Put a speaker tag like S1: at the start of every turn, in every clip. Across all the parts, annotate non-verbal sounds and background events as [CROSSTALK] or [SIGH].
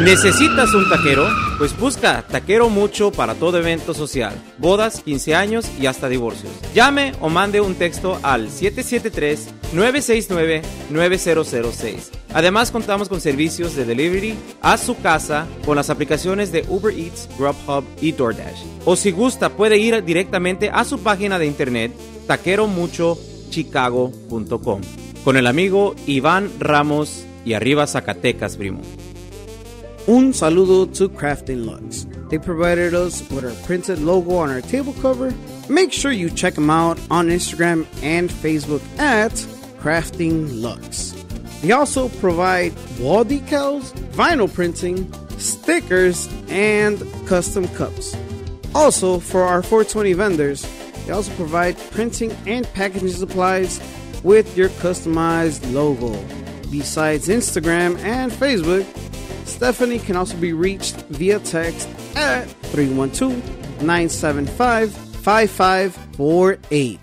S1: ¿Necesitas un taquero? Pues busca Taquero Mucho para todo evento social, bodas, 15 años y hasta divorcios. Llame o mande un texto al 773-969-9006. Además contamos con servicios de delivery a su casa con las aplicaciones de Uber Eats, Grubhub y DoorDash. O si gusta puede ir directamente a su página de internet taqueromuchochicago.com con el amigo Iván Ramos y arriba Zacatecas, primo.
S2: Un saludo to Crafting Lux. They provided us with our printed logo on our table cover. Make sure you check them out on Instagram and Facebook at Crafting Lux. They also provide wall decals, vinyl printing, stickers, and custom cups. Also, for our 420 vendors, they also provide printing and packaging supplies with your customized logo. Besides Instagram and Facebook, Stephanie can also be reached via text at 312 975 5548.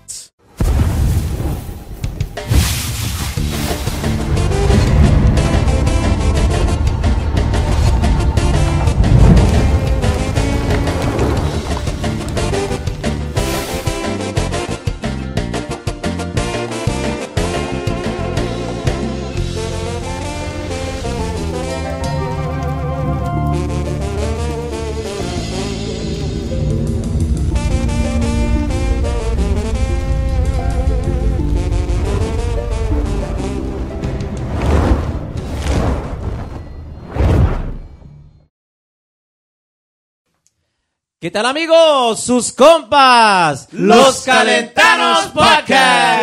S1: ¿Qué tal amigos? Sus compas, los Calentanos Podcast.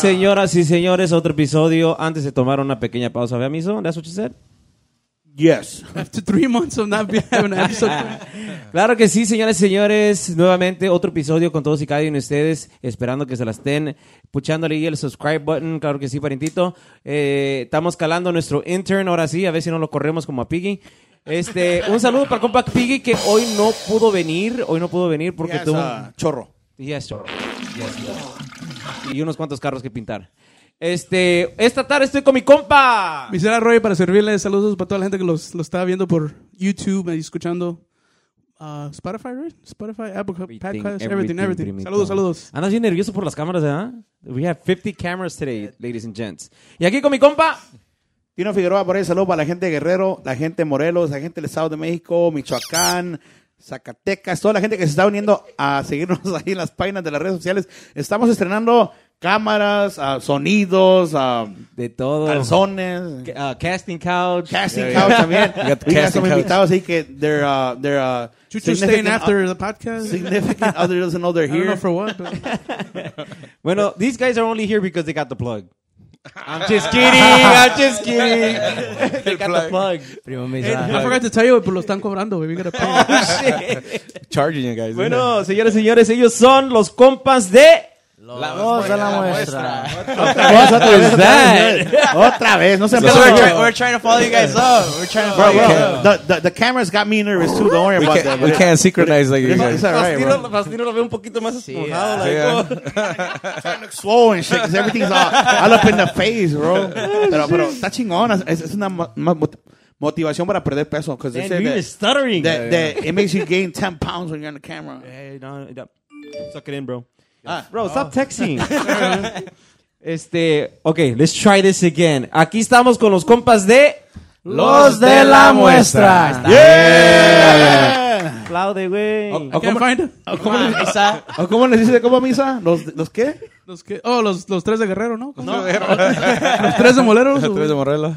S1: Señoras y señores, otro episodio. Antes de tomar una pequeña pausa, ¿vea miso? ¿That's what you said?
S3: Yes. After three months of not being having an [LAUGHS] episode.
S1: Claro que sí, señoras y señores. Nuevamente otro episodio con todos y cada uno de ustedes. Esperando que se la estén puchándole ahí el subscribe button. Claro que sí, parientito. Eh, estamos calando a nuestro intern ahora sí. A ver si no lo corremos como a Piggy. Este, un saludo para el compa Piggy que hoy no pudo venir. Hoy no pudo venir porque tuvo un-
S3: chorro.
S1: Y eso. Y unos cuantos carros que pintar. Este, esta tarde estoy con mi compa.
S3: Misera Roy para servirles saludos para toda la gente que los, los está viendo por YouTube y escuchando ah, Spotify, right? Spotify, Apple Podcast, everything, Ah, everything.
S1: primito.
S3: Saludos, saludos.
S1: Andas bien nervioso por las cámaras, ¿verdad? We have 50 cameras today, ladies and gents. Y aquí con mi compa.
S4: Tino Figueroa por ahí, saludos para la gente de Guerrero, la gente de Morelos, la gente del Estado de México, Michoacán, Zacatecas, toda la gente que se está uniendo a seguirnos [LAUGHS] ahí en las páginas de las redes sociales. Estamos estrenando cámaras, ah, sonidos, ah,
S1: De todo.
S4: calzones,
S1: Ca- ah, casting couch.
S4: casting couch
S1: [LAUGHS]
S4: también. Y ya
S5: casting
S4: somos
S5: couch.
S4: invitados así que they're, ah, they're, ah,
S3: Chuchu staying
S4: significant
S3: after the podcast.
S4: [LAUGHS] significant other doesn't know they're
S3: I don't know
S4: here.
S3: for what, [LAUGHS] but
S1: Bueno, these guys are only here because they got the
S4: [LAUGHS]
S1: plug. I'm just kidding. I'm just kidding.
S4: [LAUGHS]
S1: they got the plug. Eh,
S5: Primo
S4: "Ah,
S3: I forgot to tell you, pero lo están cobrando, baby. We gotta pay.
S5: Charging you guys.
S1: Bueno, señoras y señores, ellos son los compas de.
S5: la voz a Oh, la muestra.
S4: Otra vez,
S1: What is that?
S4: Otra vez, no se
S5: Because we're,
S4: empujen.
S5: try- we're trying to follow you guys up. We're trying to follow
S4: Bro,
S5: you
S4: bro,
S5: up.
S4: the, the, the cameras got me nervous too. Don't worry about that. but-
S5: synchronize like
S4: It's, it's all right, bro. ah,
S1: Faustino, Faustino lo veo un poquito más esponjado. like,
S5: Yeah. [LAUGHS]
S1: oh.
S4: swole and shit because everything's all, all up in the face,
S5: [LAUGHS]
S4: bro.
S5: Oh,
S4: Pero, pero está chingón. Es, es una mo- mo- mot- motivación para perder peso. Because they
S1: Man,
S4: say
S1: you're
S4: that,
S1: stuttering.
S4: that, that it makes you gain 10 pounds when you're on the camera.
S1: Hey, no, no, suck it in, bro.
S4: Ah.
S1: bro, Oh, stop texting. [LAUGHS] este, okay, let's try this again. Aquí estamos con los compas de
S5: Los de la muestra.
S4: Yeah.
S1: Aplaude, güey.
S3: I can't find it.
S4: ¿O cómo, les,
S5: Ahí está.
S4: o cómo les dice, cómo misa? ¿Los, los qué?
S3: Los que, oh, los, los tres de Guerrero, ¿no? [LAUGHS] los tres de Moleros.
S5: Morelos.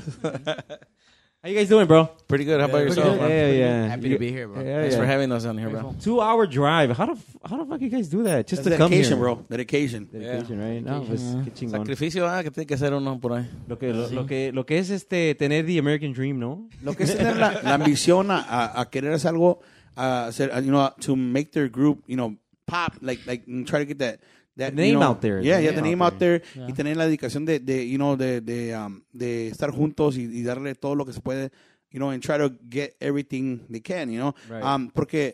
S1: How you guys doing, bro?
S5: Pretty good. How about yourself, man?
S1: yeah, yeah.
S6: Happy to be here, bro.
S1: Yeah,
S5: Thanks
S1: yeah.
S5: for having us on here, bro.
S1: Two hour drive. How the f- how the fuck you guys do that? Just to come
S4: Dedication,
S1: here,
S4: bro. Dedication.
S1: Dedication, right? No, pues, qué chingón.
S5: Sacrificio, ah, que tiene que hacer uno por ahí.
S1: Lo que, lo, lo que, lo que es este, tener the American Dream, ¿no?
S4: Lo que es tener la, la ambición a, a, a querer hacer algo, a hacer, you know, to make their group, you know, pop, like, like and try to get that, that
S1: The
S4: you
S1: name
S4: know,
S1: out there,
S4: Yeah,
S1: the
S4: yeah,
S1: name
S4: the name
S1: out
S4: out there. Y tener la dedicación de, de you know, de, de, um, de estar juntos y, y darle todo lo que se puede, you know, and try to get everything they can, you know.
S1: Right.
S4: Um, porque,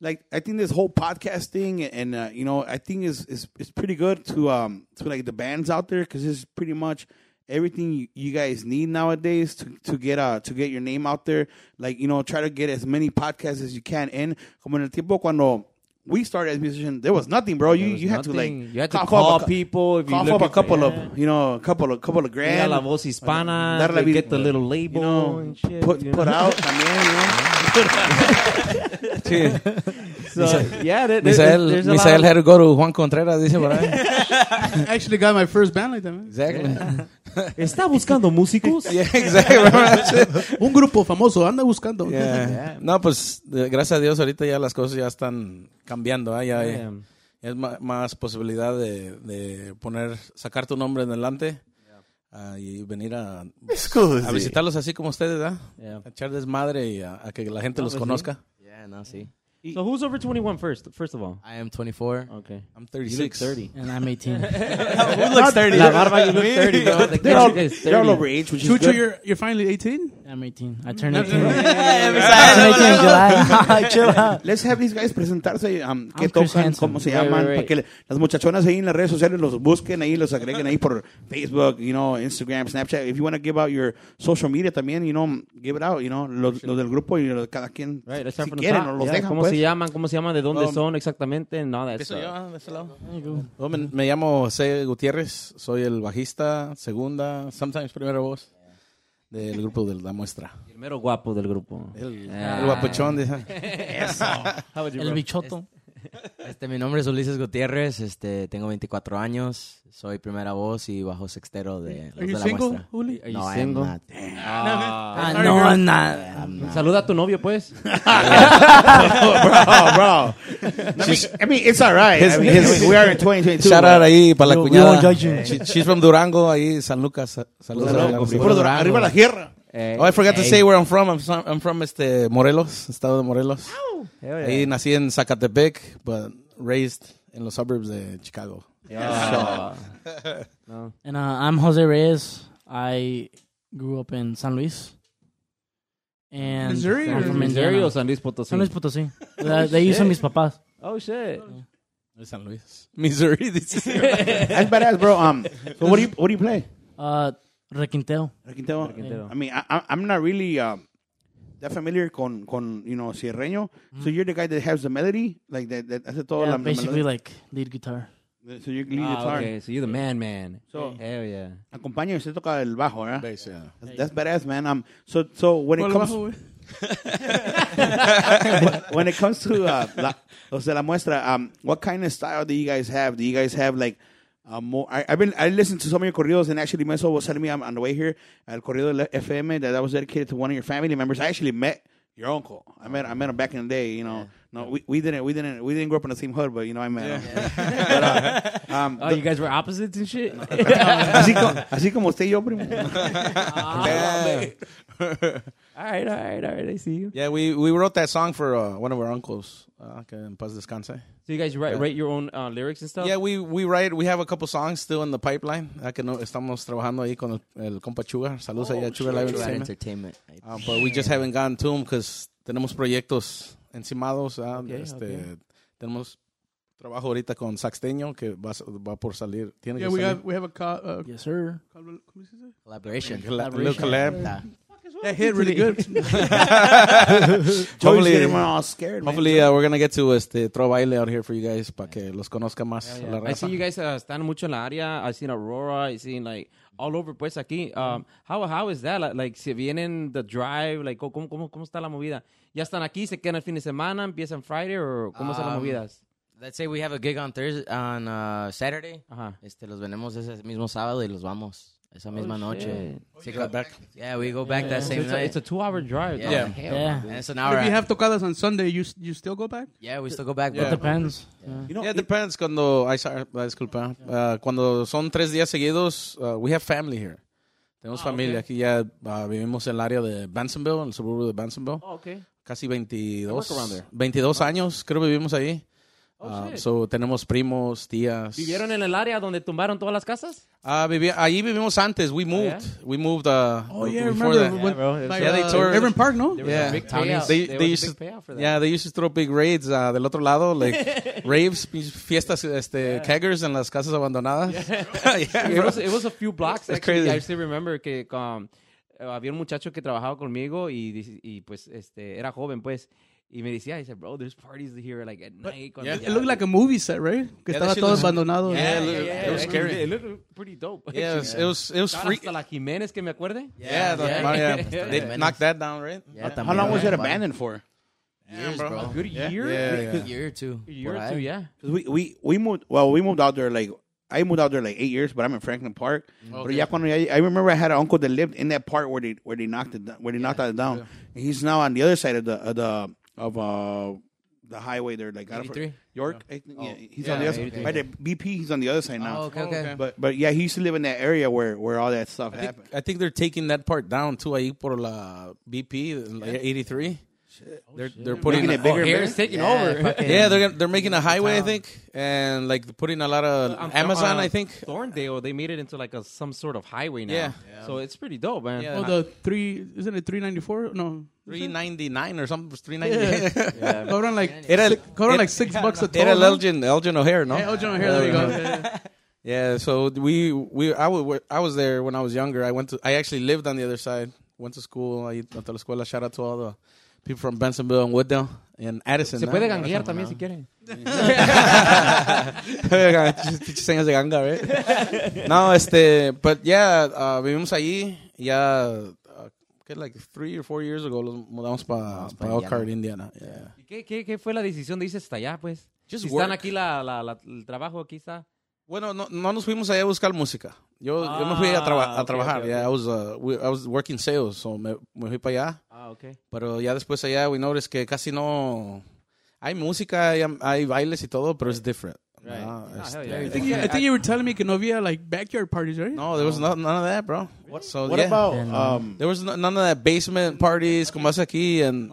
S4: like, I think this whole podcast thing and, uh, you know, I think is, is, is pretty good to, um, to, like, the bands out there because it's pretty much everything you, you guys need nowadays to, to get uh to get your name out there. Like you know, try to get as many podcasts as you can in. Como en el tiempo cuando we started as musicians, there was nothing, bro. You
S1: was
S4: you had to like
S1: nothing. You had to
S4: cough
S1: call
S4: cou-
S1: people if you
S4: cough
S1: look
S4: up a
S1: at-
S4: couple
S1: yeah.
S4: of you know, a couple of couple of
S1: Era
S4: grand.
S1: la voz hispana,
S4: Dar la
S1: they
S4: vid-
S1: get the little label
S4: you know,
S1: and shit,
S4: put
S1: you
S4: put
S1: know.
S4: out también,
S1: [LAUGHS]
S4: you know.
S1: So, yeah, there- there-
S5: Misael,
S1: there's a
S5: Misael
S1: lot
S5: had to go to Juan Contreras, dice por ahí.
S3: I actually got my first band like that, man.
S5: [LAUGHS] Exactly.
S1: of- [LAUGHS] ¿Está buscando músicos?
S5: Yeah, [LAUGHS] exactly.
S3: Un grupo famoso, anda buscando.
S1: [LAUGHS]
S5: Yeah. No, pues de- gracias a Dios ahorita ya las cosas ya están cambiando. ¿eh? Ya,
S1: Yeah.
S5: ya es ma- más posibilidad de, de poner, sacar tu nombre en adelante ah, y venir a, a visitarlos así como ustedes, ¿verdad?
S1: Yeah.
S5: A echar desmadre y a, a que la gente los
S1: pues sí.
S5: conozca.
S6: Yeah, no, see.
S1: So who's over 21 first, first of all?
S6: I am 24
S1: Okay.
S5: I'm
S1: You look
S5: 36.
S1: 30.
S6: and I'm 18.
S1: La barba, you look 30, bro.
S4: [LAUGHS]
S1: The
S4: They're all,
S1: kid is
S4: they're all
S1: 30.
S4: over age, which is
S3: Chucho,
S4: good.
S3: you're, you're finally 18?
S6: I'm 18. I turned
S3: No,
S6: 18.
S3: no, no.
S6: I turned 18 in July. Chill out.
S4: Let's have these guys presentarse, um, qué
S6: I'm Chris
S4: tocan,
S6: Hansen.
S4: cómo se
S1: Right,
S4: llaman,
S1: right, right.
S4: para que le- las muchachonas ahí en las redes sociales los busquen ahí, los agreguen ahí por Facebook, you know, Instagram, Snapchat. If you want to give out your social media también, you know, give it out, you know, los, los del grupo y los- cada quien,
S1: Right, let's
S4: si
S1: start from the
S4: quieren,
S1: top.
S4: o los
S1: Yeah,
S4: dejan,
S1: ¿Cómo
S4: pues.
S1: se llaman? ¿Cómo se llaman? ¿De dónde
S5: Um,
S1: son exactamente? And all that
S5: Empiezo
S1: stuff.
S5: yo, ah, de este lado. Yo me, me llamo José Gutiérrez, soy el bajista, segunda, sometimes primera voz del grupo de La Muestra.
S1: El mero guapo del grupo.
S5: El,
S1: Ah.
S5: el guapuchón, dice.
S6: El bichoto.
S7: Este, mi nombre es Ulises Gutiérrez, este, tengo 24 años, soy primera voz y bajo sextero de Los
S3: Are you
S7: de la
S3: single,
S7: Muestra.
S3: Uli?
S1: Are you
S7: No, I am
S1: single?
S7: not.
S6: Ah, no, I'm not.
S7: I'm not.
S1: Saluda a tu novio, pues.
S4: Oh, bro. I mean, it's all right. I mean, we are in 2022.
S5: Shout out ahí para la
S6: we
S5: cuñada.
S6: won't judge you.
S5: She- she's from Durango, ahí, San Lucas. Saludos.
S4: Puro
S5: a-
S4: Durango, puro Durango. Arriba la guerra.
S1: Eh,
S5: Oh, I forgot to
S1: hey.
S5: say where I'm from. I'm, so- I'm from este, Morelos, estado de Morelos.
S1: Hell
S5: Ahí nací en Zacatepec, but raised en los suburbs de Chicago.
S1: yeah.
S6: And uh, I'm Jose Reyes. I grew up in San Luis. And
S3: Missouri
S6: I'm
S3: or-
S6: from
S1: Missouri
S6: Indiana.
S1: o San Luis Potosí?
S6: San Luis Potosí. They they used to mis papás.
S1: Oh, shit.
S5: De San Luis. Missouri, dice.
S4: That's badass, bro.
S1: [LAUGHS]
S4: Um, so what do you what do you play?
S6: Uh, Requinteo.
S4: Requintero.
S1: Requintero.
S4: I mean, I, I- I'm not really um, that familiar con, con you know, Sierreño. So you're the guy that has the melody, like that. that hace todo
S6: Yeah,
S4: la,
S6: basically
S4: la
S6: like lead guitar.
S4: melodía. So you lead guitar.
S1: Ah, okay. So you're the man, man.
S4: So-
S1: Hell yeah.
S4: Acompaña y usted toca el bajo, ¿verdad?
S5: Bass, yeah.
S4: That's, that's badass, man. Um, so so when it
S3: Por
S4: comes
S3: abajo, güey.
S4: [LAUGHS] when it comes to uh, la, los de la muestra, um, what kind of style do you guys have? Do you guys have like uh, more? I, I've been I listened to some of your corridos, and actually, Meso was telling me I'm on the way here at Corrido de la FM that that was dedicated to one of your family members. I actually met your uncle. I met I met him back in the day. You know, no, we, we didn't we didn't we didn't grow up in the same hood, but you know I met him. [LAUGHS] But, uh, um,
S1: Oh, you guys were opposites and shit?
S4: así, como, así como usted y yo, primo.
S5: Yeah.
S1: all right, all right, all right. I see you.
S5: Yeah, we, we wrote that song for uh, one of our uncles. Uh, que en paz descanse.
S1: So you guys write, write your own uh, lyrics and stuff?
S5: Yeah, we, we write, we have a couple songs still in the pipeline. Ah, que no, estamos trabajando ahí con el, el compa Chugar. Saludos
S7: Oh,
S5: allá, Chugar Live
S7: True Art
S5: Entertainment.
S7: Entertainment.
S5: Uh, but we just haven't gotten to them because tenemos proyectos encimados. ah,
S1: Okay,
S5: este,
S1: okay.
S5: Tenemos trabajo ahorita con Saxteño que va, va por salir. Tiene
S3: Yeah,
S5: que
S3: we
S5: salir.
S3: have, we have a co- uh,
S6: Yes, sir.
S3: co- ¿cómo se dice?
S7: Collaboration.
S5: Colla- little collab.
S7: Nah.
S3: That hit really
S5: [LAUGHS]
S3: good.
S4: Joey's
S5: Hopefully,
S4: getting all scared, man.
S5: hopefully, uh, we're gonna get to este Tro Baile out here for you guys para que los conozca más
S1: Yeah,
S5: la
S1: yeah. I
S5: raza.
S1: see you guys uh, están mucho en la área. I've seen Aurora. I've seen like all over pues aquí.
S7: Mm-hmm.
S1: Um, how, how is that? Like, like se vienen the drive, like oh, ¿cómo, cómo, cómo está la movida? ¿Ya están aquí? ¿Se quedan el fin de semana? ¿Empiezan Friday? ¿O cómo son las
S7: Um,
S1: movidas?
S7: Let's say we have a gig on Thursday, on uh, Saturday.
S1: Ajá.
S7: Este, los venemos ese mismo sábado y los vamos esa misma noche. Sí,
S5: Got back.
S7: Yeah, we go back that
S1: So
S7: same
S1: Oh, it's, a,
S7: night.
S1: it's a two hour drive. Oh,
S7: Yeah.
S1: hell.
S6: Yeah.
S7: And it's an
S3: If
S7: hour.
S3: you have tocadas on Sunday, you s- you still go back?
S7: yeah, we still go back.
S5: Yeah.
S7: but-
S6: Depends. Yeah.
S4: You know,
S5: Yeah, it depends. Cuando, ay, sorry, ah, disculpa. Ah, cuando son tres días seguidos, ah, we have family here. Tenemos familia. Aquí ya ah, vivimos en el área de Bensonville, en el suburbio de Bensonville.
S1: Oh, okay.
S5: Casi 22,
S1: I
S5: Ah.
S1: work around there.
S5: 22 años, creo que vivimos ahí. Ah,
S1: shit.
S5: so, tenemos primos, tías.
S1: ¿Vivieron en el área donde tumbaron todas las casas?
S5: Ah, vivi- ahí vivimos antes. We moved. We moved. Uh,
S3: Oh, yeah,
S5: before
S3: remember
S5: that.
S3: when,
S1: bro.
S3: by,
S5: Yeah, they
S3: uh,
S5: tore-
S3: Everett Park, no?
S5: Yeah.
S7: Big
S1: payout.
S5: They-
S1: There
S5: they
S1: was a
S5: used-
S1: big payout for that.
S5: Yeah, they used to throw big raids uh, del otro lado, [LAUGHS] like raves, pin- fiestas, este, keggers en las casas abandonadas. Yeah,
S1: It
S5: bro.
S1: was, it was a few blocks.
S5: That's
S1: actually.
S5: crazy.
S1: I still remember que um, eh, había un muchacho que trabajaba conmigo y, dice- y pues este era joven pues y me decía, he said, bro, there's parties here like at night. cuando
S5: yeah.
S1: ya-
S3: It looked like a movie set, right? Que
S5: Yeah, that
S3: estaba
S5: shit
S3: todo
S5: looks-
S3: abandonado.
S5: Yeah, it
S1: Yeah,
S5: looked-
S1: yeah,
S5: it was
S1: yeah.
S5: scary.
S1: It looked pretty dope.
S5: Yeah, it was, it was, it was
S1: Not
S5: free.
S1: hasta la Jiménez que me acuerde.
S5: Yeah, the-
S7: Yeah.
S5: Mario,
S7: Yeah.
S5: they
S7: Yeah.
S5: knocked that down, right?
S7: Yeah,
S4: How long was it
S7: también.
S4: abandoned for?
S7: Years,
S5: bro.
S7: bro.
S1: Good year.
S5: Yeah, yeah.
S7: Year or two.
S1: Year
S7: por
S1: or
S7: ahí.
S1: two, yeah.
S4: 'Cause We, we, we moved, well, we moved out there like, I moved out there like eight years, but I'm in Franklin Park. But yeah, cuando ya- I remember I had an uncle that lived in that part where they where they knocked it down- where they knocked it down. And he's now on the other side of the of the of uh the highway there, like out of
S7: 83?
S4: York. I think, yeah, he's on
S5: Yeah,
S4: the other side.
S7: 83.
S4: By the BP, he's on the other side now.
S7: Oh, okay, okay.
S4: But but yeah, he used to live in that area where where all that stuff
S5: I
S4: happened.
S5: think, I think they're taking that part down too. Ahí por la BP, la 83. They're, they're putting oh,
S4: Making it bigger.
S1: Here
S4: man.
S1: it's taking
S7: Yeah,
S1: over.
S7: fucking-
S5: Yeah, they're gonna- they're making a highway, I think, and like putting a lot of
S1: I'm-
S5: Amazon,
S1: uh,
S5: I [LAUGHS] think.
S1: Thorndale, they made it into like a some sort of highway now.
S5: Yeah.
S1: So it's pretty dope, man.
S5: Yeah.
S3: Oh, the three, isn't it 394? No.
S5: Three ninety nine or something. Three ninety. [LAUGHS]
S3: Cobran like,
S5: Era-
S3: six, cobran
S5: era-
S3: like
S5: [LAUGHS]
S3: six bucks a toll.
S5: Era
S3: no?
S5: Elgin, Elgin O'Hare, no?
S3: Hey, Elgin O'Hare, there you go. Yeah,
S5: [LAUGHS] Yeah, so we we I was I was there when I was younger. I went to I actually lived on the other side. Went to school. I went to la escuela. Shout out to all the people from Bensonville and Wooddale and Addison.
S1: Se
S5: [LAUGHS]
S1: puede ganguear también si quieren.
S5: Pinches señas de
S1: [LAUGHS]
S5: ganga, right? no, este, but yeah, uh, vivimos allí. Ya, uh, que like three or four years ago, los mudamos para pa
S7: pa
S5: Elkhart, Indiana. Yeah.
S1: ¿Y ¿Qué, qué, ¿Qué fue la decisión de irse hasta allá, pues?
S5: Just
S1: si están
S5: work.
S1: aquí la, la, la- el trabajo, aquí está.
S5: Bueno, no, no nos fuimos allá a buscar música. Yo, yo me fui a, traba- a
S1: Ah, ok,
S5: trabajar.
S1: ok, ok.
S5: Yeah, I was, uh, we- I was working sales, so me, me fui para allá.
S1: Ah, ok.
S5: Pero ya después allá, we noticed que casi no... Hay música, hay, hay bailes y todo, pero es different. Ah, este, No, es-
S3: I think, you, I think you were telling me que no había like backyard parties, right?
S5: no, there was no, none of that, bro. So,
S4: What
S5: yeah.
S4: about
S6: And,
S4: um
S5: There was no, none of that basement parties, como hace aquí, and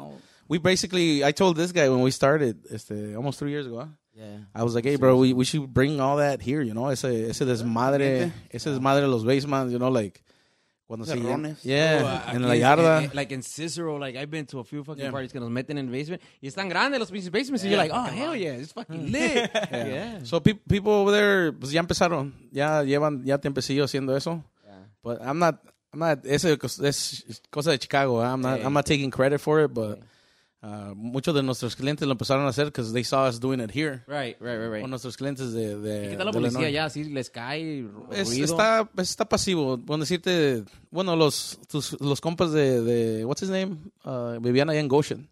S5: we basically, I told this guy when we started, este, almost three years ago, huh?
S7: Yeah.
S5: I was like, hey, bro, we, we should bring all that here, you know? Ese, ese desmadre, ese desmadre de los basements, you know, like... Cuando se
S4: Cerrones.
S5: Yeah,
S7: Oh,
S1: Aquí
S5: en la
S1: es-
S5: yarda.
S1: eh, eh, like in Cicero, like I've been to a few fucking
S5: Yeah.
S1: parties que nos meten en el basement. Y están grandes los pinches basements. Y you're like, oh, hell yeah, it's fucking lit. [LAUGHS] yeah.
S5: So peop people over there, pues ya empezaron. Ya llevan, ya tiempecillo haciendo eso. But I'm not, I'm not, ese cos- es cosa de Chicago. eh. I'm not, I'm not taking credit for it, but uh, muchos de nuestros clientes lo empezaron a hacer because they saw us doing it here.
S1: Right, right, right, right.
S5: Con nuestros clientes de, de
S1: ¿Qué tal la
S5: de
S1: policía
S5: Illinois.
S1: allá? Así les cae ru-
S5: Es-
S1: ruido.
S5: está, está pasivo. Bueno, decirte, bueno, los, tus- los compas de, de, what's his name? Uh, vivían allá en Goshen.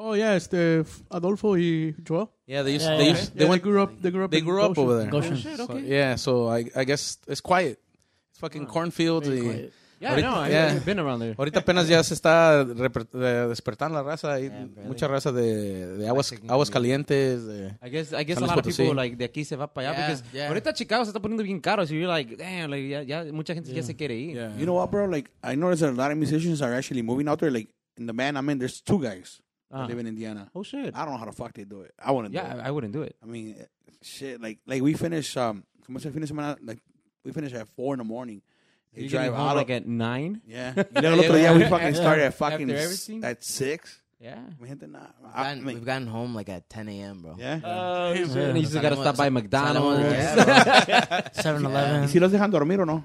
S3: Oh, yeah, it's the F- Adolfo y Joel.
S5: Yeah, they used,
S6: Yeah,
S5: they
S6: yeah.
S5: used,
S3: Yeah,
S5: they went,
S3: grew up, they grew up,
S5: they
S3: in
S5: grew up
S3: Goshen.
S5: over
S1: Oh,
S5: there.
S6: Goshen.
S5: So, yeah, so I, I guess it's quiet. It's fucking cornfields. y-
S6: quiet.
S1: Yeah,
S5: ahorita-
S1: no, I-
S5: yeah.
S1: I've been around there.
S5: Ahorita apenas ya se está reper- eh, despertando la raza. Hay mucha raza de, de aguas, aguas calientes. de-
S1: I guess I guess
S5: San
S1: a
S5: Luis
S1: lot of
S5: Potosí.
S1: people like de aquí se va para allá
S7: Yeah,
S1: because
S7: yeah.
S1: ahorita Chicago se está poniendo bien caro. So you're like, damn, like, ya, ya mucha gente ya se quiere ir.
S4: You know what, bro? Like, I noticed that a lot of musicians are actually moving out there. Like, in the band I'm in, there's two guys
S1: Ah.
S4: that live in Indiana.
S1: Oh shit.
S4: I don't know how the fuck they do it. I wouldn't
S1: Yeah,
S4: do it.
S1: I, I wouldn't do it.
S4: I mean, eh, shit. Like, like we finish, um, como se finish semana, like, we finish at four in the morning. They
S1: You
S4: drive
S1: drive
S4: out.
S1: like
S4: of-
S1: at nine.
S4: yeah. You know, el otro día we fucking
S1: After-
S4: started at fucking
S1: after
S4: s-
S1: everything?
S4: at six.
S1: Yeah.
S4: Mi gente, nah.
S7: We've
S4: I, I
S5: Ah,
S7: gotten, we've
S4: mean,
S7: gotten home like at 10 a.m., bro.
S4: yeah.
S1: Oh, shit.
S6: Yeah.
S1: You just gotta stop by McDonald's.
S6: Seven
S5: Uh,
S4: ¿Y
S6: Eleven.
S4: si los dejan dormir o no?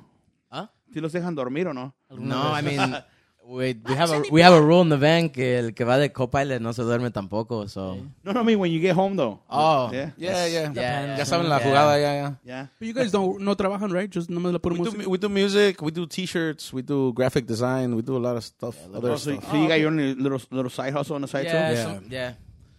S7: ¿Ah?
S4: Si los dejan dormir o no?
S7: No, I mean,
S5: [LAUGHS]
S7: we, we have a we have a rule in the van que el que va de copilot no se duerme tampoco. So
S4: No, no, I mean, when you get home, though.
S7: oh
S4: Yeah.
S5: Yeah, yeah.
S7: yeah.
S5: Ya saben la
S7: Yeah.
S5: jugada, ya, ya.
S4: Yeah.
S3: But you guys don't, no trabajan, right? Just nomás la pura
S5: We
S3: música.
S5: do, we do music, we do t-shirts, we do graphic design, we do a lot of stuff. other
S4: Oh, so,
S5: stuff.
S4: so you got your own little, little side hustle on the side,
S7: Yeah,
S4: too?
S5: Yeah.
S7: some- yeah.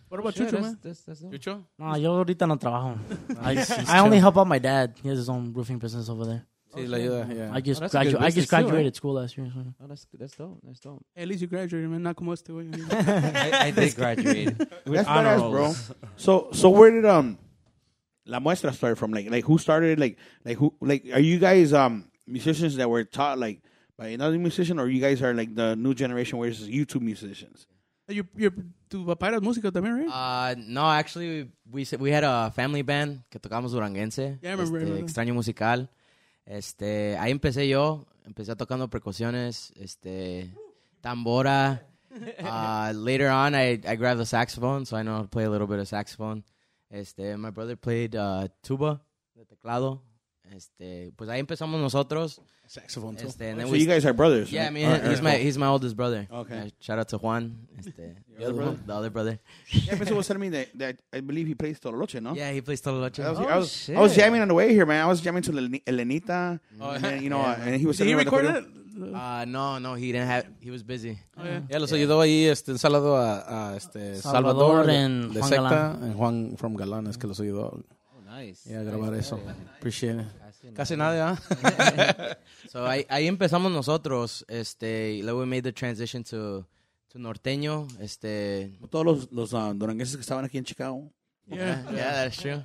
S3: What about
S1: Shit,
S3: Chucho,
S1: that's-
S3: man?
S1: that's- that's dope.
S5: Chucho?
S6: No, yo ahorita
S1: [LAUGHS]
S6: no trabajo. I, I only help out my dad. He has his own roofing business over there.
S5: Sí, la ayuda, yeah.
S6: I just
S1: that's a good
S6: gradu- I
S1: business
S6: just
S1: too, right?
S6: graduated school last year. so-
S1: Oh, that's that's dope. That's dope.
S3: At least you graduated, man. Not como este, güey. [LAUGHS]
S1: I, I did graduate.
S4: That's badass, bro. So so where did um La Muestra start from? Like like who started it? like like who like are you guys um musicians that were taught like by another musician or you guys are like the new generation where it's YouTube musicians?
S3: Your, your, tu papá era músico también, right?
S7: Uh, no, actually, we, we had a family band que tocamos duranguense.
S3: Yeah, I remember, I
S7: este,
S3: remember.
S7: Extraño musical. Este, ahí empecé yo. Empecé tocando percusiones, este, tambora. Uh, later on, I, I grabbed the saxophone, so I know how to play a little bit of saxophone. Este, my brother played uh, tuba, de teclado. Este, pues ahí empezamos nosotros.
S5: Saxophone too.
S7: Este, and then
S4: So
S7: we-
S4: you guys are brothers.
S7: Yeah, I
S4: right?
S7: mean,
S4: Alright, [LAUGHS]
S7: he's my
S4: alright,
S7: he's my oldest brother.
S4: Okay.
S7: Uh, shout out to Juan. Este, the, other
S4: brother?
S7: one- the other brother.
S4: cool. Yeah, Peso was telling me that, that I believe he plays Tololoche, no?
S7: Yeah, he plays Tololoche.
S4: I was, I, was, I was jamming on the way here, man. I was jamming to Len- Elenita, and, you know, and he was.
S3: Did he
S4: sitting around the
S3: record
S4: video.
S3: it?
S7: Uh, no, no, he didn't have. He was busy.
S5: Ya los ayudó ahí este, un saludo a, a, este, Salvador,
S6: Salvador
S5: de-
S6: en
S5: de
S6: Juan
S5: Secta,
S6: Galán.
S5: en Juan from Galán, es que los ayudó
S1: Nice.
S5: yeah, a grabar eso. Appreciate it. Casi nada, ¿ah?
S7: So ahí, ahí empezamos nosotros. Este, y luego we made the transition to to norteño. Este,
S4: Todos los, los ah, duranguenses que estaban aquí en Chicago.
S3: Yeah.
S7: yeah, that's true.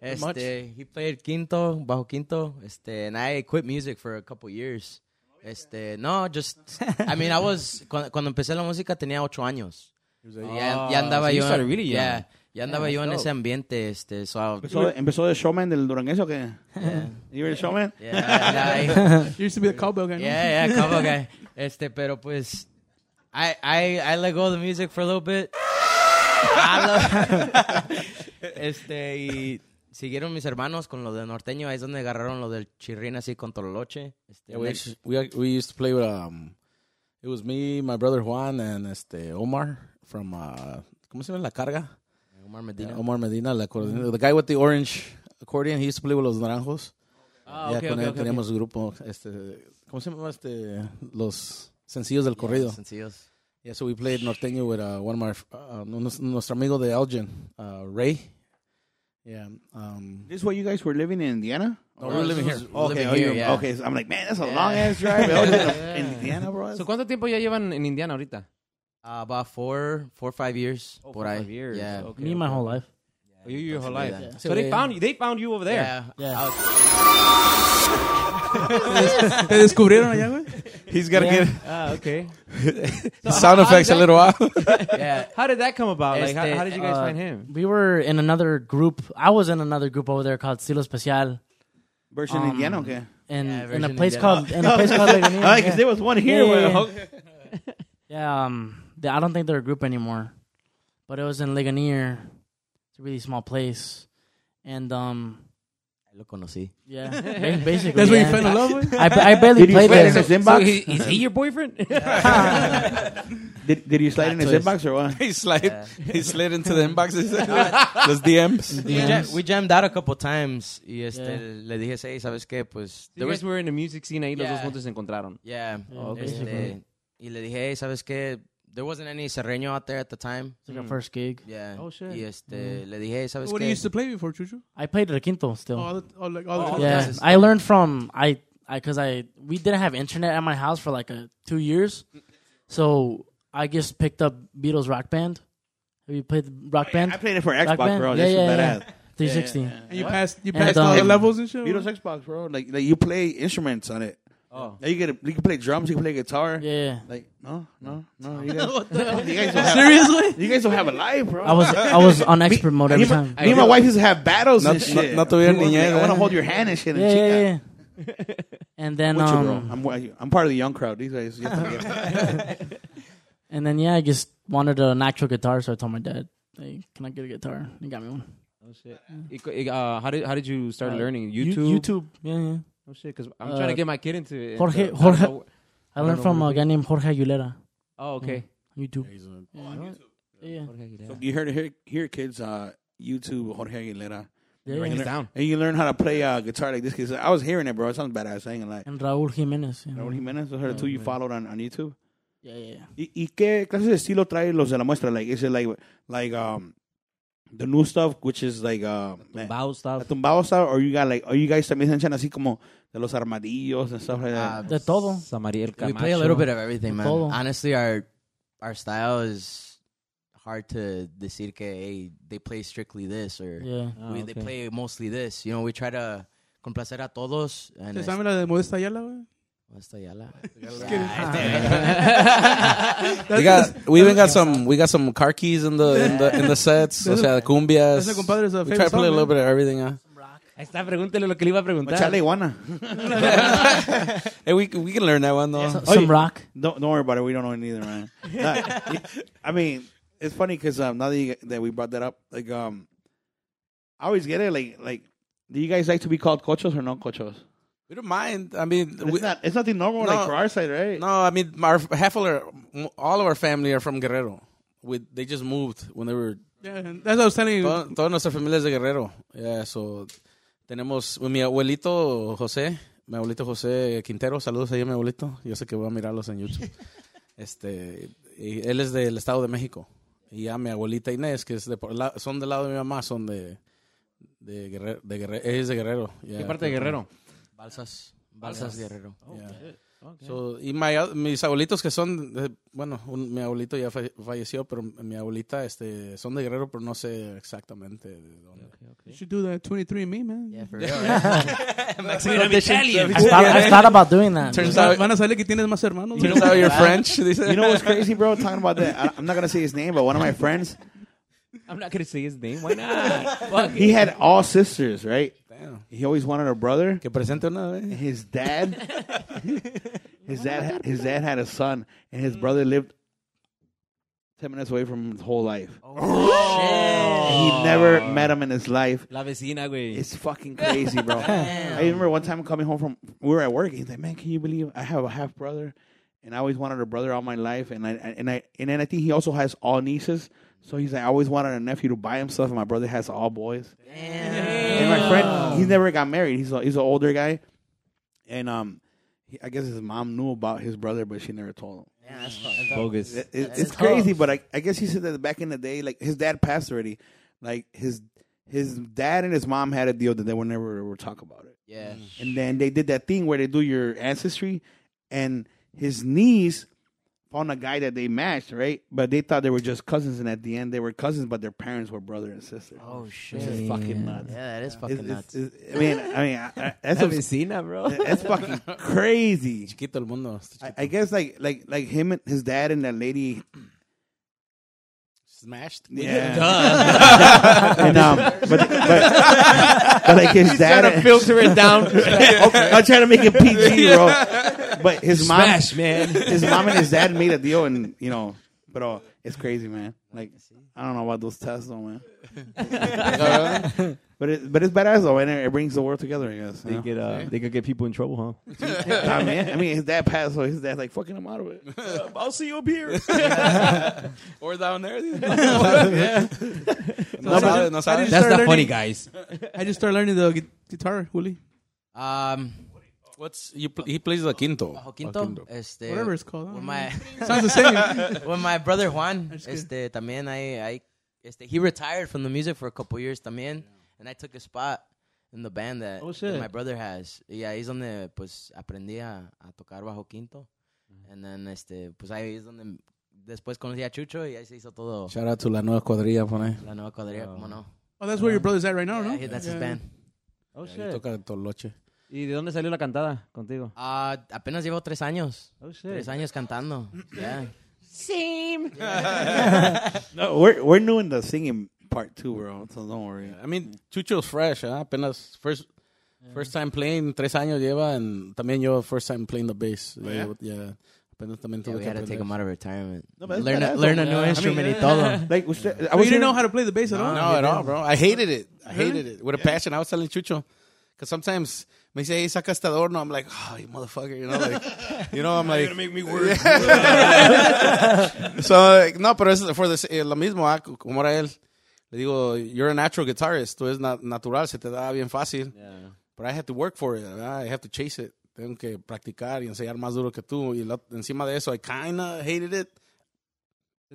S7: Este, he played quinto, bajo quinto. Este, and I quit music for a couple years. Este, no, just, I mean, I was cuando, cuando empecé la música tenía ocho años. Y ya,
S4: "Oh."
S7: ya andaba
S1: so you
S7: yo,
S1: started really young.
S7: yeah, ya andaba
S1: that's
S7: yo en
S1: dope.
S7: ese ambiente. Este,
S4: [LAUGHS]
S7: so, I-
S4: Empezó, empezó de showman del duranguense o qué? You were the showman?
S7: yeah, yeah, I-
S3: You used to be the cowbell guy. no?
S7: Yeah, yeah, cowboy guy. Este, pero pues, I, I, I let go of the music for a little bit. Ah, no. [LAUGHS] este, y siguieron mis hermanos con lo de norteño. Ahí es donde agarraron lo del chirrín así con Tololoche. Este,
S5: Yeah, we,
S7: next-
S5: actually- we uh, we used to play with um, it was me, my brother Juan, and este Omar from uh, ¿cómo se llama la carga?
S7: Omar Medina.
S5: Omar Medina, la acordeon, the guy with the orange accordion. He used to play with los Naranjos.
S7: Ah,
S5: ya
S7: ok,
S5: con
S7: ok,
S5: él
S7: ok,
S5: teníamos grupo, este, ¿cómo se llama este? Los sencillos del
S7: ok.
S5: corrido.
S7: Yeah, sencillos.
S5: Yeah, so we played norteño with uh, one of our, uh, nues- nuestro amigo de Elgin, uh, Ray. Yeah, um,
S4: This is where you guys were living in Indiana?
S7: Oh,
S5: no, we were living here.
S4: Okay,
S7: Living
S4: oh,
S7: here,
S4: you're-
S7: yeah.
S4: okay. So I'm like, man, that's a long ass drive. I was in Indiana, bro.
S1: So, ¿Cuánto tiempo ya llevan en Indiana ahorita?
S7: Ah, about four, four or five years.
S1: Oh,
S7: por
S1: four,
S7: ahí.
S1: five years.
S7: Yeah.
S1: Okay,
S6: Me, my whole life.
S1: You your whole life.
S7: Yeah.
S1: So they found you. They found you over there.
S7: Yeah.
S6: Yeah.
S7: I was-
S3: ¿Te descubrieron allá, güey?
S5: He's got to
S6: Yeah.
S1: Ah, okay.
S5: get sound
S1: how- how
S5: effects a
S1: did
S5: little while.
S7: yeah.
S1: [LAUGHS] How did that come about? Like, how,
S7: Este,
S1: how did you guys
S6: uh,
S1: find him?
S6: We were in another group. I was in another group over there called Silo Especial.
S4: Version
S6: Um,
S4: Indiana, okay.
S6: In,
S7: Yeah,
S6: in a
S7: Virgen
S6: place
S7: Indiana.
S6: called in
S1: [LAUGHS]
S6: a place called Virgen Indiana,
S4: Because
S6: yeah.
S4: there was one here.
S6: Yeah,
S4: where-
S6: yeah, yeah.
S4: okay.
S6: [LAUGHS] Yeah, um, the, I don't think they're a group anymore, but it was in Ligonier. It's a really small place, and um,
S7: Lo conocí.
S6: yeah, ba- basically
S3: That's where you
S6: yeah.
S3: fell in love with?
S6: I, I barely
S4: Did you
S6: played
S4: slide in
S6: there.
S4: his inbox?
S1: he- is he your
S6: [LAUGHS]
S1: boyfriend?
S4: Did, did you slide in his
S7: twist.
S4: inbox or
S5: [LAUGHS]
S4: what?
S5: he slid, he slid into the
S6: [LAUGHS]
S5: inboxes, [LAUGHS] los DMs.
S7: We, jam- we jammed out a couple times y este,
S6: Yeah.
S7: le dije, hey, ¿sabes qué? Pues,
S1: you guys were in the music scene ahí los dos
S7: Yeah.
S1: juntos se encontraron.
S7: yeah.
S6: Oh, okay.
S7: este, y le dije, hey, ¿sabes qué? There wasn't any serreño out there at the time.
S6: It's like our first gig.
S7: Yeah.
S1: Oh, shit.
S7: Y
S6: Mm-hmm.
S7: este, le dije, hey, ¿sabes
S3: What do
S7: qué?
S3: you used to play before, Chuchu?
S6: I played at Quinto still.
S3: All the, all, like, all the
S7: Oh,
S3: time.
S6: yeah,
S7: classes.
S6: I learned from I I because I we didn't have internet at my house for like a two years, so I just picked up Beatles Rock Band. Have you played Rock Band?
S4: I played it for
S6: Rock
S4: Xbox,
S6: Band?
S4: bro.
S6: Yeah,
S4: That's
S6: yeah, yeah.
S4: badass.
S6: 360.
S3: And you passed, you
S6: And,
S3: passed all the
S6: um,
S3: levels and shit?
S4: Beatles Xbox, bro. Like, like you play instruments on it.
S1: Oh.
S4: Like you get a, you can play drums, you can play guitar.
S6: Yeah, yeah.
S4: Like no, no,
S1: [LAUGHS]
S4: no. You guys, you guys don't have,
S3: Seriously?
S4: you guys don't have a life, bro.
S6: I was I was on expert mode
S4: me,
S6: every
S4: and my-
S6: time.
S4: me and my wife used to have battles
S5: Not-
S4: and shit.
S5: not- not tuvieron
S4: People would be like,
S5: niñez,
S4: I want
S5: eh?
S4: to hold your hand and shit. And
S6: Yeah,
S4: chica.
S6: yeah, yeah. and then
S4: Mucho,
S6: um,
S4: bro. I'm, wi- I'm part of the young crowd. These guys. you have to get it.
S6: and then yeah, I just wanted an actual guitar, so I told my dad, "Hey, can I get a guitar?" And he got me one.
S1: Y co- y, uh, how did how did you start
S6: Uh,
S1: learning
S6: You-
S1: YouTube?
S6: YouTube. Yeah, yeah.
S1: Oh shit, because I'm
S6: Uh,
S1: trying to get my kid into it.
S6: Jorge-
S1: So, I don't
S6: Jorge-
S1: know-
S6: I
S1: don't
S6: learned
S1: know
S6: from
S1: where
S6: a
S1: to
S6: guy named Jorge Aguilera.
S1: Oh okay. [LAUGHS]
S6: YouTube. Yeah. Yeah.
S1: Jorge,
S4: you heard it here, here, kids. Uh, YouTube Jorge Aguilera,
S6: Yeah,
S1: Bring
S6: yeah.
S1: it down.
S4: and you learn how to play uh, guitar like this. Cause I was hearing it, bro. It sounds badass. I ain't gonna lie.
S6: And Raúl Jiménez. you know.
S4: Raúl Jiménez, those are the two you followed on, on YouTube.
S6: Yeah, yeah, yeah.
S4: ¿Y, y qué clases de estilo trae los de la muestra? Like, is it like, like um, the new stuff, which is like, uh, man,
S1: Bao
S4: la
S1: stuff.
S4: tumbao style, or you got like, or you guys también se echan así como de los armadillos and stuff like
S5: Ah,
S4: that?
S6: De todo.
S1: Samariel
S7: Ah, we play a little bit of everything, man.
S6: Todo.
S7: Honestly, our our style is hard to decir que, hey, they play strictly this or
S6: Yeah. Ah,
S7: we, they play mostly this. You know, we try to complacer a todos. And
S3: ¿Te
S7: este-
S3: saben la de Modesta Ayala, güey?
S7: Hasta Ayala.
S5: We got we even got some we got some car keys in the in the, in
S3: [LAUGHS]
S5: the sets. O sea, cumbias.
S3: Ese compadre's a
S5: We try
S3: favorite
S5: to play a
S3: song,
S5: little
S3: man.
S5: bit of everything. Yeah.
S1: Ahí está, pregúntele lo que le iba a preguntar.
S4: Chale iguana.
S5: Hey, we we can learn that one though.
S6: So-
S4: Oh,
S6: some
S4: you-
S6: rock.
S4: Don't, don't worry about it. We don't know it either,
S5: [LAUGHS]
S4: man. Nah, I mean, it's funny because um, now that, you, that we brought that up, like, um, I always get it. Like, like, do you guys like to be called cochos or no cochos?
S5: We don't mind. I mean,
S4: It's,
S5: we,
S4: not, it's nothing normal
S5: No.
S4: like for our side, right?
S5: no, I mean, our half of our, all of our family are from Guerrero. We they just moved when they were
S3: Yeah, that's what I was telling you.
S5: Todo- toda nuestra familia es de Guerrero. Yeah, so, tenemos mi abuelito José, mi abuelito José Quintero. Saludos ahí a mi abuelito. Yo sé que voy a mirarlos
S1: [LAUGHS]
S5: en YouTube. este, y él es del Estado de México. Y a mi abuelita Inés, que es de, por la- son del lado de mi mamá, son de, de Guerrero. De Guerrero es de Guerrero.
S1: ¿Qué parte de Guerrero?
S7: Balsas. Balsas Guerrero.
S5: So, y my- mis abuelitos que son, de- bueno, un- mi abuelito ya fa- falleció, pero mi abuelita este, son de Guerrero, pero no sé exactamente de dónde.
S3: You should do that 23andMe, man.
S7: Yeah, for real, [LAUGHS] eh. right?
S6: I thought,
S7: [LAUGHS]
S6: I thought about doing that.
S5: Turns out,
S3: Van a salir que tienes más hermanos.
S5: turns out you're French. dice.
S4: You know what's crazy, bro? Talking about that, I, I'm not gonna say his name, but one of my friends,
S1: I'm not gonna say his name. Why not? Fuck it.
S4: he had all sisters, right?
S5: Damn.
S4: He always wanted a brother.
S5: Que presente una vez.
S4: His dad, his dad, his dad had a son, and his brother lived ten minutes away from him his whole life. He never met him in his life.
S1: La vecina, güey.
S4: It's fucking crazy, bro. I remember one time coming home from we were at work. He's like, "Man, can you believe I have a half brother?" And I always wanted a brother all my life, and I and I and then I think he also has all nieces. So he's like, "I always wanted a nephew to buy himself, and my brother has all boys." And my friend, he never got married. He's a, he's an older guy, and um, he, I guess his mom knew about his brother, but she never told him.
S1: Bogus.
S4: It- it- it's crazy, but I, I guess he said that back in the day, like his dad passed already. Like his his dad and his mom had a deal that they would never ever talk about it.
S7: Yeah.
S4: And then they did that thing where they do your ancestry, and his niece found a guy that they matched, right? But they thought they were just cousins, and at the end they were cousins, but their parents were brother and sister.
S7: Oh, shit.
S4: Which is fucking nuts.
S7: Yeah, that is
S4: It's-
S7: fucking
S4: it's-
S7: nuts.
S4: it's- I mean, I mean, I, I, that's
S1: La
S4: a,
S1: vecina, bro.
S4: that's
S7: [LAUGHS]
S4: fucking crazy.
S5: Chiquito el mundo.
S4: I, I guess like like like him and his dad and that lady
S5: Smashed.
S4: [LAUGHS] Yeah. and, um, but, but, but like his dad.
S1: filter it down.
S4: [LAUGHS] Okay, I'm trying to make it PG, bro. But his mom,
S1: Smash, man.
S4: his mom and his dad made a deal, and you know, bro, it's crazy, man. Like I don't know about those tests, though, man. But it, but it's badass though, and it, it brings the world together, I guess. You
S1: They
S4: know?
S1: could, uh, they could get people in trouble, huh?
S4: Nah, man. I mean, his dad passed, so his dad's like fucking him out of it.
S1: I'll see you up here.
S5: [LAUGHS] Or down there.
S3: I
S5: No sabe, no
S3: just- I
S5: sabe.
S3: just started learning-
S1: guys.
S3: [LAUGHS] I just started learning the gui- guitar, Juli.
S7: Um,
S5: What's you pl- he plays the quinto.
S7: bajo quinto, este,
S3: Whatever it's called. I
S7: When
S3: don't
S7: my, [LAUGHS]
S3: Sounds the same.
S7: when my brother Juan,
S3: just
S7: este, también, I, I, este, he retired from the music for a couple years también, and I took a spot in the band that,
S3: Oh,
S7: that
S3: shit.
S7: my brother has. Y ahí es donde, pues, aprendí a, a tocar bajo quinto. And then, este, pues ahí es donde después conocí a Chucho y ahí se hizo todo
S5: Shout out to la nueva cuadrilla, pone.
S7: la nueva cuadrilla, como no.
S3: Oh, that's where your brother's at right now,
S7: Yeah,
S3: no?
S7: he- that's his
S3: Yeah.
S7: band.
S1: Oh,
S5: Ahí
S1: shit.
S5: Toca el toloche.
S1: ¿Y de dónde salió la cantada contigo?
S7: Ah, apenas llevo tres años.
S1: Oh, shit.
S7: Tres años
S5: [CLEARS THROAT]
S7: cantando. Yeah.
S4: No, we're we're doing the singing part too, bro. So don't worry.
S5: I mean, Chucho's fresh, ¿eh? apenas first first time playing, tres años lleva, and también yo first time playing the bass. Oh, yeah. yeah. Apenas también
S7: Yeah,
S5: tuve
S7: we
S5: que
S7: had to
S5: aprender.
S7: take him out of retirement.
S4: but it's
S7: learn
S4: badass
S7: a,
S4: though.
S7: learn a new
S4: Yeah. I mean,
S7: instrument
S4: [LAUGHS]
S7: y todo.
S4: Like we should- I
S3: Oh,
S4: was
S3: you didn't know
S4: hearing-
S3: how to play the bass at all?
S5: No, at all, bro. I hated it. I hated it with a passion. I was telling Chucho because sometimes me say, "Hey, saca este adorno." I'm like, "Oh, you motherfucker!" You know, like, you know, I'm like, make me work. [LAUGHS] so like, no, pero es for this, eh, lo mismo ah, como era él. Le digo, "You're a natural guitarist. Tú eres na- natural, se te da bien fácil." But I had to work for it. ¿verdad? I have to chase it. Tengo que practicar y enseñar más duro que tú. Y lo- encima de eso, I kinda hated it.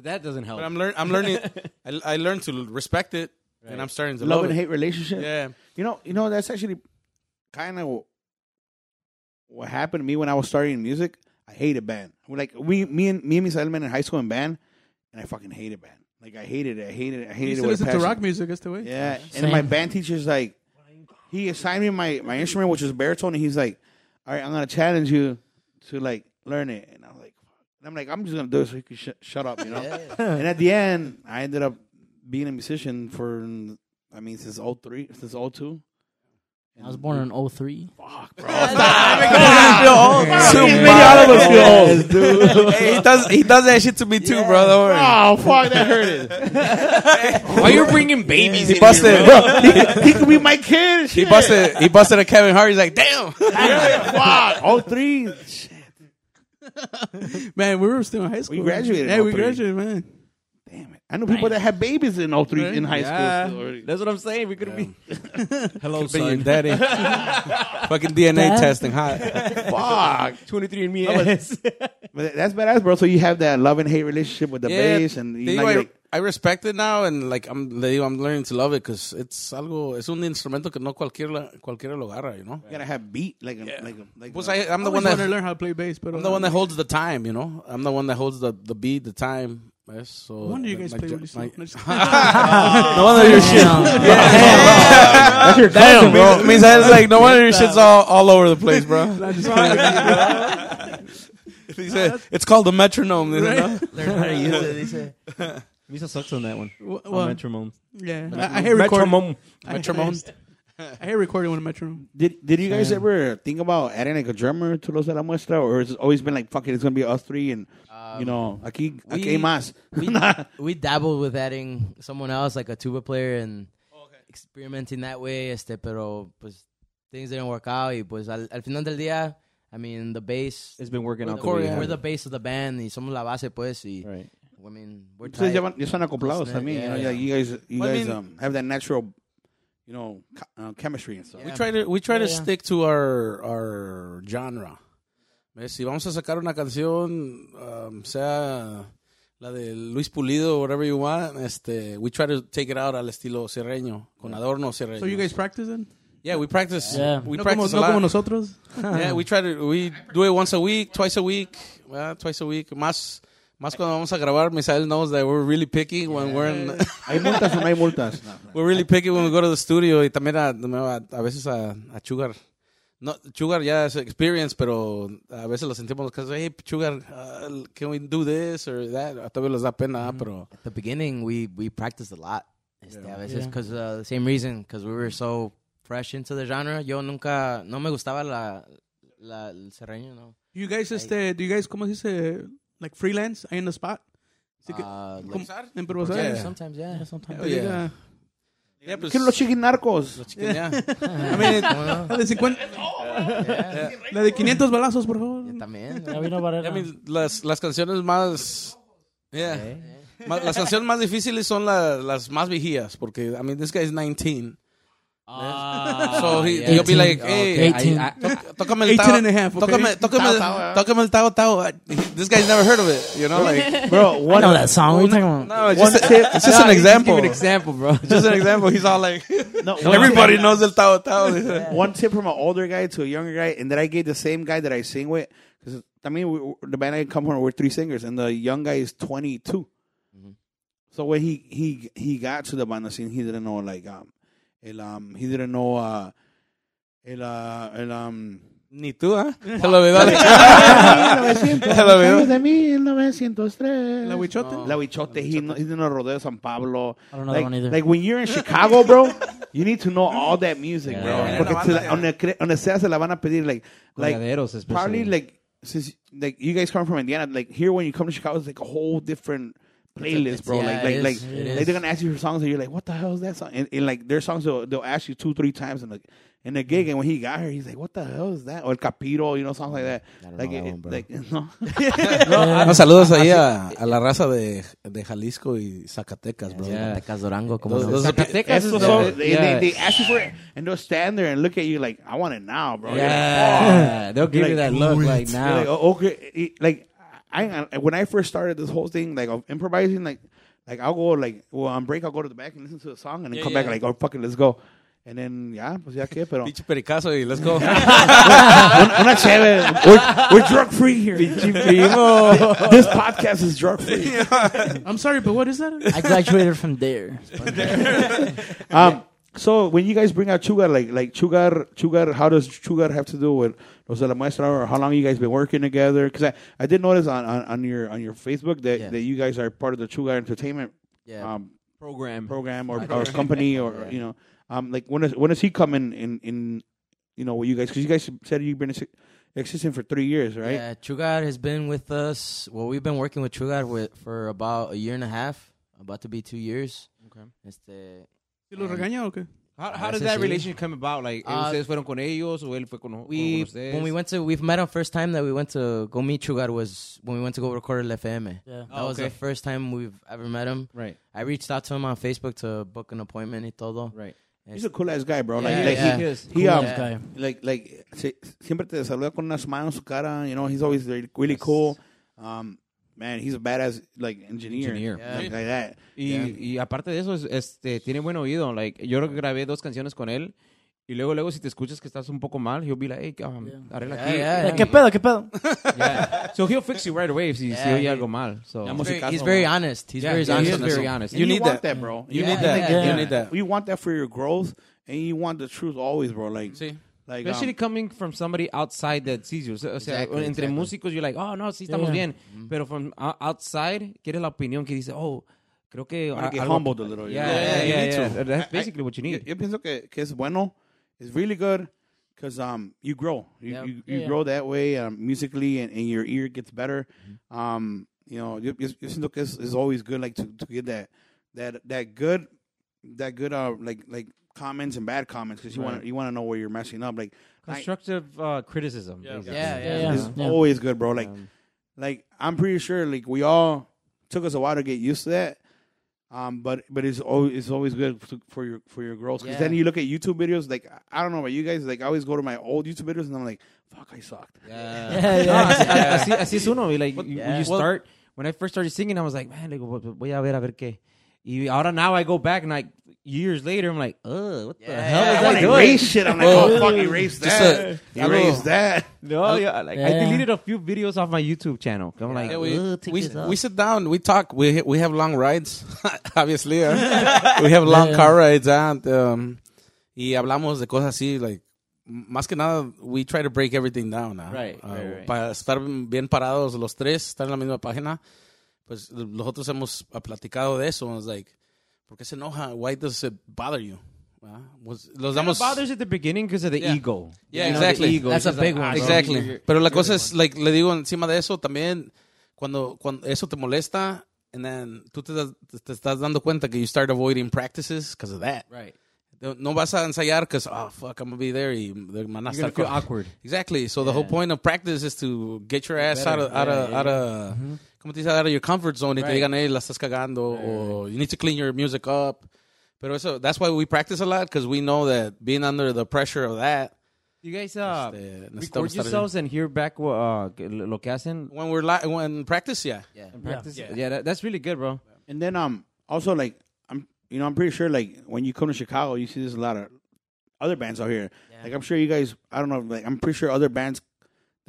S1: That doesn't help.
S5: But I'm, learn I'm
S1: [LAUGHS]
S5: learning. I, I learned to respect it, and I'm starting to
S4: love
S5: love,
S4: and
S5: [LAUGHS] it.
S4: hate relationship.
S5: Yeah.
S4: You know, you know that's actually kind of what happened to me when I was starting in music. I hated band. Like we, me and me and Misael went in high school in band, and I fucking hated band. Like I hated it. I hated it. I
S3: You
S4: hated
S3: used to
S4: it. With a
S3: listen to
S4: passion.
S3: rock music, that's the way.
S4: Yeah, and
S6: Same.
S4: my band teacher's like, he assigned me my my instrument, which was baritone, and he's like, "All right, I'm gonna challenge you to like learn it, and I'm like, fuck. And I'm like, I'm just gonna do it so he could sh- shut up, you know. and at the end, I ended up being a musician for, I mean, since 03, since 02.
S6: I was born in 03.
S5: [LAUGHS] Hey, he does he does that shit to me too, bro. Don't worry.
S4: Oh fuck, that hurted.
S1: Why you bringing babies?
S5: [LAUGHS] He busted.
S4: he could be my kid. and
S5: He
S4: Shit.
S5: busted. He busted a Kevin Hart. He's like, damn.
S4: Fuck, 03. Shit.
S3: Man, we were still in high school.
S4: graduated
S3: Yeah,
S4: in
S3: we
S4: 03.
S3: graduated, man.
S4: Damn it. I know people that had babies in 03 in high
S1: Yeah.
S4: school. Still.
S1: That's what I'm saying. We could be. Hello,
S5: Be your
S1: son.
S5: daddy. [LAUGHS] Fucking DNA
S6: Dad?
S5: testing [LAUGHS] hot.
S4: Fuck.
S1: 23 and me.
S4: But that's badass, bro. So you have that love and hate relationship with the
S5: Yeah,
S4: bass, and
S5: te
S4: you
S5: digo,
S4: like,
S5: I,
S4: like,
S5: I respect it now and like I'm le digo, I'm learning to love it because it's algo es un instrumento que no cualquiera cualquiera lo agarra, you know.
S4: you gotta have beat, like, a, like, a, like.
S5: Pues
S4: a-
S5: I, I'm
S3: I
S5: the one
S3: always wanted
S5: that
S3: to learn how to play bass, but uh,
S5: I'm the one that holds the time, you know. I'm the one that holds the the beat, the time. Yes, so
S3: wonder you guys
S5: like, like,
S3: play
S5: jo-
S3: really slow.
S5: like- [LAUGHS]
S3: No, [LAUGHS] just-
S6: No wonder your shit.
S4: that's your cousin,
S5: It means that it's like no wonder your shit's all, all over the
S3: [LAUGHS]
S5: place, bro.
S3: I just kinda-
S5: [LAUGHS] He said, it's called the metronome. you know?
S7: [LAUGHS]
S1: Misa sucks on that one.
S3: Wha-
S1: On
S3: what?
S1: metronome.
S3: Yeah, I, I hate recording. I-
S5: Metronome.
S3: [LAUGHS] I hate recording with a metronome.
S4: Did Did you guys ever think about adding like a drummer to Los de la Muestra, or has it always been like, fuck it, it's gonna be us three, and you know,
S5: Um,
S4: aquí, aquí hay
S7: we-
S4: más. [LAUGHS]
S7: we, we dabbled with adding someone else, like a tuba player, and
S5: Oh,
S7: experimenting that way. Este, pero pues things didn't work out. Y pues al, al final del día, I mean, the bass.
S1: It's been working
S7: we're,
S1: out.
S7: the,
S1: the way we have
S7: we're the
S1: it.
S7: base of the band. Y somos la base, pues. Y
S1: Right.
S7: I mean, we're
S4: Ustedes ya,
S7: tight.
S4: van- ya están acoplados
S7: Listen,
S4: también, you
S7: yeah,
S4: know,
S7: yeah.
S4: like, you guys, you
S5: Well, I
S4: guys
S5: mean-
S4: um, have that natural, you know, co- uh, chemistry and stuff.
S5: We try to we try to
S7: Yeah, yeah.
S5: stick to our our genre. ¿Ves? Si vamos a sacar una canción, um, sea la de Luis Pulido, whatever you want, este, we try to take it out al estilo serreño, con adorno serreño.
S3: So you guys practice then?
S5: yeah, we practice.
S6: Yeah.
S5: we
S3: no como,
S5: practice
S3: no
S5: a
S3: como
S5: lot.
S3: nosotros.
S5: yeah, we try to we do it once a week, twice a week, well, twice a week. Más más cuando vamos a grabar, Misael knows that we're really picky when we're in.
S4: ¿Hay multas o no hay multas? No, no.
S5: [LAUGHS] We're really picky when we go to the studio y también a, a, a veces a, a Sugar. No, Sugar ya es experience, pero a veces lo sentimos en los casos, hey, Sugar, uh, can we do this or that? Todavía les da pena,
S4: Mm.
S5: pero...
S7: At the beginning, we we practiced a lot. Este, a veces, because uh, the same reason, because we were so fresh into the genre. Yo nunca, no me gustaba la, la el serreño, no.
S3: You guys just uh, do you guys como se dice like freelance ahí in the spot? Así que-
S7: Uh,
S3: como-
S7: like-
S3: en improvisar.
S5: Yeah.
S7: sometimes, yeah, sometimes.
S5: Oh, yeah.
S3: Oiga,
S5: Yeah, pues,
S4: ¿Qué los chiquinarcos?
S5: los
S4: [LAUGHS]
S5: chiquen- yeah.
S3: La de
S5: [LAUGHS]
S3: 50 [LAUGHS] La de 500 balazos, por favor.
S7: También.
S6: Ya vino
S5: I
S6: Varela.
S5: mean, las, las canciones más... Yeah. Más- Las canciones más difíciles son la- las más vigías, porque, I mean, this guy is 19. so he,
S7: yeah.
S5: he'll be like,
S7: 18.
S5: hey,
S7: Okay, I-
S6: 18.
S7: I-
S5: Tócame el
S3: 18
S5: tao.
S3: and a half, okay?
S5: Tócame, tócame,
S4: eh.
S5: tócame el tao tao. I- This guy's never heard of it, you know? Like, [LAUGHS]
S4: Bro,
S6: I
S4: one,
S6: know that song. What are you talking about?
S5: no, it's just, it's just an example.
S1: Give an example, bro.
S5: Just an example. He's all like,
S4: [LAUGHS] no, one-
S5: [LAUGHS] everybody knows el tao tao.
S4: [LAUGHS] one tip from an older guy to a younger guy, and then I gave the same guy that I sing with. Because I mean, we, we- the band I come from, we're three singers, and the young guy is 22. So when he he he got to the banda scene, he didn't know like um, el, um he didn't know uh, el, uh, el um. [LAUGHS]
S5: Ni tú, ¿eh? Se lo olvidó. Hello, baby.
S4: de 1903.
S3: La huichote.
S7: Oh,
S4: La Huichote, he, kn- he didn't know Rodeo San Pablo.
S6: I don't know
S4: like,
S6: that one either.
S4: Like when you're in Chicago, bro, you need to know all that music, bro.
S5: Yeah.
S4: Porque se, la- on the cre- on the sea se la van a pedir, like, like
S1: Colladeros, especially.
S4: probably like since like you guys come from Indiana, like here when you come to Chicago, it's like a whole different playlist, bro.
S7: yeah,
S4: like
S7: it
S4: like
S7: is,
S4: like,
S7: it
S4: like
S7: is.
S4: they're gonna ask you for songs, and you're like, what the hell is that song? And, and like their songs, they'll, they'll ask you two, three times in the in the gig. And when he got here, he's like, what the hell is that? Or El Capiro, you know, songs like that.
S7: don't
S4: Like
S7: know
S4: it,
S7: that one, bro.
S4: like [LAUGHS] no.
S5: No, saludos ahí a, a la raza de, de Jalisco y Zacatecas, bro.
S1: Yeah.
S7: Zacatecas Durango, como
S5: Those-
S7: no.
S5: those are pe-
S1: Zacatecas
S4: Esos
S1: is
S4: son-
S1: the-
S4: they,
S1: yeah.
S4: they, they ask you for it, and they'll stand there and look at you like, I want it now, bro. You're
S1: [LAUGHS]
S4: like,
S1: Yeah. They'll give you that look like
S4: [LAUGHS] "Oh." You're
S1: now.
S4: like, "Oh, okay. It- Like, I, I- when I first started this whole thing, like, of improvising, like, like I'll go, like, well, on break, I'll go to the back and listen to the song, and then come back,
S5: yeah.
S4: like, oh, fuck it, let's go. And then, yeah, pues ya que,
S5: [LAUGHS]
S4: pero.
S5: Pinche pericazo y let's go.
S4: Una chévere. We're, we're drug free here. [LAUGHS] this podcast is drug free.
S5: [LAUGHS]
S3: I'm sorry, but what is [LAUGHS] that?
S6: I graduated from there.
S4: Um, so when you guys bring out Chugar, like like Chugar, Chugar, how does Chugar have to do with los de la muestra, or how long you guys been working together? Because I, I did notice on, on, on your on your Facebook that,
S7: Yeah.
S4: that you guys are part of the Chuga Entertainment
S7: [LAUGHS] Yeah.
S4: um,
S1: Program.
S4: program or,
S7: [LAUGHS]
S4: or company or you know, um, like when is when is he coming in in you know with you guys? Because you guys said you've been ex- existing for three years, right?
S7: Yeah, Chugad has been with us. Well, we've been working with Chugad with, for about a year and a half, about to be two years.
S1: Okay.
S7: Este,
S3: ¿Sí ¿Lo regaña o qué?
S1: How,
S7: A
S1: how did
S7: veces
S1: that
S7: sí.
S1: relationship come about? Like, eh,
S7: Ah,
S1: ¿ustedes fueron con ellos o él fue con, con
S7: we
S1: ustedes?
S7: when we went to we've met our first time that we went to go meet Chugad was when we went to go record El FM.
S6: Yeah.
S7: That was
S1: Oh, okay.
S7: the first time we've ever met him.
S1: right,
S7: I reached out to him on Facebook to book an appointment y todo.
S1: right.
S4: He's a cool ass guy, bro.
S7: Yeah,
S4: like, like
S7: yeah.
S4: he,
S1: Yes.
S4: he,
S6: Cool
S4: um,
S6: ass
S1: Eh,
S6: guy.
S4: like like se- siempre te saluda con una smile en su cara. You know, he's always really, really cool. Um, man, he's a badass like engineer,
S1: Engineer.
S4: Like, like that.
S1: Y, y aparte de eso, es- este, tiene buen oído. Like, yo creo que grabé dos canciones con él. Y luego, luego, si te escuchas que estás un poco mal, he'll be like, hey, um,
S6: Yeah.
S1: arregla
S7: Yeah,
S1: aquí.
S7: yeah,
S6: Eh, ¿Qué pedo? ¿Qué
S1: [LAUGHS]
S6: pedo?
S1: Yeah. [LAUGHS] So he'll fix you right away if si, si
S7: Yeah,
S1: oye
S7: he-
S1: algo mal. So.
S4: Yeah,
S7: He's very,
S4: musicazo,
S7: he's very
S4: bro.
S7: honest. He's
S1: Yeah,
S7: very
S1: he
S7: honest.
S1: is
S7: on this
S1: very
S7: one.
S1: honest.
S4: And
S1: You need that.
S4: bro. You
S7: Yeah.
S4: need that.
S6: Yeah.
S4: You
S6: Yeah.
S4: need that. You want that for your growth, and you want the truth always, bro. Like,
S5: Sí.
S4: like um,
S1: Especially coming from somebody outside that sees you. O sea, o sea,
S7: Exactly,
S1: entre
S7: exactly. Mm-hmm.
S1: músicos, you're like, oh, no, sí, estamos
S6: Yeah.
S1: bien. Pero from o- outside, quieres la opinión que dice, oh, creo que...
S4: gotta get
S1: algo-
S4: humbled a little. you
S1: Yeah,
S4: know?
S1: yeah,
S4: you
S1: yeah,
S4: need
S1: yeah.
S4: to.
S1: That's
S4: I-
S1: basically what you
S4: Yo,
S1: need.
S4: yo pienso que, que es bueno. It's really good because um, you grow. You,
S7: Yeah.
S4: you, you
S6: Yeah.
S4: grow that way um, musically and, and your ear gets better.
S1: Mm-hmm.
S4: Um, you know, yo, yo, yo siento que es, it's always good like to, to get that that that good that good uh like like comments and bad comments because you want you want to know where you're messing up. Like I-
S1: Constructive uh, criticism.
S5: Yeah.
S1: basically.
S7: Yeah, yeah,
S6: Yeah.
S4: it's always good, bro. Like like I'm pretty sure like we all took us a while to get used to that. Um, but but it's always it's always good f- for your for your growth because
S7: Yeah.
S4: then you look at YouTube videos like I- I don't know about you guys like I always go to my old YouTube videos and I'm like fuck I sucked
S1: No,
S6: [LAUGHS]
S1: así, así, así es uno. y Like, you,
S7: Yeah.
S1: you start, when I first started singing, I was like, man, le digo, voy a ver, a ver qué. Y ahora, now I go back and like, years later, I'm like, ugh, what the hell
S4: I
S1: was
S4: want
S1: I
S4: to
S1: doing?
S4: erase shit I'm like oh fuck erase that erase that
S1: [LAUGHS] No, yeah, like, I
S6: Yeah.
S1: deleted a few videos off my YouTube channel. I'm like,
S5: Yeah, we,
S1: ugh, take
S5: we,
S1: this out.
S5: we sit down, we talk, we we have long rides, [LAUGHS] obviously.
S1: [LAUGHS]
S5: uh, we have long car rides, and um, y hablamos de cosas así, like, m- más que nada, we try to break everything down. uh,
S1: Right,
S5: uh,
S1: right, right.
S5: Para estar bien parados los tres, estar en la misma página, pues nosotros hemos ah, platicado de eso. It's like, ¿por qué se enoja? Why does it bother you? Ah, pues, los damos...
S1: It bothers at the beginning because of the
S5: Yeah.
S1: ego.
S5: Yeah,
S1: You know,
S5: exactly.
S1: the ego.
S7: That's
S1: It's
S7: a
S1: just
S7: big
S6: Ah,
S7: one, bro.
S5: Exactly. Pero la cosa
S7: the
S5: es, like, le digo encima de eso también, cuando, cuando eso te molesta, and then tú te, das- te- te estás dando cuenta que you start avoiding practices because of that.
S7: Right.
S5: No- No vas a ensayar because, oh, fuck, I'm going to be there y me
S1: You're
S5: van a
S1: going
S5: estar
S1: to feel
S5: con-
S1: awkward.
S5: Exactly. So the whole point of practice is to get your ass out of, out of, out of,
S1: Mm-hmm.
S5: ¿cómo te dice? Out of your comfort zone y te digan, hey, la estás cagando o you need to clean your music up. Pero eso, that's why we practice a lot because we know that being under the pressure of that,
S1: You guys uh,
S5: Este, necesitamos
S1: record
S5: estar
S1: yourselves and hear back uh, lo que hacen.
S5: when we're li- when practice, yeah.
S1: Practice. Yeah, that, that's really good, bro.
S4: and then um also like I'm you know I'm pretty sure like when you come to Chicago you see there's a lot of other bands out here like I'm sure you guys I don't know like I'm pretty sure other bands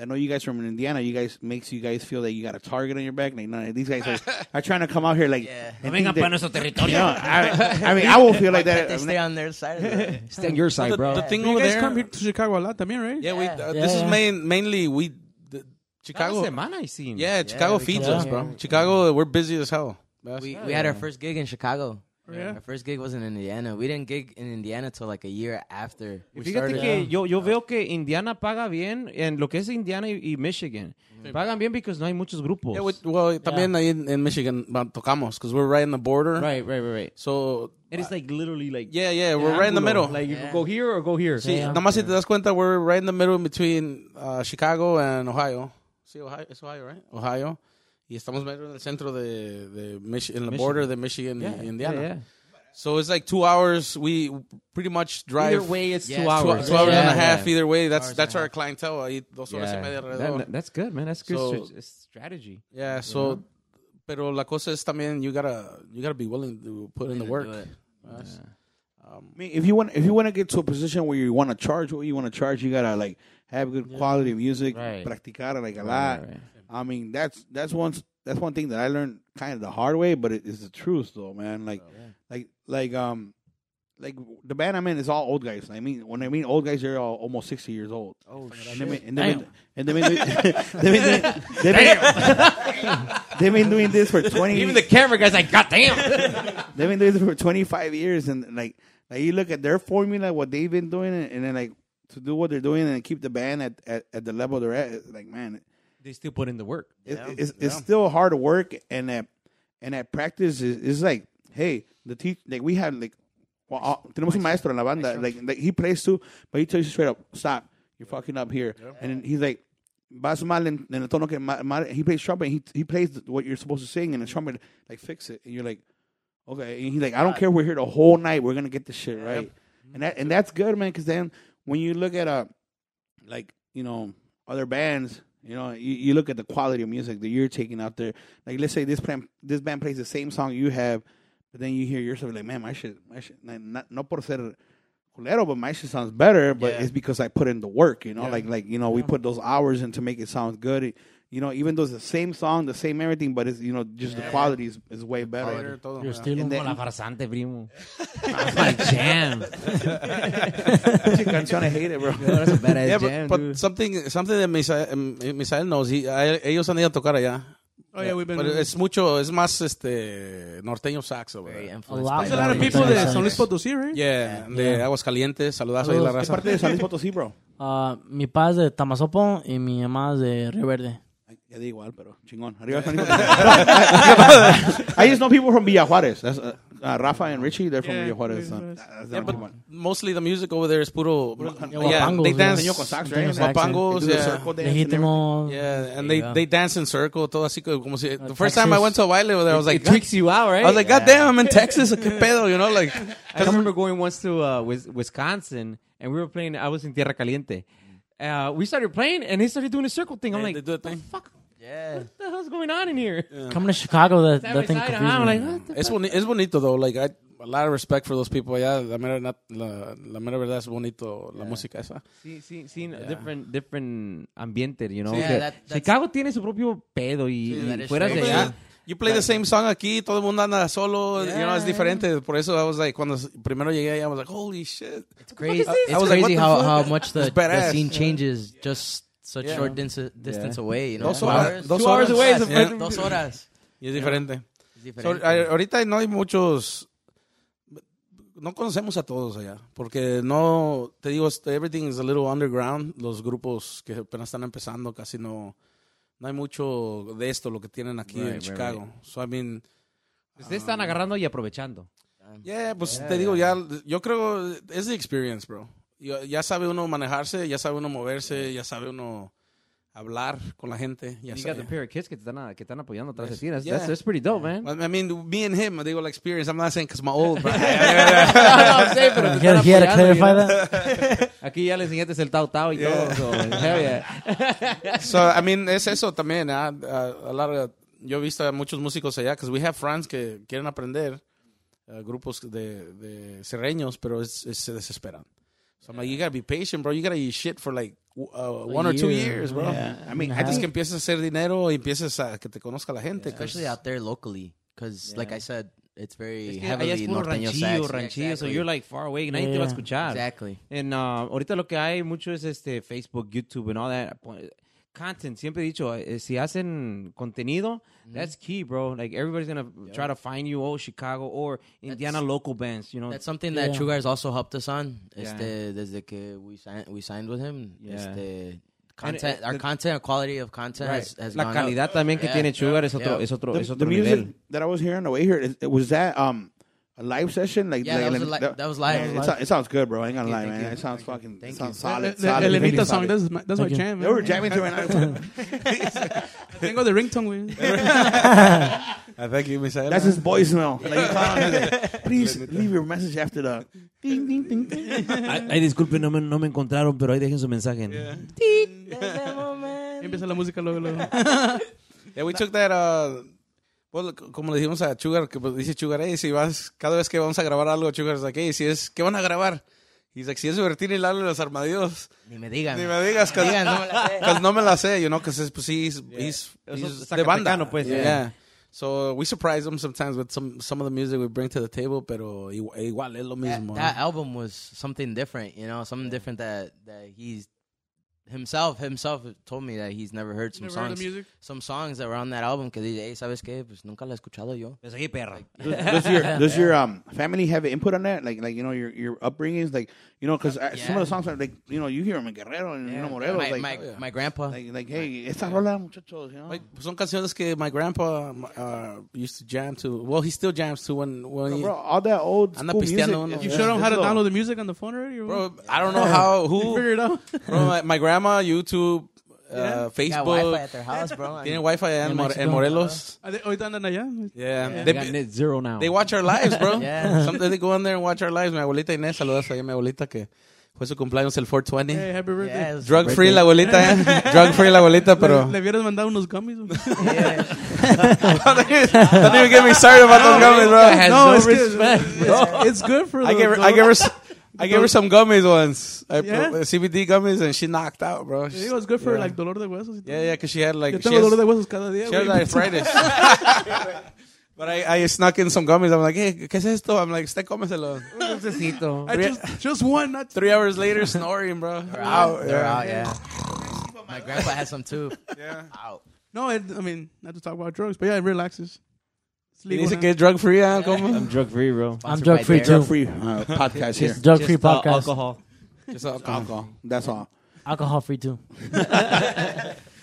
S4: I know you guys from Indiana. You guys makes you guys feel that you got a target on your back. Like, no, these guys are, are trying to come out here. Like, and think that-
S7: territorio.
S4: No, I, I mean, I will feel like that.
S7: [LAUGHS] They
S4: I'm
S7: stay
S4: like,
S7: on their side.
S1: [LAUGHS]
S7: of the-
S1: Stay on your side, bro.
S5: The thing
S3: You
S5: over
S3: guys
S5: there,
S3: come here to Chicago a lot también, right?
S5: yeah, we. Uh,
S6: Yeah,
S5: this
S6: yeah.
S5: is main mainly we the, Chicago.
S1: Cada semana I seen.
S5: Yeah, Chicago
S7: we
S5: feeds
S7: come
S5: us,
S7: out
S5: bro.
S7: here.
S5: Chicago, we're busy as hell.
S7: we we had our first gig in Chicago.
S5: Oh,
S3: Yeah.
S7: Our first gig was in Indiana. We didn't gig in Indiana till like a year after.
S1: Y Fíjate que yo, yo veo que Indiana paga bien en lo que es Indiana y, y Michigan. Pagan bien porque no hay muchos grupos.
S5: yeah, we, well, también ahí in, in Michigan ba- tocamos because we're right in the border.
S1: right, right, right, right.
S5: So
S1: It is like literally like
S5: yeah, yeah, we're right in the middle.
S1: Like you
S7: Yeah.
S1: go here or go here.
S5: Sí, nomás si te das cuenta, we're right in the middle between uh, Chicago and Ohio. Sí, Ohio, es Ohio, right? Ohio. Y estamos medio en el centro de, de Mich- en la border de Michigan y Indiana.
S1: Yeah, yeah.
S5: So it's like two hours. We pretty much drive.
S1: Either way, it's
S7: Yeah,
S1: two
S7: two-
S1: hours.
S5: Two hours and
S7: Yeah.
S5: a half either way. That's
S7: Hours
S5: that's
S7: and a
S5: our clientele. Ahí dos horas y
S1: Yeah.
S5: media alrededor.
S1: That- that's good, man. That's good
S5: So-
S1: strat- strategy.
S5: yeah. So, pero la cosa es también you gotta you gotta be willing to put in the
S7: to
S5: work.
S7: do it.
S5: That's-
S4: Um, I mean, if you want, if you want to get to a position where you want to charge what you want to charge, you gotta like have good quality music,
S1: Right.
S4: practicar like a lot.
S1: right.
S4: I mean, that's that's one that's one thing that I learned kind of the hard way, but it is the truth though, man. Like, like, like, um, like the band I'm in is all old guys. I mean, when I mean old guys, they're all almost sixty years old. Oh shit! And they've been- and they've been [LAUGHS] they've been doing- they've been- [LAUGHS] they've been doing this for twenty.
S8: Even the camera guy's like, God damn.
S4: They've been doing this for 25 years, and like, like you look at their formula, what they've been doing, and, and then like to do what they're doing and keep the band at, at, at the level they're at. it's Like, man,
S8: They still put in the work.
S4: it, it's, it's still hard work, and at and at practice is is like, hey, the teach like we had like, well, uh, tenemos un maestro en la banda, like, like he plays too, but he tells you straight up, stop, you're fucking up here, and then he's like. Vas mal en, en el tono que ma- mal- he plays trumpet. He he plays what you're supposed to sing, and the trumpet like fix it, and you're like, Okay, and he's like, I don't care. We're here the whole night. We're gonna get this shit right, and that and that's good, man. Because then when you look at uh like you know other bands, you know you, you look at the quality of music that you're taking out there. Like let's say this plan, this band plays the same song you have, but then you hear yourself like, man, my shit, my shit, like, not no por ser culero, but my shit sounds better. But it's because I put in the work, you know, like like you know we put those hours in to make it sound good. you know, even though it's the same song, the same everything, but it's you know just the quality is, is way better.
S5: Todo,
S6: Your
S5: yeah.
S6: estilo.
S4: And then-
S8: Como la
S6: [LAUGHS]
S8: farsante, primo. That's my jam.
S4: I'm trying to hate it, bro.
S7: That's a badass
S5: Yeah, but,
S7: jam,
S5: but
S7: dude.
S5: something, something that Misael, Misael knows, he, a- ellos han ido a tocar allá.
S3: Oh, yeah, we've been.
S5: Pero es mucho, es más este, norteño saxo, ¿verdad?
S7: Very
S5: Yeah,
S6: A lot.
S7: influenced by
S3: There's a lot of people
S6: Yeah.
S3: that San Luis Potosí, right?
S5: de Aguascalientes, saludazo ahí a la
S6: Saludos.
S5: raza.
S4: Parte de San Luis Potosí, bro.
S6: Ah, mi papá es de Tamazopo y mi mamá es de Río Verde.
S4: Ay, Ya da igual, pero chingón. [LAUGHS] Arriba San Luis [LAUGHS] Potosí. I just know people from Villa Juárez. That's, uh, uh, Rafa and Richie, they're from
S3: Yeah,
S4: Villa Juárez.
S3: Villa
S4: uh,
S3: Juárez.
S4: that's
S5: Yeah,
S4: the
S5: but
S4: only one.
S5: mostly the music over there is puro,
S6: Yeah,
S5: yeah,
S6: guapangos,
S5: they
S6: yeah.
S5: dance,
S4: Norteño con sax,
S6: Norteño
S4: right? uh,
S6: sax,
S5: guapangos,
S4: They do the
S5: yeah.
S4: circle dance and
S6: Legítimo.
S5: Yeah, and
S8: There
S5: they,
S8: you go.
S5: they dance in circle, todo así como si, the first
S6: Texas.
S5: time I went to a baile over there, I was like,
S8: It tweaks you out, right?
S5: I was like, God damn, I'm in Texas, qué pedo, you know, [LAUGHS] like,
S8: I remember going once to uh, Wis- Wisconsin, and we were playing. I was in Tierra Caliente. Uh, we started playing, and they started doing a circle thing. I'm
S5: Yeah,
S8: like,
S5: they do a
S8: the
S5: thing."
S8: fuck? Yeah. What the hell's going on in here?
S6: Coming to Chicago, that,
S8: Side
S6: that
S8: by
S6: thing
S8: side,
S6: confused
S8: I'm
S6: me.
S8: like, what the
S5: es, boni es bonito, though, like, I, a lot of respect for those people, yeah, la mera, nat- la, la mera verdad es bonito, la música esa.
S8: Sí, sí, sí, different, different ambiente, you know.
S7: Yeah,
S8: que
S7: that- that's-
S8: Chicago tiene su propio pedo y,
S7: Sí,
S8: y
S7: that is
S8: fuera de
S7: true.
S8: allá.
S5: You play the same song aquí, todo el mundo anda solo, you know, es diferente. Por eso I was like, cuando s- primero llegué allá, I was like, holy shit.
S7: It's crazy,
S5: this? I
S7: it's
S5: was like,
S7: crazy
S5: what the
S7: how,
S5: fuck?
S7: how much the,
S5: It's
S7: the
S5: badass.
S7: scene changes just such
S5: Yeah.
S7: short dis- distance away. You know,
S5: Dos
S7: Two
S5: horas-
S7: hours.
S5: dos Two hours horas. away is a
S7: Yeah.
S5: fucking-
S7: Dos horas.
S5: Y es diferente.
S7: Es
S5: So,
S7: diferente.
S5: a- ahorita no hay muchos. No conocemos a todos allá, porque no, te digo, este, everything is a little underground. Los grupos que apenas están empezando casi no, no hay mucho de esto, lo que tienen aquí en Chicago. So, I mean,
S8: Pues, Ustedes están agarrando y aprovechando.
S5: Yeah, pues te digo, ya, yo creo, es the experience, bro. Ya, ya sabe uno manejarse, ya sabe uno moverse, ya sabe uno hablar con la gente. Ya
S8: You got
S5: sabe.
S8: the pair of kids que te están, a- que están apoyando atrás de ti. That's,
S5: Yeah.
S8: that's, that's pretty dope, man.
S5: I mean, me and him, they were like experience. I'm not saying because my old, bro.
S1: ah,
S6: You gotta, you gotta clarify that.
S8: Aquí ya le enseñaste el tau tau y todo. so, hell yeah.
S5: so, I mean, es eso también. ah, ah, a lot of- yo he visto a muchos músicos allá, because we have friends que quieren aprender ah, grupos de, de serreños, pero es- es- se desesperan. So, I'm like, you gotta be patient, bro. You gotta eat shit for like w- ah, one or two
S6: year.
S5: years, bro.
S4: Yeah. I mean, I
S5: Antes
S4: think
S5: que empieces a hacer dinero y empieces a que te conozca la gente. pues.
S7: especially out there locally, because like I said, it's very
S8: Es que allá
S7: heavily
S8: es puro
S7: norteño
S8: ranchillo,
S7: sax.
S8: ranchillo. So
S7: exactly.
S8: you're like far away. Nadie te va
S6: Yeah.
S8: a escuchar.
S7: exactly.
S8: En, ah, ahorita lo que hay mucho es este Facebook, YouTube and all that po- content. Siempre he dicho, eh, si hacen contenido, that's key, bro. Like everybody's gonna try to find you, oh Chicago or Indiana local bands, you know.
S7: That's something that
S6: Yeah.
S7: True Guys also helped us on.
S8: Yeah.
S7: Este, desde que we signed, we signed with him.
S8: Yeah.
S7: Este, content,
S8: uh,
S7: our
S8: the-
S7: content, our quality of content
S8: Right.
S7: has, has
S8: La
S7: gone
S8: calidad
S7: up.
S8: también que
S7: Yeah.
S8: tiene Sugar es
S7: Yeah.
S8: otro, es otro,
S4: the,
S8: es
S4: the
S8: otro
S4: music
S8: nivel.
S4: that I was hearing on the way here, is, was that um a live session? Like, like,
S7: Yeah, that was, a
S4: like-
S7: li- that was live.
S4: Yeah, it, so- it sounds good, bro. I ain't gonna lie,
S8: thank
S4: man.
S8: you.
S4: It sounds fucking
S7: Thank
S4: it sounds
S7: you.
S3: The,
S4: solid.
S3: the
S4: solid, really
S3: Elemita song,
S4: solid.
S3: that's my, that's my
S6: Thank you.
S3: jam.
S4: They were
S3: man.
S4: jamming to it. and I-
S3: Tengo de ringtone, güey.
S5: Thank you, Misael.
S4: That's his voicemail. Like, you call him, he's like, Please leave your message after the ding ding ding ding.
S1: [LAUGHS] Ay, ay, disculpen, no me, no me encontraron, pero ahí dejen su mensaje. en-
S3: Empieza la música luego, luego.
S5: Yeah, we took that, uh, well, c- como le dijimos a Sugar, que pues, dice Sugar, hey, si vas, cada vez que vamos a grabar algo, Sugar es like, hey, si es, ¿qué van a grabar? Y like, si es Bertín y Lalo y los armadillos.
S7: Ni me digan.
S5: Ni me digas, cause,
S7: Digan, no me la sé.
S5: cause no me la sé, you know, cause es, pues, he's, he's,
S8: Es un
S5: he's de banda.
S8: zacatecano, pues,
S5: Yeah.
S8: yeah.
S5: So we surprise them sometimes with some some of the music we bring to the table, pero igu- igual es lo
S7: That,
S5: mismo.
S7: that album was something different, you know, something different that that he's himself himself told me that he's never heard some
S3: Never heard
S7: songs
S3: the music?
S7: some songs that were on that album que dice, hey, ¿sabes qué? Pues nunca la he escuchado yo.
S8: Pues aquí, perro.
S4: does, does your does your um family have input on that? Like like you know your your upbringings, like you know because some of the songs are like you know you hear them in Guerrero and you know Morelos,
S7: my,
S4: like,
S7: my,
S5: yeah.
S7: my grandpa.
S4: like like hey esta rola muchachos, you know.
S5: Like, pues, son canciones que my grandpa uh, used to jam to. Well, he still jams to when when he,
S4: Bro, all that old
S5: Anda
S4: school music.
S5: pisteando uno.
S4: it's-
S3: You
S5: Yeah,
S3: showed him how to
S4: it's [LAUGHS]
S3: download
S4: lo-
S3: the music on the phone already? Or what?
S5: bro. I don't know
S3: [LAUGHS]
S5: how
S3: You
S5: who.
S3: figured it out.
S5: Bro, my, my grandma, YouTube, uh,
S7: Got Wi-Fi
S5: Facebook.
S7: at their house,
S8: [LAUGHS]
S7: bro.
S5: Tiene Wi-Fi en, Mor- en
S6: Mexico.
S5: Morelos.
S3: Are they- Ahorita andan allá.
S5: Yeah, They,
S8: They got net zero now.
S5: They watch our lives, bro. [LAUGHS]
S7: Yeah.
S5: Sometimes they go in there and watch our lives. Mi abuelita Inés, saludos ahí a mi abuelita que fue su cumpleaños el 420.
S3: Hey, happy birthday.
S7: Yeah, it was- [LAUGHS]
S5: Drug free la abuelita, eh. Drug free la abuelita,
S3: [LAUGHS] Pero... Le,
S5: pero.
S3: le hubieras mandado unos gummies.
S5: [LAUGHS]
S3: güey.
S8: [LAUGHS]
S5: Don't even get me started about those gummies, bro.
S3: no, it's good. It's, it's good for
S5: I
S3: the-
S5: gave her,
S3: the-
S5: I gave her, s- I gave her some gummies once. I
S3: Yeah?
S5: put uh, CBD gummies, and she knocked out, bro.
S3: It
S5: She-
S3: was good for
S5: Yeah.
S3: like dolor de huesos. y todo.
S5: yeah, yeah, because she had like
S3: Yo
S5: she
S3: tengo dolor de
S5: has,
S3: huesos cada día.
S5: she has
S3: güey.
S5: arthritis. [LAUGHS] But I, I snuck in some gummies. I'm like, hey, ¿qué es esto? I'm like, usted cómeselo.
S3: I just, just one, not
S5: Three hours later, snoring, bro.
S7: They're
S5: Out,
S7: out. They're
S5: yeah.
S7: out, yeah. My grandpa has some too.
S5: Yeah.
S7: Out.
S3: No, it, I mean, not to talk about drugs, but yeah, it relaxes. It's
S5: Y
S3: legal
S5: Dice
S3: now.
S5: que es drug free,
S4: uh,
S5: ¿ah? ¿Cómo?
S1: I'm drug free, bro.
S6: I'm
S7: Sponsored
S6: drug
S7: by
S6: free
S7: Dare.
S6: too.
S4: Free uh, podcast here.
S6: It's drug free
S1: Just, uh,
S6: podcast.
S1: alcohol.
S5: Just alcohol.
S4: That's all.
S6: Alcohol free too.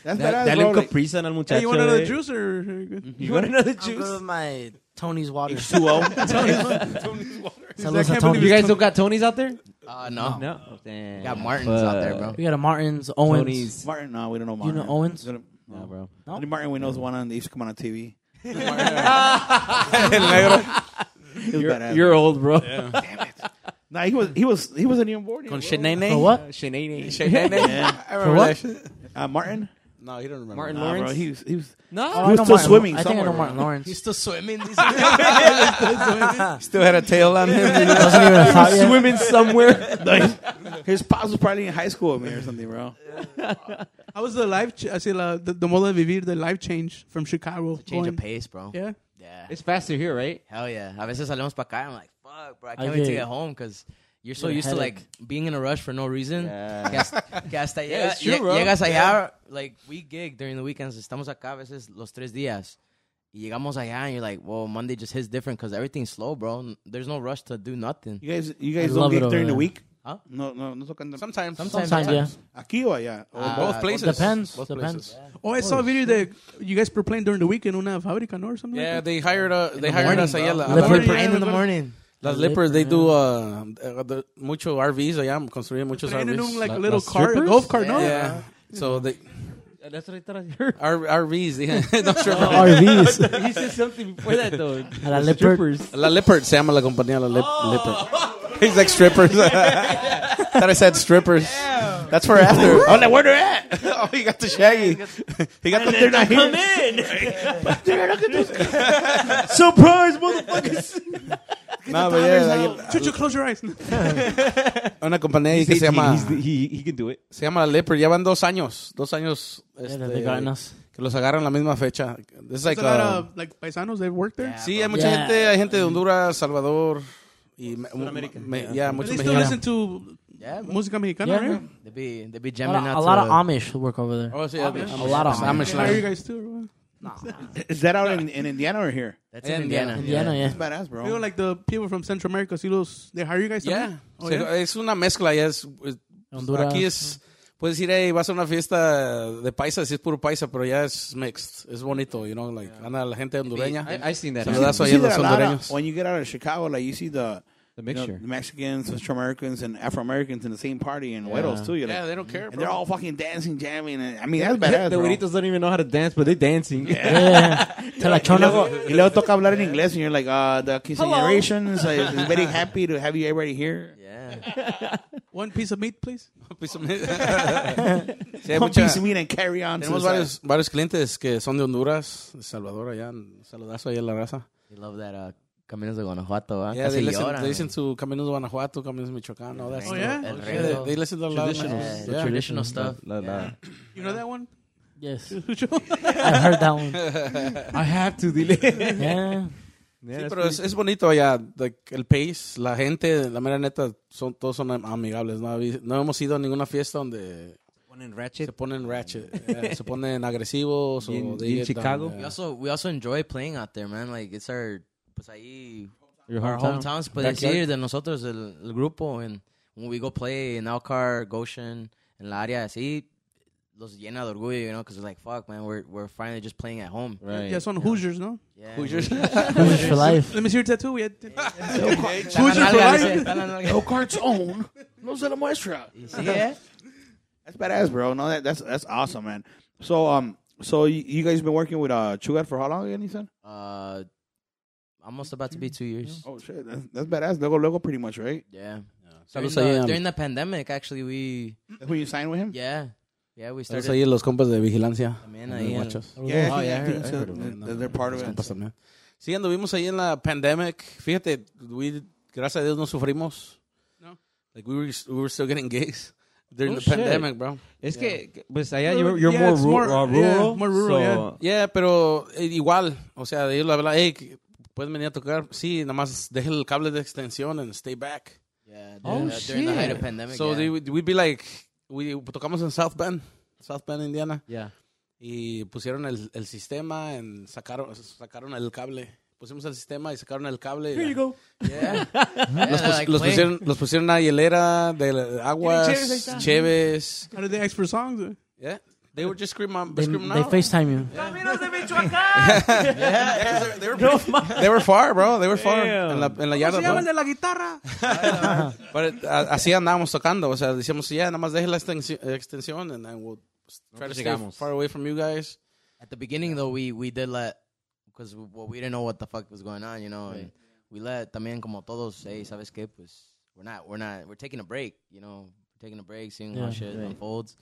S4: That's
S1: Da-
S4: badass,
S1: Dale
S4: bro.
S1: un
S4: Like,
S1: capriza al muchacho.
S3: Hey, you want another
S1: eh.
S3: juice or? or you good?
S1: You want another
S6: I'm good
S1: juice?
S6: with my Tony's water. [LAUGHS]
S3: Like,
S6: Saludos a
S3: can't believe
S6: Tony.
S1: You guys don't got Tonys out there?
S7: Uh, no.
S1: No.
S7: We got Martins out there, bro.
S6: We got a Martins, Owens.
S1: Tonys.
S4: Martin, no, we don't know
S6: You
S4: Martin.
S6: know Owens?
S1: No, bro.
S4: Only Martin, we know is one on the used to come on on TV.
S5: El negro.
S4: He was
S1: You're,
S4: badass.
S1: you're old, bro.
S4: Nah, he was he was he was an even born.
S5: Con Shenene.
S6: For what?
S1: Shenanigans.
S5: Shenene. I remember
S6: what?
S5: that shit.
S4: Uh, Martin.
S5: No, he don't remember.
S1: Martin
S4: Nah, bro,
S1: Lawrence.
S4: he was he was
S1: No.
S6: Oh, I
S4: was
S6: know
S4: still
S6: Martin-
S4: swimming
S6: I think I know
S4: somewhere,
S6: Martin Lawrence.
S7: He's still swimming. These
S5: Still had a tail on him.
S6: He wasn't even a top yet.
S1: Swimming somewhere.
S4: his pops was probably in high school with me or something, bro.
S3: How was the life? Ch- I see la, the, the modo de vivir, the life change from Chicago.
S7: change
S3: going-
S7: of pace, bro.
S3: Yeah,
S7: Yeah.
S1: It's faster here, right?
S7: Hell yeah. A veces salimos pa' acá. I'm like, fuck, bro. I
S6: I
S7: can't wait to
S6: get-
S7: get home because you're so
S6: get a
S7: used to like
S6: headache.
S7: being in a rush for no
S1: [LAUGHS]
S7: reason.
S1: Yeah.
S7: Que hasta, que hasta llega-
S1: it's true,
S7: lle-
S1: bro.
S7: llegas allá, like, we gig during the weekends. Estamos acá a veces los tres días. Y llegamos allá and you're like, well, Monday just hits different because everything's slow, bro. There's no rush to do nothing.
S4: You guys, you guys
S6: I
S4: don't
S6: love it
S4: gig
S6: over
S4: during the
S6: there.
S4: week?
S7: Huh?
S4: No, no, no tocan.
S5: Sometimes.
S7: Sometimes,
S6: Sometimes, yeah.
S4: Aquí o allá. O
S7: Ah,
S5: Both
S7: Uh,
S5: places.
S6: [LAUGHS] Depends.
S5: Both
S6: Depends. [LAUGHS]
S5: places.
S3: Oh, I saw a video that you guys were playing during the weekend una fabrica no, or something.
S5: Yeah,
S3: like
S5: they hired a, they
S7: the
S5: hired
S7: morning,
S5: us allá. la-
S7: bro.
S6: The
S5: la-
S3: morning, yeah,
S7: Lippers
S6: [LAUGHS]
S7: in the
S3: the-
S7: morning.
S5: Las
S6: The
S5: lippers, they
S6: Lippers,
S5: do uh, uh, the, mucho RVs allá. Construyen muchos
S3: that. Traen en un,
S5: RVs.
S3: like
S1: La-
S3: a little
S1: las
S3: cart, a
S1: strippers?
S3: golf cart, no?
S5: Yeah. So they
S1: That's what I thought I heard.
S5: R, RVs, yeah. [LAUGHS] no sure.
S6: RVs.
S1: he said something before that,
S6: [LAUGHS]
S1: though.
S6: A la leopard.
S5: La Lippert se llama la compañía La Lip
S4: Oh.
S5: Lippert. He's like
S4: [LAUGHS]
S5: strippers. Thought I said strippers. That's for after. oh,
S4: [LAUGHS]
S5: like, where they're at? [LAUGHS] oh, he got the shaggy. he got the they're not here.
S1: Surprise, motherfuckers!
S5: No, but yeah, like,
S3: [LAUGHS] Chucho, close your eyes.
S5: una compañía ahí que se llama,
S1: He's the- he, he can do it.
S5: se llama La Lippert. Llevan dos años. Dos años
S6: Yeah,
S5: este,
S6: they got us.
S5: que los agarran la misma fecha. It's like,
S3: There's a lot
S5: uh,
S3: of like paisanos that work there.
S5: sí, hay mucha
S6: Yeah.
S5: gente. Hay gente de Honduras, Salvador. Y me- me- yeah,
S3: But
S5: muchos
S3: they still
S5: mexicanos.
S3: listen to
S7: Yeah, bro.
S3: música mexicana,
S6: Yeah.
S3: right?
S7: They be, they be
S6: A
S7: jamming
S6: lot,
S7: out
S6: a lot
S7: to-
S6: of Amish work over there.
S5: Oh, sí, a
S6: A lot of
S5: Amish.
S3: How are you guys too?
S4: Is that out in, in Indiana or here?
S7: That's in
S5: Indiana.
S7: Indiana.
S6: Indiana, yeah.
S4: That's badass, bro.
S3: You know, like the people from Central America, see those, they hire you guys
S5: Yeah.
S3: también? Oh,
S5: Se-
S3: yeah?
S5: Es una mezcla, ya es. es-
S6: Honduras.
S5: Aquí es. Puedes ir ahí, vas a una fiesta de paisa, si es puro paisa, pero ya es mixed. Es bonito, you know, like, anda la gente hondureña.
S1: I, I've seen that.
S4: You
S5: Saludazo
S4: see
S5: ahí a los
S4: that a lot of-
S5: hondureños.
S4: when you get out of Chicago, like you see the
S1: The
S4: you know,
S1: mixture.
S4: the Mexicans, Central Americans, and Afro Americans in the same party and widows too. You're like,
S5: Yeah, they don't care,
S4: and they're
S5: bro.
S4: all fucking dancing, jamming. And, I mean, that's
S1: [LAUGHS]
S4: badass,
S1: the
S4: bro.
S1: güeritos don't even know how to dance, but they're dancing. [LAUGHS]
S6: Yeah. Te la
S4: Y
S6: chona.
S7: [LAUGHS]
S4: luego, y luego toca hablar en inglés, and you're like, uh, the generations is, is very happy to have you already here.
S7: Yeah.
S3: One piece of meat,
S5: [LAUGHS]
S3: please. [LAUGHS]
S5: Sí, hay
S4: One
S5: mucha-
S4: piece of meat and carry on. to
S5: tenemos
S4: the
S5: varios, varios clientes que son de Honduras, de Salvador, allá. un Saludazo ahí a la raza.
S7: You love that uh, Caminos de Guanajuato, ¿ah?
S5: Yeah,
S7: Casi
S5: they listen,
S7: lloran,
S5: they listen
S7: güey.
S5: to Caminos de Guanajuato, Caminos Michoacán, all that
S3: Oh,
S5: stuff.
S3: yeah?
S7: El
S5: Yeah,
S7: Rengo.
S5: they, they listen to a lot of
S7: Yeah,
S5: yeah.
S7: the traditional stuff.
S3: You know that one?
S6: Yes. I've heard that one.
S1: I have to, dile.
S6: Yeah.
S5: Sí, pero es, es bonito allá, like, el país, la gente, la mera neta, son, todos son am- amigables. No, Habí- no hemos ido a ninguna fiesta donde
S1: Ponen
S5: se
S1: ratchet.
S5: ponen ratchet, eh, se ponen agresivos. o
S1: Y en-
S5: they
S1: y en
S5: get down,
S1: Chicago.
S5: yeah.
S7: We also we also enjoy playing out there, man. Like it's our pues ahí
S1: Your
S7: our
S1: hometown.
S7: hometowns, but it's here de nosotros el, el grupo and when we go play in Alcar, Goshen, en la área así, los llena de orgullo, you know, because like fuck, man, we're we're finally just playing at home.
S1: Right.
S3: [LAUGHS] Yeah, son Hoosiers, ¿no?
S7: Yeah.
S5: Hoosiers.
S6: Hoosiers for life.
S3: Let me see your tattoo. We had [LAUGHS]
S7: Está la
S3: Hoosiers for
S7: nalga,
S3: life.
S7: dice, está la nalga.
S4: "Oh, Cart's own. No se la muestra.
S7: Sí, eh?
S4: That's badass, bro. No, that, that's that's awesome, man. So um, so you, you guys been working with uh Chugar for how long again? You said?
S7: Uh, almost about to be two years.
S4: Oh shit, that's, that's badass. Logo, logo, pretty much, right?
S7: Yeah. During
S5: Saludos ahí
S7: the,
S5: a-
S7: during the pandemic, actually, we
S4: That's when you signed with him.
S7: yeah yeah we
S5: saludos
S7: started.
S5: ahí a los compas de vigilancia.
S7: También
S5: los
S7: ahí en-
S5: guachos.
S4: Yeah,
S7: Oh,
S4: I think-
S7: yeah,
S4: I
S7: I
S4: think
S7: heard-
S4: so. They're- They're part of
S5: Los
S4: it.
S5: compas también. Sí, anduvimos ahí en la pandemic. Fíjate, we- gracias a Dios no sufrimos.
S3: No.
S5: Like we were, we were still getting gigs during
S1: Oh,
S5: the
S1: shit.
S5: pandemic, bro.
S1: Es
S5: Yeah.
S1: que, pues allá,
S3: Yeah,
S1: you're, you're more,
S3: it's
S1: ru-
S3: more-
S1: uh,
S3: yeah,
S1: rural.
S3: more rural,
S1: so-
S5: Yeah, pero eh, igual, o sea, ellos la verdad, hey, que pueden venir a tocar, sí, nada más deje el cable de extensión and stay back.
S7: Yeah, during,
S1: Oh,
S7: the, during the height of
S1: shit.
S7: pandemic.
S5: so
S7: yeah.
S5: they would- we'd be like, we tocamos en South Bend, South Bend, Indiana,
S1: Yeah.
S5: y pusieron el, el sistema, en, sacaron, sacaron el cable, pusimos el sistema y sacaron el cable. y- Yeah.
S7: Yeah,
S5: los,
S7: they're
S5: pus-
S7: like
S5: los
S7: playing.
S5: pusieron, los pusieron a hielera de la-
S3: Tienen cheves, ahí está.
S5: aguas, cheves.
S3: How did they ask for songs? eh?
S5: Yeah. They were just screaming,
S6: They,
S5: screaming
S6: they
S5: out.
S6: FaceTime you.
S5: They were far, bro. They were far.
S1: Damn.
S5: En la, en la
S3: ¿Cómo
S5: yarda,
S3: se llama
S5: bro.
S3: el de la guitarra?
S5: [LAUGHS] But it- a- así andábamos tocando, o sea, decíamos, ya, nada más deje la extensi- extensión and then we'll try to stay
S1: llegamos.
S5: far away from you guys.
S7: At the beginning, though, we we did let because well, we didn't know what the fuck was going on, you know. And we let también como todos say, sabes qué, pues we're not we're not we're taking a break, you know, taking a break, seeing how
S6: Yeah,
S7: shit
S6: right.
S7: unfolds,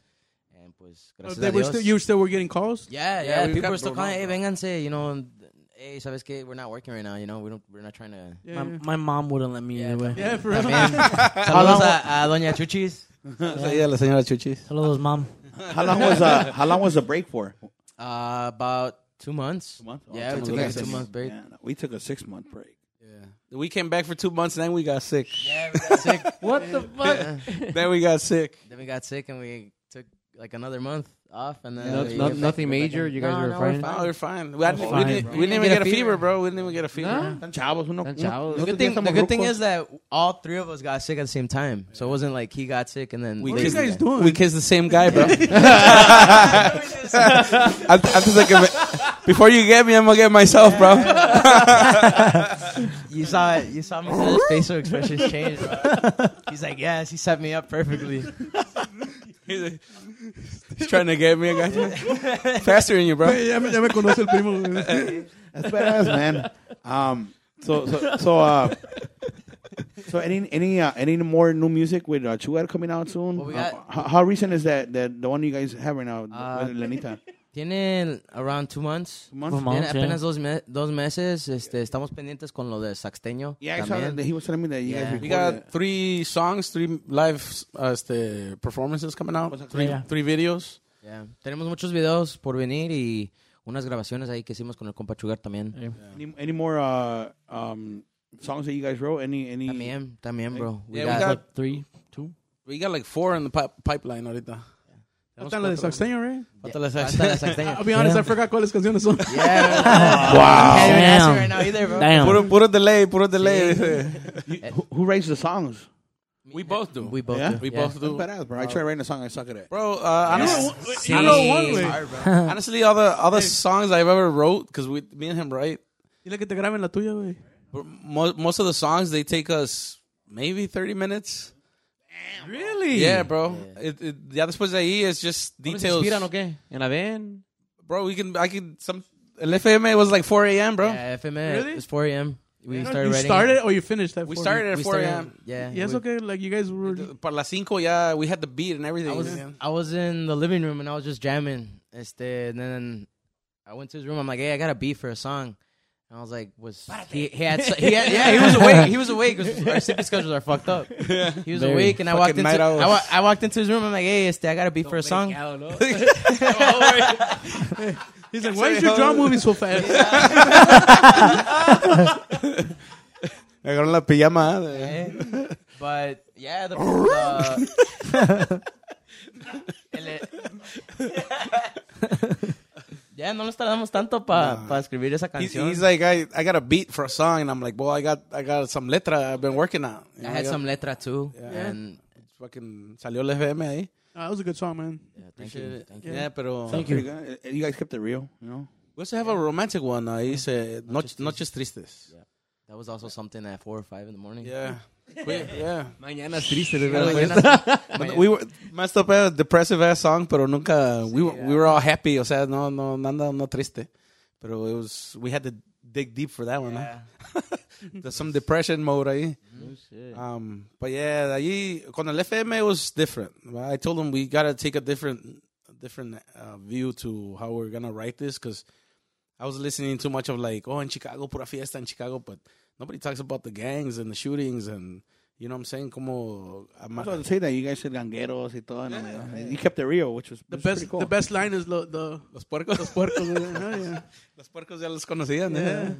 S7: and pues gracias
S3: They
S7: a
S3: were
S7: Dios.
S3: still, you still were getting calls?
S5: Yeah,
S7: yeah, yeah,
S5: we've
S7: people
S5: got
S7: were still
S5: Bruno,
S7: calling, hey,
S5: bro.
S7: vénganse, you know, and, hey, sabes qué, we're not working right now, you know, we don't we're not trying to.
S3: Yeah,
S6: My,
S3: yeah.
S6: my mom wouldn't let me
S7: Yeah,
S6: anyway.
S3: Yeah, for real.
S7: Saludos a, a Doña Chuchis.
S5: Ahí a la señora Chuchis.
S6: Hello, mom.
S4: How long was uh How long was the break for?
S7: Uh, about two months. Two
S4: months? Oh,
S7: Yeah,
S4: two
S7: we took like
S4: months.
S7: a two month break.
S4: Yeah, no, we took a six month break.
S5: We came back for two months and then we got sick.
S7: Yeah, [LAUGHS] we got sick.
S1: What [LAUGHS] the fuck?
S5: then we got sick.
S7: Then we got sick and we took like another month off, and then
S1: No-
S7: we
S1: no-
S7: get back-
S1: nothing
S7: we're back
S1: major?
S7: in.
S1: You guys
S7: No,
S1: were
S7: no, we're
S1: fine?
S5: No, we Oh, we're fine. We, had, we,
S1: fine,
S5: didn't,
S1: bro.
S5: we didn't even get a fever, bro. We didn't even get a fever.
S4: Tan chavos, uno-
S1: Tan
S4: uno-
S1: chavos.
S7: The
S4: nosotros
S7: good thing,
S4: ya
S7: the
S4: estamos
S7: good thing
S4: rucos.
S7: is that all three of us got sick at the same time, so it wasn't like he got sick and then
S5: We
S3: What are
S7: they-
S3: you
S5: kissed-
S3: guys doing?
S5: We kissed the same guy, bro. Antes- antes de que me- before you get me, I'm gonna get myself, bro.
S7: You saw you saw me his
S4: [LAUGHS]
S7: facial expressions change. bro. He's like, yes, he set me up perfectly.
S5: He's trying to get me again. Faster than you, bro.
S3: Ya me, ya me conoce el primo. güey.
S4: That's badass, man. Um, so so so uh, so any any uh, any more new music with uh, Chugar coming out soon?
S7: Well, we got-
S4: Uh, how, how recent is that? That the one you guys have right now,
S7: Uh,
S4: with Lenita.
S7: Tiene around two months.
S4: Two months?
S6: For
S7: Tiene
S6: months, yeah.
S7: apenas dos, me- dos meses. Este, estamos pendientes con lo de Saxteño.
S4: Yeah, I saw
S7: también.
S4: that he was telling me that you
S7: Yeah.
S4: guys
S5: We
S4: recorded.
S5: got three songs, three live uh, este, performances coming out, three,
S6: Yeah.
S5: three videos.
S7: Yeah. Tenemos muchos videos por venir y unas grabaciones ahí que hicimos con el compa Chugar también.
S4: any, any more uh, um, songs that you guys wrote? Any any?
S7: También, también, bro. We
S5: Yeah,
S7: got-
S5: we got
S6: Three, two.
S5: we got like four in the pi- pipeline ahorita.
S3: Está en la de Saxteño, right?
S7: Falta la Saxteño.
S3: I'll be honest, I forgot cuáles canciones son.
S7: I can't even answer
S6: Damn.
S7: right now
S6: [LAUGHS]
S7: either, bro.
S6: Damn.
S5: Puro, puro delay, puro delay.
S4: Who, who writes the songs?
S5: We both do.
S7: We both
S4: Yeah?
S7: do.
S5: We
S7: yeah.
S5: both do.
S4: Badass, bro. I tried writing a song. I suck at it.
S5: Bro, uh, honest,
S3: I know one, güey.
S5: [LAUGHS] honestly, all the other songs I've ever wrote, because me and him write,
S3: Dile que te graben la tuya, güey.
S5: most, most of the songs, they take us maybe 30 minutes.
S1: really?
S5: Yeah, bro. It, it, ya después de ahí, it's just
S1: ¿Dónde se
S5: details.
S1: inspiran o qué? ¿En la van?
S5: Bro, we can, I can, some, el FMA was like 4 a.m., bro.
S7: Yeah, FMA.
S3: Really?
S7: It's 4 a.m. We started
S3: you
S7: writing.
S3: started or you finished that
S5: We
S3: for me?
S5: started at
S7: We
S5: 4
S7: started-
S5: a.m.
S7: Yeah.
S3: Yes,
S7: we-
S3: okay. Like you guys were.
S5: Para las 5 ya, we had the beat and everything.
S7: I was
S5: man.
S7: [LAUGHS] I was in the living room and I was just jamming. Este, and then I went to his room. I'm like, hey, I got a beat for a song. And I was like, was he, he had, so-
S5: [LAUGHS]
S7: he had yeah he was awake he was awake 'cause our sleeping schedules are fucked up. He was awake and I walked into
S5: night owls.
S7: I, wa- I walked into his room. I'm like, hey, este, I got a beat for a song.
S3: He's like, why is your drum moving so
S5: [LAUGHS]
S3: fast?
S5: Me agarró la pijama. ¿eh? De-
S7: Eh, But yeah,
S5: [LAUGHS]
S7: the, [LAUGHS] the- el- eh, Ya no nos tardamos tanto para escribir esa
S5: He's,
S7: canción.
S5: he's like, I, I got a beat for a song, and I'm like, well, I got I got some letra I've been working on. You
S7: I
S5: know,
S7: had
S5: got-
S7: some letra too,
S5: Yeah.
S7: and
S5: Fucking salió el FM ahí.
S3: Ah, that was a good song, man.
S5: Yeah, pero.
S4: Pretty good. You guys kept it real, you know?
S5: We also have a romantic one. Ahí dice, Noches, noches Tristes.
S7: that was also something at four or five in the morning.
S5: Yeah. We- yeah.
S1: Mañanas tristes, de
S7: Pero
S1: verdad.
S7: ya no-
S1: [LAUGHS]
S5: We were messed up a depressive ass song, pero nunca we were we were all happy. O sea, no no nada no triste. Pero it was we had to dig deep for that one. huh? There's some depression mode ahí.
S3: Mm-hmm.
S5: Um, but yeah, de allí con el FM it was different. I told him we gotta take a different a different uh, view to how we're gonna write this because I was listening too much of like oh in Chicago pura fiesta in Chicago, but nobody talks about the gangs and the shootings and you know what I'm saying como
S4: I was about to say that you guys said gangueros y todo. and, uh, You kept it real, which was
S3: The
S4: which was
S3: best,
S4: pretty cool.
S3: the best line is lo, the
S5: Los puercos.
S3: los
S5: [LAUGHS]
S3: puercos. güey. Ah, yeah.
S5: Los puercos ya los conocían, ¿eh?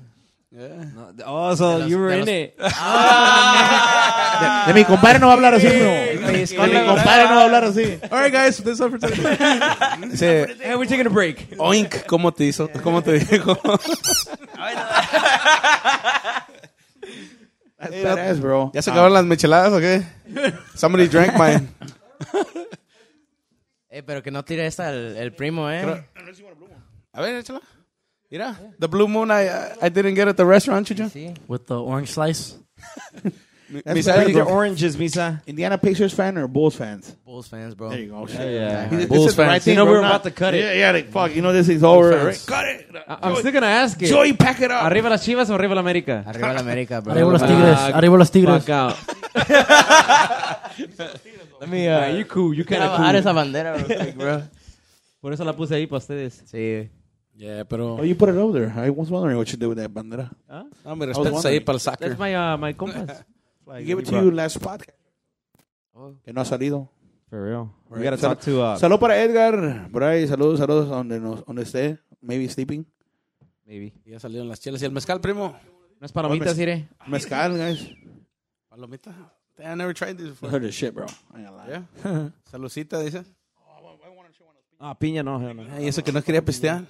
S5: Yeah.
S1: No, oh, so you were in it.
S4: De mi compadre no va a hablar así, bro. De mi compadre no va a hablar así.
S3: All right, guys, that's all for today.
S5: Dice,
S1: And we're taking a break.
S5: oink, ¿cómo te hizo? ¿Cómo te dijo?
S4: Badass, bro. Uh,
S5: ¿Ya se acabaron las micheladas o qué? Somebody drank mine.
S7: Eh, pero que no tire esta el, el primo, eh.
S5: A ver, échala. Mira, the blue moon I, I didn't get at the restaurant, chucho.
S7: sí.
S6: with the orange slice.
S4: That's
S5: Mis
S4: badass,
S5: amigos-
S4: bro.
S1: Oranges, misa.
S4: Indiana Pacers fan or Bulls fans?
S7: Bulls fans, bro.
S4: There you go.
S1: Yeah.
S4: This is
S5: Bulls
S4: the right
S5: fans.
S4: thing,
S1: You know
S4: bro,
S1: we're
S4: now.
S1: about to cut it.
S4: Yeah, yeah, like, fuck. You know this is over.
S5: fans.
S4: right? Cut it.
S1: I'm still gonna ask it.
S4: Joey, pack it up.
S1: Arriba las Chivas o arriba la América?
S7: Arriba la América, bro.
S6: Arriba los tigres. Arriba los tigres.
S1: Fuck out. Let me, uh, you cool, you
S7: Quiero
S1: kinda
S7: bajar
S1: cool.
S7: esa bandera, real quick, bro.
S1: Por eso la puse ahí para ustedes.
S7: Sí.
S5: Yeah, pero...
S4: Oh, you put it over there. I was wondering what you did with that bandera.
S5: No, me respetas ahí para el soccer.
S1: That's my, uh, my compas.
S4: I gave it to you last podcast.
S5: Oh.
S4: Que no ha salido.
S1: For real.
S4: We gotta
S1: Talk to, uh,
S4: Salud para Edgar, Bray, saludos, saludos donde nos, donde esté, maybe sleeping.
S1: maybe.
S5: Ya salieron las chelas. ¿Y el mezcal, primo?
S1: Unas palomitas, iré.
S4: Mezcal, guys.
S5: Palomita. Damn, I never tried
S4: I
S5: this before.
S4: heard this shit, bro. I ain't gonna lie.
S5: Yeah. Salucita, dice.
S1: Ah, piña no. hell no.
S5: Y eso que no quería pistear.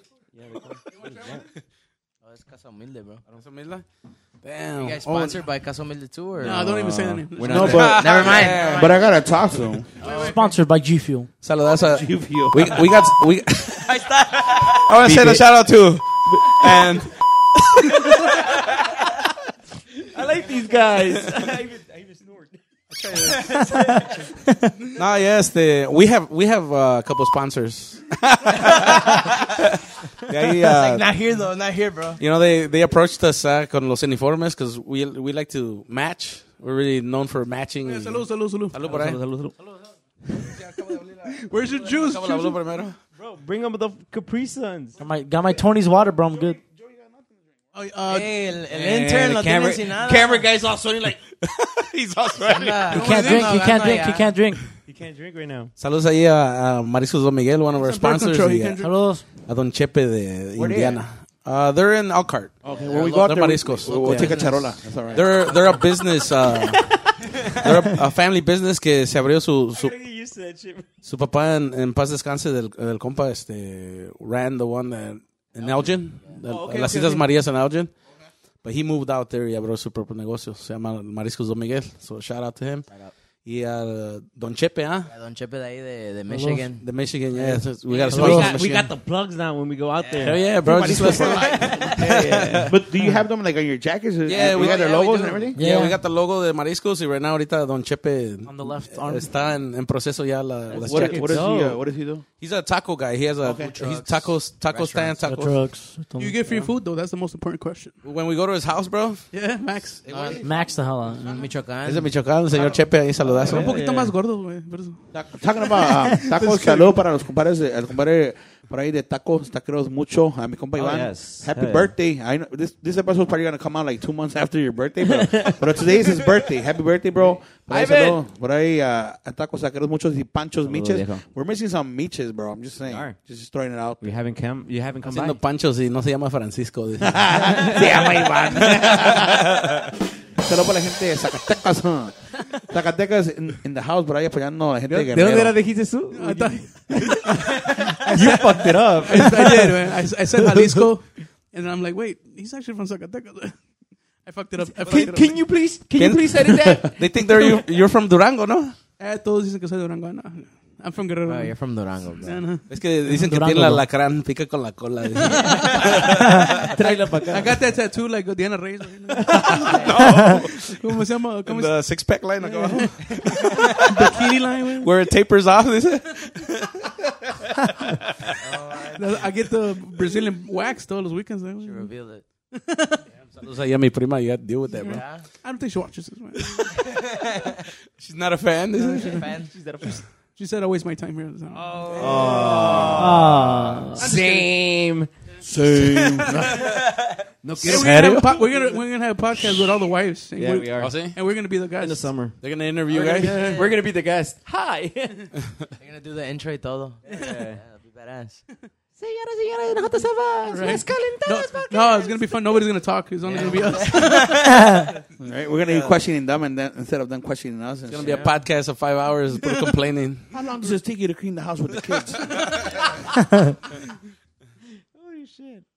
S7: Oh, es Casa Humilde, bro.
S5: Esa misma. Damn.
S7: You guys
S5: Oh,
S7: sponsored by Casa Humilde too, or?
S3: No, don't even say that name.
S4: No, but
S7: Never mind.
S4: but I gotta talk to him.
S6: Sponsored by G Fuel.
S5: Saludas a...
S4: you.
S5: We, we got
S7: [LAUGHS]
S5: we. I want to send a shout out to
S7: [LAUGHS]
S5: and
S1: I like these
S5: [LAUGHS]
S1: guys.
S5: no yes the we have we have uh, a couple [LAUGHS] sponsors. they, uh,
S7: Not here though. Not here, bro.
S5: you know they they approached us uh, con los uniformes because we we like to match. We're really known for matching. and-
S3: Salud, salud, salud.
S5: Salud por ahí.
S3: Where's your juice?
S5: Acabo la blue primero.
S1: Bro, bring them the Capri Suns.
S6: Got my, got my Tony's water, bro. I'm good.
S3: Oh, uh,
S7: Hey, Eh, el, el intern no tiene sin nada.
S1: guy's all sweating like,
S5: He's awesome.
S7: Anda.
S6: You can't drink. You can't drink. You can't drink.
S1: you can't drink right now.
S5: Saludos ahí a, a Mariscos Don Miguel, one of our
S3: birth
S5: sponsors,
S3: control, he
S5: y
S3: can
S5: a,
S3: drink.
S6: Saludos.
S5: a Don Chepe de Indiana. Uh, they're in Alcart.
S4: Okay, when we go out
S5: They're
S4: there, we-
S5: mariscos.
S4: We'll, we'll
S5: Yeah.
S4: take a charola. That's all right.
S5: They're they're a business. Uh, they're a, a family business que se abrió su su, su papá en, en paz descanse del, del compa este ran the one that, in Elgin, Oh, the- las Islas Marías en Elgin. But he moved out there y abrió su propio negocio. Se llama Mariscos Don Miguel. So shout out to him. Y a Don Chepe, ¿ah?
S7: A Don Chepe de ahí de, de Michigan.
S5: De Michigan, yeah. We got a
S1: We got,
S5: sponsor from
S1: we got
S5: Michigan.
S1: the plugs now when we go out
S5: Hell
S1: there.
S5: yeah, bro. Just let's-
S4: but do you have them like on your jackets? Uh,
S5: Yeah,
S4: you
S5: we
S4: got their
S5: yeah, we
S4: logos
S5: do.
S4: and everything.
S5: Yeah, we got the logo de Mariscos y right now ahorita Don Chepe
S6: On the left arm.
S5: Está en, en proceso ya la, las
S4: What,
S5: cheques.
S4: what, is he, uh,
S1: Dope.
S4: what does he do?
S5: He's a taco guy. He has a he's tacos, taco stand,
S6: The
S5: tacos.
S6: drugs.
S3: You get free food though. That's the most important question.
S5: When we go to his house, bro.
S3: Yeah, Max.
S7: No,
S6: Max the hell out.
S7: Michoacán.
S5: Es de Michoacán, el señor Chepe ahí saludazo.
S3: un poquito más gordo, güey. por eso.
S4: Talking [LAUGHS] about, um, tacos, saludos para los compadres, de- al compadre por ahí de tacos, taqueros mucho, a mi compa Iván.
S8: yes.
S4: Happy
S8: Hell yeah.
S4: birthday. I know this, this episode's probably going to come out like two months after your birthday, but, pero today is his birthday. Happy birthday, bro. Por ahí,
S8: Ivan.
S4: saludos, por ahí uh, a tacos, taqueros muchos y panchos, miches.
S8: viejo.
S4: We're missing some miches, bro. I'm just saying.
S8: Alright.
S4: Just throwing it out.
S8: You haven't come. You haven't come
S5: Haciendo
S8: by.
S5: panchos y no se llama Francisco. dice.
S4: Se
S1: [LAUGHS]
S4: llama Iván. Saludos para la gente de Zacatecas. huh? Zacatecas in, in the house, por ahí apoyando a la gente de
S1: ¿De dónde
S4: Guerrero.
S1: era dijiste tú?
S3: I, thought, [LAUGHS]
S1: You fucked it up.
S3: I did, man. I, I said Jalisco, and then I'm like, wait, he's actually from Zacatecas. [LAUGHS] I fucked it up. I fucked it
S1: Can,
S3: up.
S1: can you please? Can you
S5: Can-
S1: please edit that?
S5: [LAUGHS] They think they're you, you're from Durango, ¿no?
S3: Eh, todos dicen que soy de Durango. No, no. I'm from Guerrero.
S7: Bro, you're from Durango,
S3: Yeah,
S6: [LAUGHS]
S7: bro.
S3: no.
S5: Es que dicen que
S6: Durango,
S5: tiene la
S6: bro.
S5: lacrán, pica con la cola. dice.
S1: Tráela para acá.
S3: I got that tattoo like Diana Reyes.
S5: [LAUGHS]
S3: no. [LAUGHS] ¿Cómo se llama? ¿Cómo
S5: And
S3: se llama?
S5: the six pack line acá
S3: [LAUGHS]
S5: abajo.
S3: Bikini line, güey.
S5: Where it tapers
S3: [LAUGHS]
S5: off, dice.
S3: I get the Brazilian wax todos los weekends. eh, güey.
S7: Reveal it.
S5: Saludos ahí a mi prima. You had to deal with that, bro.
S3: I don't think she watches this. Man.
S5: She's not a fan. dice.
S3: She said I waste my time here. Oh.
S6: Ah.
S1: Same.
S6: [LAUGHS]
S5: No
S3: We're, gonna have a po- we're gonna we're gonna have a podcast with all the wives. And
S1: Yeah,
S3: we're,
S1: we are.
S5: Oh, sí?
S3: And we're gonna be the guys.
S1: In the summer.
S5: They're gonna interview you
S1: We're
S5: guys.
S1: gonna, be, we're gonna be the guest. Hi.
S7: They're gonna do the intro y todo. Yeah, that'll be badass.
S3: Right. No, no, it's gonna be fun. Nobody's gonna talk. It's only gonna be us.
S4: Right? We're going to be questioning them and then, instead of them questioning us. and
S5: It's gonna
S4: shit.
S5: be a podcast of five hours for complaining.
S4: How long does it take you to clean the house with the kids? Holy shit.
S7: [LAUGHS]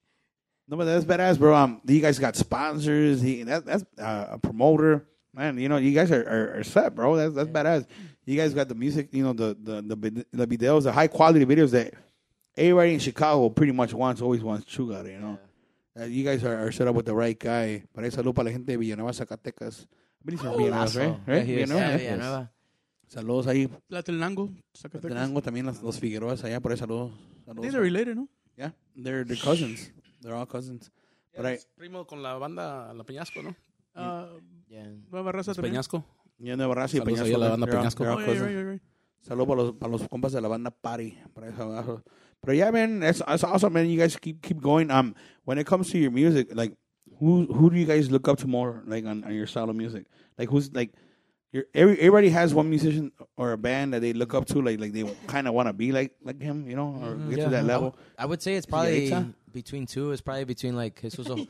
S4: No, but that's badass, bro. Um, you guys got sponsors. He, that, that's uh, a promoter. Man, you know, you guys are, are, are set, bro. That's that's badass. You guys got the music, you know, the the the, vid- the videos, the high quality videos that everybody in Chicago pretty much wants, always wants Chugare, you know. Uh, you guys are, are set up with the right guy. Para ahí salud para la gente de Villanueva, Zacatecas. I believe it's from Villanueva, right? Right?
S8: he is.
S4: Villanueva,
S7: Oh,
S4: eh?
S7: Yeah, Villanueva.
S4: Saludos ahí
S3: Tlatelango, Zacatecas.
S4: Tenango también los, los Figueroas allá, por ahí saludos.
S3: I
S4: saludos.
S3: think they're related, no?
S4: Yeah, they're, they're cousins. They're all cousins. But I,
S5: Primo con la banda La Peñasco, ¿no?
S3: Uh,
S7: Yeah.
S3: Nueva Raza
S5: Los
S3: también.
S5: Peñasco.
S4: yo de Barraza y
S5: Saludos
S4: Peñasco.
S5: ahí a la banda
S4: they're all-
S5: Peñasco.
S4: they're
S3: Oh,
S4: all
S3: yeah,
S4: cousins.
S3: right, right, right.
S4: Saludos para los, para los compas de la banda Party. Por ahí abajo. Pero yeah, man, that's, that's awesome, man. You guys keep keep going. Um, when it comes to your music, like who who do you guys look up to more, like on, on your style of music? Like who's like your every everybody has one musician or a band that they look up to, like like they kind of want to be like like him, you know, or get to that level.
S7: I would say it's probably
S4: Yeaita?
S7: between two. It's probably between like Jesus. O-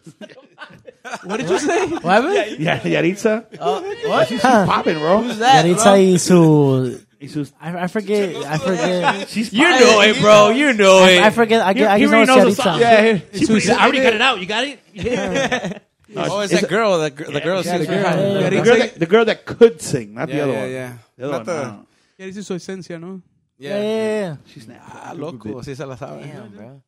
S3: What did you say?
S7: what
S4: [LAUGHS]
S7: happened?
S4: Yeah, Yaritza,
S5: Uh,
S7: What?
S4: popping, bro. Who's that?
S6: Yaritza y su.
S4: Jesus.
S6: I, I forget. I forget.
S4: She's
S8: You know it, bro. You know it.
S6: I forget. I, get, I just know it's Yaritza.
S8: Yeah.
S3: Suicide.
S8: I already got it out. You got it.
S5: Oh, it's that girl. The, gr- the girl.
S7: yeah, the
S5: sings-
S7: girl.
S5: Yeah,
S4: The girl, that, the girl that could sing, not the
S5: yeah,
S4: other
S5: yeah,
S4: one.
S5: yeah.
S4: The other one.
S5: Not the-
S4: no, no.
S3: Yeah, this is su esencia, no?
S6: Yeah, yeah, yeah.
S4: She's not.
S5: Ah, loco. Sí se la sabe.
S7: Damn, bro.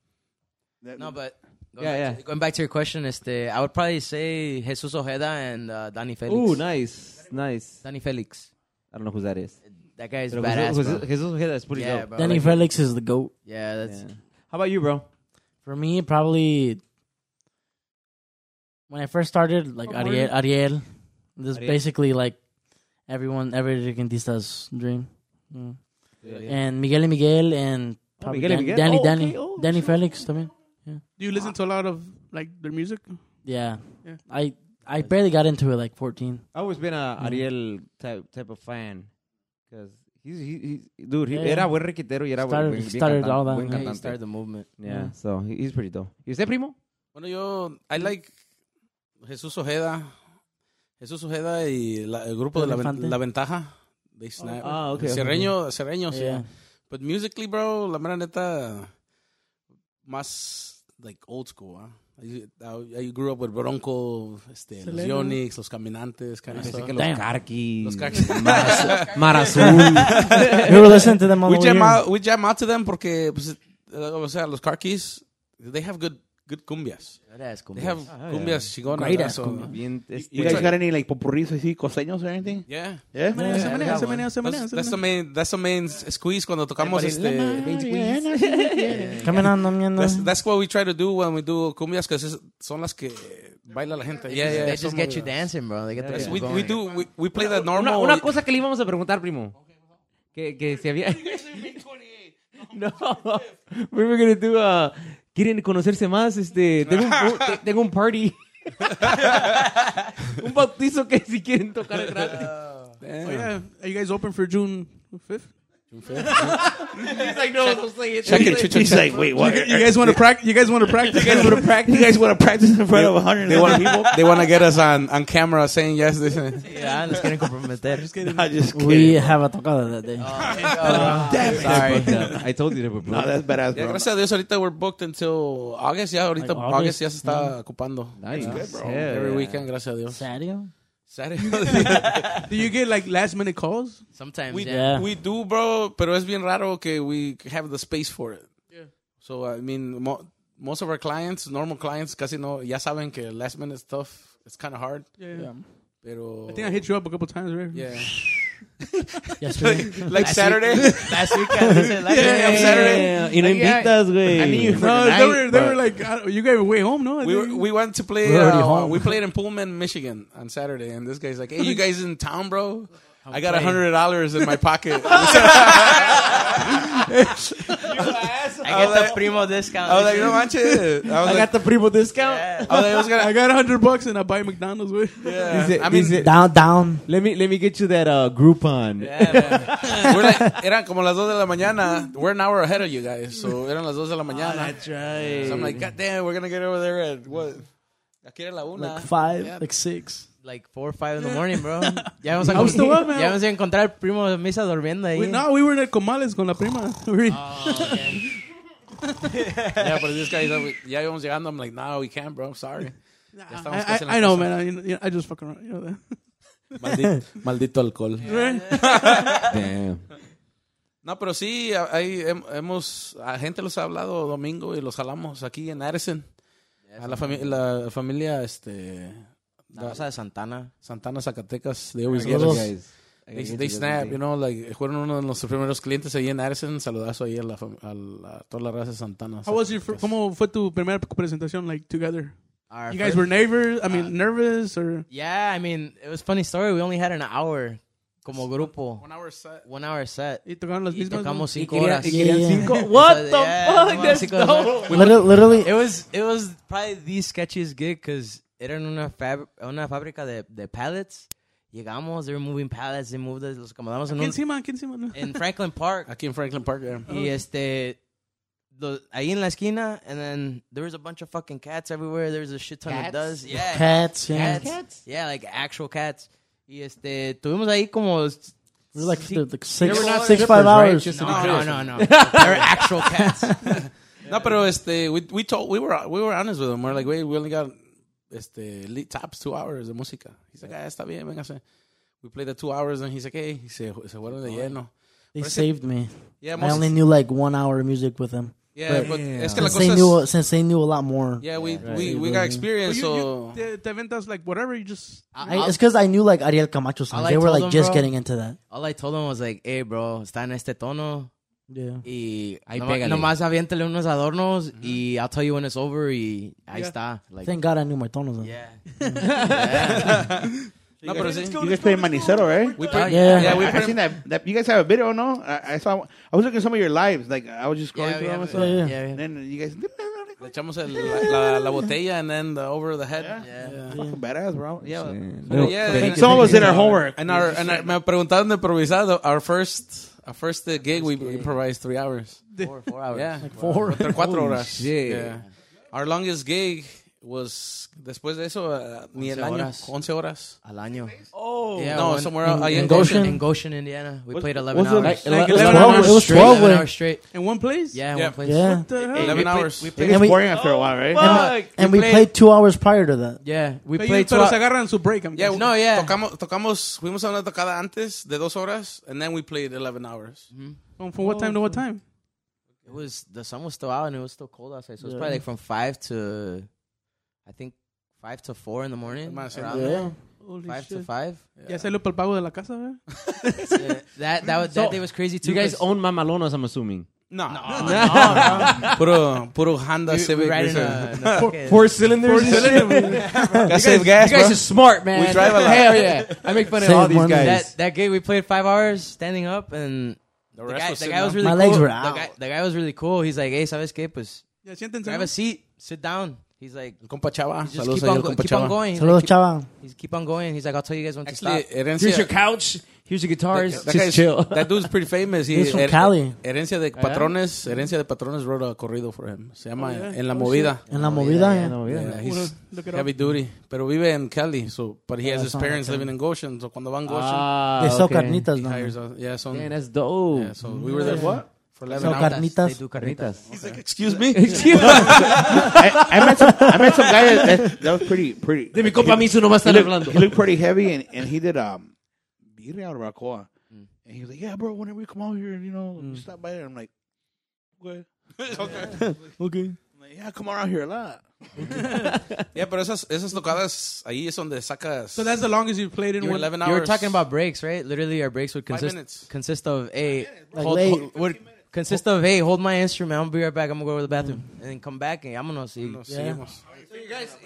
S4: That-
S7: No, but going,
S8: Yeah,
S7: back
S8: yeah.
S7: To, going back to your question, este, I would probably say Jesus Ojeda and uh, Danny Felix.
S8: Ooh, nice, nice.
S7: Danny Felix.
S8: I don't know who that is.
S7: That guy is
S8: Pero
S7: badass.
S8: Jesus-
S7: bro.
S8: Jesus- Jesus Ojeda is pretty
S7: yeah,
S8: dope.
S7: bro.
S6: Danny
S7: like-
S6: Felix is the goat.
S7: Yeah, that's
S8: Yeah. How about you, bro?
S6: For me, probably when I first started, like
S3: Oh,
S6: Ariel, Ariel, this
S8: Ariel.
S6: basically like everyone, every Requintista's dream. Mm. And Miguel and Miguel and probably
S8: Oh, Miguel y
S6: Dan- Danny,
S8: Miguel. Oh,
S6: Danny,
S8: okay. Oh,
S6: Danny Felix. I mean,
S3: Do you
S5: Ah.
S3: listen to a lot of like their music?
S6: yeah.
S3: Yeah.
S6: I I barely got into it like 14.
S8: I've always been
S1: Mm.
S8: a Ariel type type of fan because he's he, he dude. He
S6: Yeah.
S8: era buen requitero y era
S6: Started-
S8: buen, buen
S6: started
S8: cantante,
S6: all that.
S8: buen
S6: Yeah, he
S7: he
S8: cantante.
S7: started the movement.
S8: Yeah, so he- he's pretty dope. ¿Y usted, primo?
S5: Bueno, yo, I like Jesús Ojeda. Jesús Ojeda y la- el grupo de la, Ven-
S6: Elefante.
S5: La ventaja. They snap.
S8: ah, okay, okay,
S5: Cerreño,
S8: Oh,
S5: Cerreño, sí.
S6: Yeah.
S5: But musically, bro, la mera neta, más like old school, ah. I, I- I grew up with Bronco, este, los
S3: Selena.
S5: Yonix, los Caminantes, kind of
S8: Pensé
S5: stuff.
S8: que los
S6: Damn.
S8: carquis.
S5: Los Carquis.
S8: Mar Azul- Mar
S6: [LAUGHS]
S8: Azul.
S6: we were listening to them on
S5: we
S6: the way
S5: jam
S6: here.
S5: out, we jam out to them porque, pues, eh, o sea, los Carquis, they have good, good cumbias.
S7: Badass,
S5: They
S7: cumbia.
S5: have cumbias chigonas.
S6: Great
S5: ah,
S6: ass
S5: so-
S6: cumbia.
S1: [LAUGHS]
S8: Bien,
S4: You
S8: este,
S4: guys got any like popurris así costeños or anything?
S5: Yeah.
S4: Yeah.
S3: Se maneja, se maneja, se maneja,
S5: That's,
S3: se
S5: that's the
S3: maneja.
S5: main, that's the main squeeze cuando tocamos este...
S6: Coming on, I'm [LAUGHS]
S5: That's, that's what we try to do when we do cumbias, because son las que baila la gente.
S7: They
S5: Yeah, yeah.
S7: just get you dancing, bro. They get the
S5: Yes,
S7: people
S5: we,
S7: going.
S5: we do. We, we play the
S1: Una,
S5: normal.
S1: una cosa que le íbamos a preguntar, primo. Que, que si había... no, [LAUGHS] we were gonna do a... ¿Quieren conocerse más? Este, tengo un, un- te- tengo un party. [LAUGHS] un bautizo que si quieren tocar es gratis. [LAUGHS]
S3: Oh, yeah. Are you guys open for June 5th?
S1: He's like, no, don't say it.
S5: Check it, check, check,
S4: He's
S5: check.
S4: like, wait, what?
S3: You guys want to practice? You guys want to practice?
S4: guys want to
S5: [LAUGHS]
S4: practice? You guys want to practice in front of 100
S5: They want people. They want to get us on on camera saying yes.
S4: [LAUGHS]
S5: This and-
S7: Yeah, Ah, nos
S6: [LAUGHS]
S7: quieren comprometer.
S4: I just kidding.
S6: We have a tocada that day.
S7: Oh.
S4: Damn it.
S7: Sorry.
S1: I told you that,
S4: No, that's badass,
S5: Yeah,
S4: bro.
S5: gracias a Dios ahorita we're booked until August. Ya ahorita
S6: Like August,
S5: August ya se está ocupando. Every weekend, gracias a Dios.
S6: Sadio?
S3: Do you get like last minute calls?
S7: Sometimes,
S5: we,
S7: yeah.
S5: we do, bro, pero es bien raro que we have the space for it. So, I mean, mo most of our clients, normal clients, casi no, ya saben que last minute stuff, it's kind of hard.
S3: Yeah. yeah.
S5: Pero,
S3: I think I hit you up a couple times, right?
S5: yeah.
S6: Yesterday.
S5: like Saturday.
S7: Last week, I said, last week.
S5: yeah, Saturday.
S1: Y no invitas, güey.
S3: No, they were, they were like, I don't- you guys were way home, no? I
S5: We, were,
S3: think-
S5: we went to play.
S6: We're already
S5: uh,
S6: home.
S5: We played in Pullman, Michigan, on Saturday, and this guy's like, "Hey, you guys in town, bro? I got a hundred dollars in my pocket."
S7: I get the primo discount.
S5: I was like, no manches. I was like,
S1: the primo discount.
S5: I was like, I was gonna.
S3: I got a hundred bucks and I buy McDonald's with.
S5: Yeah.
S1: Dice-
S5: I mean,
S1: dice-
S6: down, down.
S1: Let me, let me get you that uh, Groupon.
S5: we're like, eran como las 2 de la mañana. We're an hour ahead of you guys. So eran las 2 de la mañana.
S1: right.
S5: so I'm like, God damn, we're going to get over there at what? Aquí era la una.
S6: Like five,
S5: Yeah.
S6: like six.
S7: like 4 or 5 in the morning, bro. Ya vamos a,
S3: I'm still up, man.
S7: ya vamos a encontrar al primo de misa durmiendo ahí.
S3: We, no, we were at Comales con la prima. [LAUGHS] We were-
S5: Ah, yeah, but this guy's like, ya íbamos llegando. I'm like, no, we can't, bro. Sorry. Ya estamos
S3: I,
S5: casi en la
S3: I, I know,
S5: casa.
S3: man. I, you know, I just fucking around. You know that. [LAUGHS]
S5: Maldito, maldito alcohol.
S1: Damn.
S5: No, pero sí, ahí hem- hemos, a gente los ha hablado domingo y los jalamos aquí en Addison. A la, fami- la familia este,
S7: La raza de Santana.
S5: Santana, Zacatecas. They always get
S6: Saludos.
S5: us. They, they snap, you know, like, fueron uno de nuestros primeros clientes ahí en Addison. Saludazo ahí a, la, fam- a, la- a toda la raza de Santana.
S3: How was your? Fir- ¿Cómo fue tu primera presentación like together?
S7: Our
S3: You guys
S7: first-
S3: were nervous. I mean, nervous or?
S7: Yeah, I mean, it was funny story. We only had an hour como grupo.
S5: One hour set.
S7: One hour set.
S3: Y tocaron las
S7: Y
S3: mismas.
S7: tocamos
S1: Y
S7: 5
S1: querían-
S7: horas.
S1: y querían
S6: Yeah.
S1: cinco. What the
S7: Yeah,
S1: fuck?
S7: tomamos
S1: That's
S7: cinco horas.
S1: dope.
S6: Literally, literally
S7: It was it was probably the sketchiest gig because eran una fab una fábrica de, de pallets. Llegamos, they were moving pallets, they moved us, los acomodamos en,
S3: ¿Qué
S7: un,
S3: encima? ¿Qué encima? No.
S7: en Franklin Park.
S5: Aquí en Franklin Park, yeah.
S7: Y este lo- ahí en la esquina, and then there was a bunch of fucking cats everywhere. There was a shit ton of does. Yeah,
S6: cats. Yeah,
S7: cats. Yeah, like actual cats. Y este tuvimos ahí como s-
S6: we're like,
S7: Sí.
S6: the, like six,
S7: were not
S6: six, five hours.
S7: no, no, no, [LAUGHS] no. They're actual cats.
S5: No, pero este, we, we told, we were, we were honest with him. We're like, wait, we only got, este, le- tops two hours de música. He's like, ah, está bien, véngase. We played the two hours and he's like, hey, y se, se fueron de lleno.
S6: they
S5: Parece-
S6: saved me.
S5: Yeah,
S6: I
S5: most-
S6: only knew like one hour of music with them.
S5: yeah, but es que la
S6: Since
S5: cosa
S6: they,
S5: es,
S6: knew, since they knew a lot more.
S5: yeah, we, we,
S6: Right.
S5: we got
S3: You,
S5: experience, so.
S3: you, te, te aventas like whatever. You just.
S6: I, it's because I knew like Ariel Camacho songs.
S7: I
S6: they were
S7: told
S6: like
S7: them,
S6: just
S7: bro.
S6: getting into that.
S7: All I told him was like, hey, bro, está en este tono.
S6: Yeah.
S7: Y
S1: Ahí
S7: noma-
S1: pégale.
S7: nomás aviéntale unos adornos y I'll tell you when it's over y ahí está. Like, [LAUGHS]
S6: Thank God I knew my tonos. Yeah.
S7: yeah.
S5: No, pero sí.
S4: You guys play Manicero, right?
S5: We played,
S6: Yeah.
S5: yeah, we
S4: I, I
S5: played,
S4: seen that, that. You guys have a video, no? I, I saw. I was looking at some of your lives. Like I was just scrolling
S7: Yeah, we
S4: through them and stuff.
S7: have it.
S6: Yeah.
S7: Yeah,
S4: And
S7: yeah.
S4: then you guys,
S5: le echamos el, la, la, la botella and then the over the head.
S7: Yeah.
S4: fucking badass, bro. Yeah.
S5: Pero yeah, and-
S4: Some of us did our homework.
S5: And our and our, me preguntaron de improvisado. Our first our first uh, gig we improvised three hours.
S7: Four, four hours.
S5: Yeah,
S6: Four.
S5: Entre cuatro horas.
S1: shit.
S5: Yeah. Our longest gig was después de eso uh, ni el
S7: 11
S5: año
S7: horas.
S5: once horas.
S7: Al año. Oh. Yeah,
S5: no,
S7: one-
S5: somewhere
S6: in-
S5: out
S6: in
S5: in
S6: Goshen.
S5: Goshen.
S7: In Goshen, Indiana. We played 11
S1: what's
S7: hours.
S1: the-
S6: Like,
S3: it was
S6: 11
S3: 12
S6: hours. It was
S7: straight.
S6: 12
S7: 11
S6: when,
S7: hours straight.
S3: In one place.
S7: Yeah,
S5: Yeah. eh,
S7: one place.
S6: Yeah.
S3: What the hell?
S5: Eleven hours.
S7: We played,
S4: It gets
S6: we-
S4: boring after a while, right?
S6: And we played two hours prior to that.
S7: yeah, we
S3: Pero,
S7: played two
S3: pero se
S7: hours.
S3: agarran su break. I'm
S5: yeah,
S3: guessing.
S7: No, yeah.
S5: Tocamos tocamos fuimos a una tocada antes de dos horas and then we played 11 hours.
S3: From, from what time to what time?
S7: It was, the sun was still out and it was still cold outside. So it was probably like from 5 to, I think, 5 to 4 in the morning.
S5: Más o
S7: around
S5: menos.
S7: there.
S3: Holy
S7: 5 to
S3: shit.
S7: 5.
S3: Ya salió para el pago de la casa, ¿verdad?
S7: Yeah, that that, was, that day was crazy too.
S1: You guys
S7: 'cause-
S1: own Mamalonas, I'm assuming.
S5: No. No, Puro, puro Honda Civic.
S7: Right in
S5: Racer.
S7: a- in a fucking-
S1: Four cylinders. Four cylinders.
S5: Gotta save gas,
S1: you guys
S5: bro.
S1: are smart, man.
S5: We drive a lot.
S1: Hell yeah. I make fun of
S6: Save
S1: all these
S6: money.
S1: guys.
S7: that that gig we played five hours standing up and the,
S5: rest
S7: guy,
S5: was
S7: the
S5: sitting
S7: guy was
S5: up.
S7: really
S6: My
S7: cool.
S6: legs were
S7: The guy,
S6: out.
S7: the guy was really cool. He's like, hey, sabes qué? Pues
S3: Ya, siéntense.
S7: grab
S3: ¿no?
S7: a seat, sit down. He's like,
S5: Compa Chava.
S7: just
S5: Saludos
S7: keep
S5: ahí
S7: on,
S5: al
S7: go-
S5: compa
S7: keep on
S5: Chava.
S7: going. He's like,
S6: Saludos,
S7: keep-
S6: chava.
S7: He's keep on going. He's like, I'll tell you guys when
S5: Actually, eh,
S7: to stop.
S5: herencia.
S1: Here's your couch. Here's your guitars.
S5: That
S1: Just
S5: guy's-
S1: chill.
S5: That dude's pretty famous. He-
S6: He's from
S5: her-
S6: Cali.
S5: Herencia de patrones. Herencia de patrones wrote a corrido for him. Se llama En la movida.
S6: En la movida, yeah.
S5: Yeah, he's
S3: Look it up.
S5: heavy duty. Pero vive en Cali. So, but he has his
S6: son de
S5: parents
S6: Cali.
S5: living in Goshen. So cuando van Goshen,
S1: Ah,
S6: They sell
S1: okay.
S6: carnitas, no?
S5: hires us. Yeah, son.
S1: Man, that's dope.
S5: yeah, so we were there what? For 11
S6: Sell
S5: hours.
S7: They
S6: carnitas.
S7: do carnitas.
S5: Excuse me?
S4: I, I met some. I met some guy that, that, that was pretty pretty.
S1: De mi compa Misu no va a
S4: he
S1: estar
S4: looked,
S1: hablando.
S4: he looked pretty heavy, and, and he did um, birria or barbacoa, and he was like, "Yeah, bro, whenever you come out here, you know, you stop by there." I'm like,
S5: [LAUGHS]
S4: "Okay, [LAUGHS]
S6: Okay.
S4: I'm like, yeah, come around here a lot."
S5: Yeah, pero esas, esas tocadas ahí es donde sacas.
S3: So that's the longest you've played in
S5: your
S3: one.
S5: 11 hours.
S7: You were talking about breaks, right? Literally, our breaks would
S5: Five
S7: consist
S5: minutes.
S7: consist of a
S6: Like
S7: hold,
S6: late.
S7: hold- would consist of hey, hold my instrument. I'm gonna be right back. I'm gonna go to the bathroom and then come back and I'm gonna see.
S5: Nos
S6: Mm. Yeah.
S5: seguimos.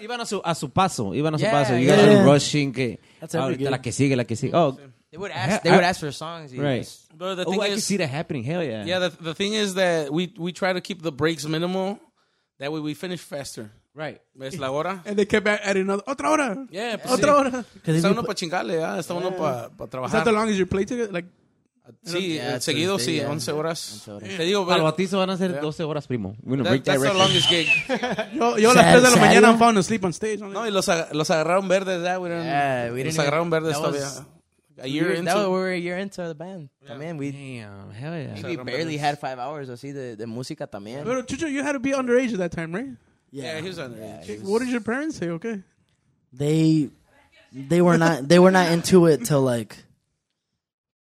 S1: Iban a su, a su paso. Iban a su
S7: Yeah,
S1: paso. You guys
S6: yeah.
S1: were rushing. Que,
S6: That's every
S1: ahorita
S6: game.
S1: la que sigue, la que sigue. Oh,
S7: They would ask. They
S1: I-
S7: would ask for songs. You
S1: right.
S7: just-
S5: But the
S1: Oh,
S5: thing
S1: I can
S5: is-
S1: see that happening. Hell yeah.
S5: Yeah, the, the thing is that we we try to keep the breaks minimal. That way we finish faster.
S1: Right.
S5: ¿Ves la
S7: [LAUGHS]
S5: hora?
S3: And they kept at- adding another. Otra hora.
S5: Yeah, pues sí.
S3: Otra hora.
S6: Because
S5: Está
S3: pues
S5: uno para chingarle, ah, está uno para
S3: Is that the
S5: trabajar.
S3: longest you played together? Like,
S5: Sí, eh,
S7: Yeah,
S5: seguido, sí,
S7: Thursday, yeah.
S5: 11 horas.
S7: 11 horas.
S5: Te digo,
S1: Para el
S5: pero
S1: bautizo van a ser 12 horas, primo. We're gonna
S5: that-
S1: break that
S5: that's the
S1: record.
S5: longest gig.
S7: [LAUGHS]
S3: yo, yo a las
S6: Sad-
S3: 3 de la mañana
S6: sad.
S3: I'm falling asleep on stage. I'm
S5: No,
S3: like,
S5: y los, aga- los agarraron verdes, that we didn't-
S7: Yeah, Ah, we
S5: los
S7: didn't.
S5: agarraron
S7: even-
S5: verdes
S7: that was-
S5: todavía. A year
S7: we were- That was,
S5: into.
S7: we were a year into the band. Man, we
S1: Damn. Hell yeah.
S7: we barely had five hours. Así de de música también.
S3: Pero Chucho, you had to be underage at that time, right?
S5: yeah, he was underage.
S3: What did your parents say? Okay.
S6: They they were not they were not into it till like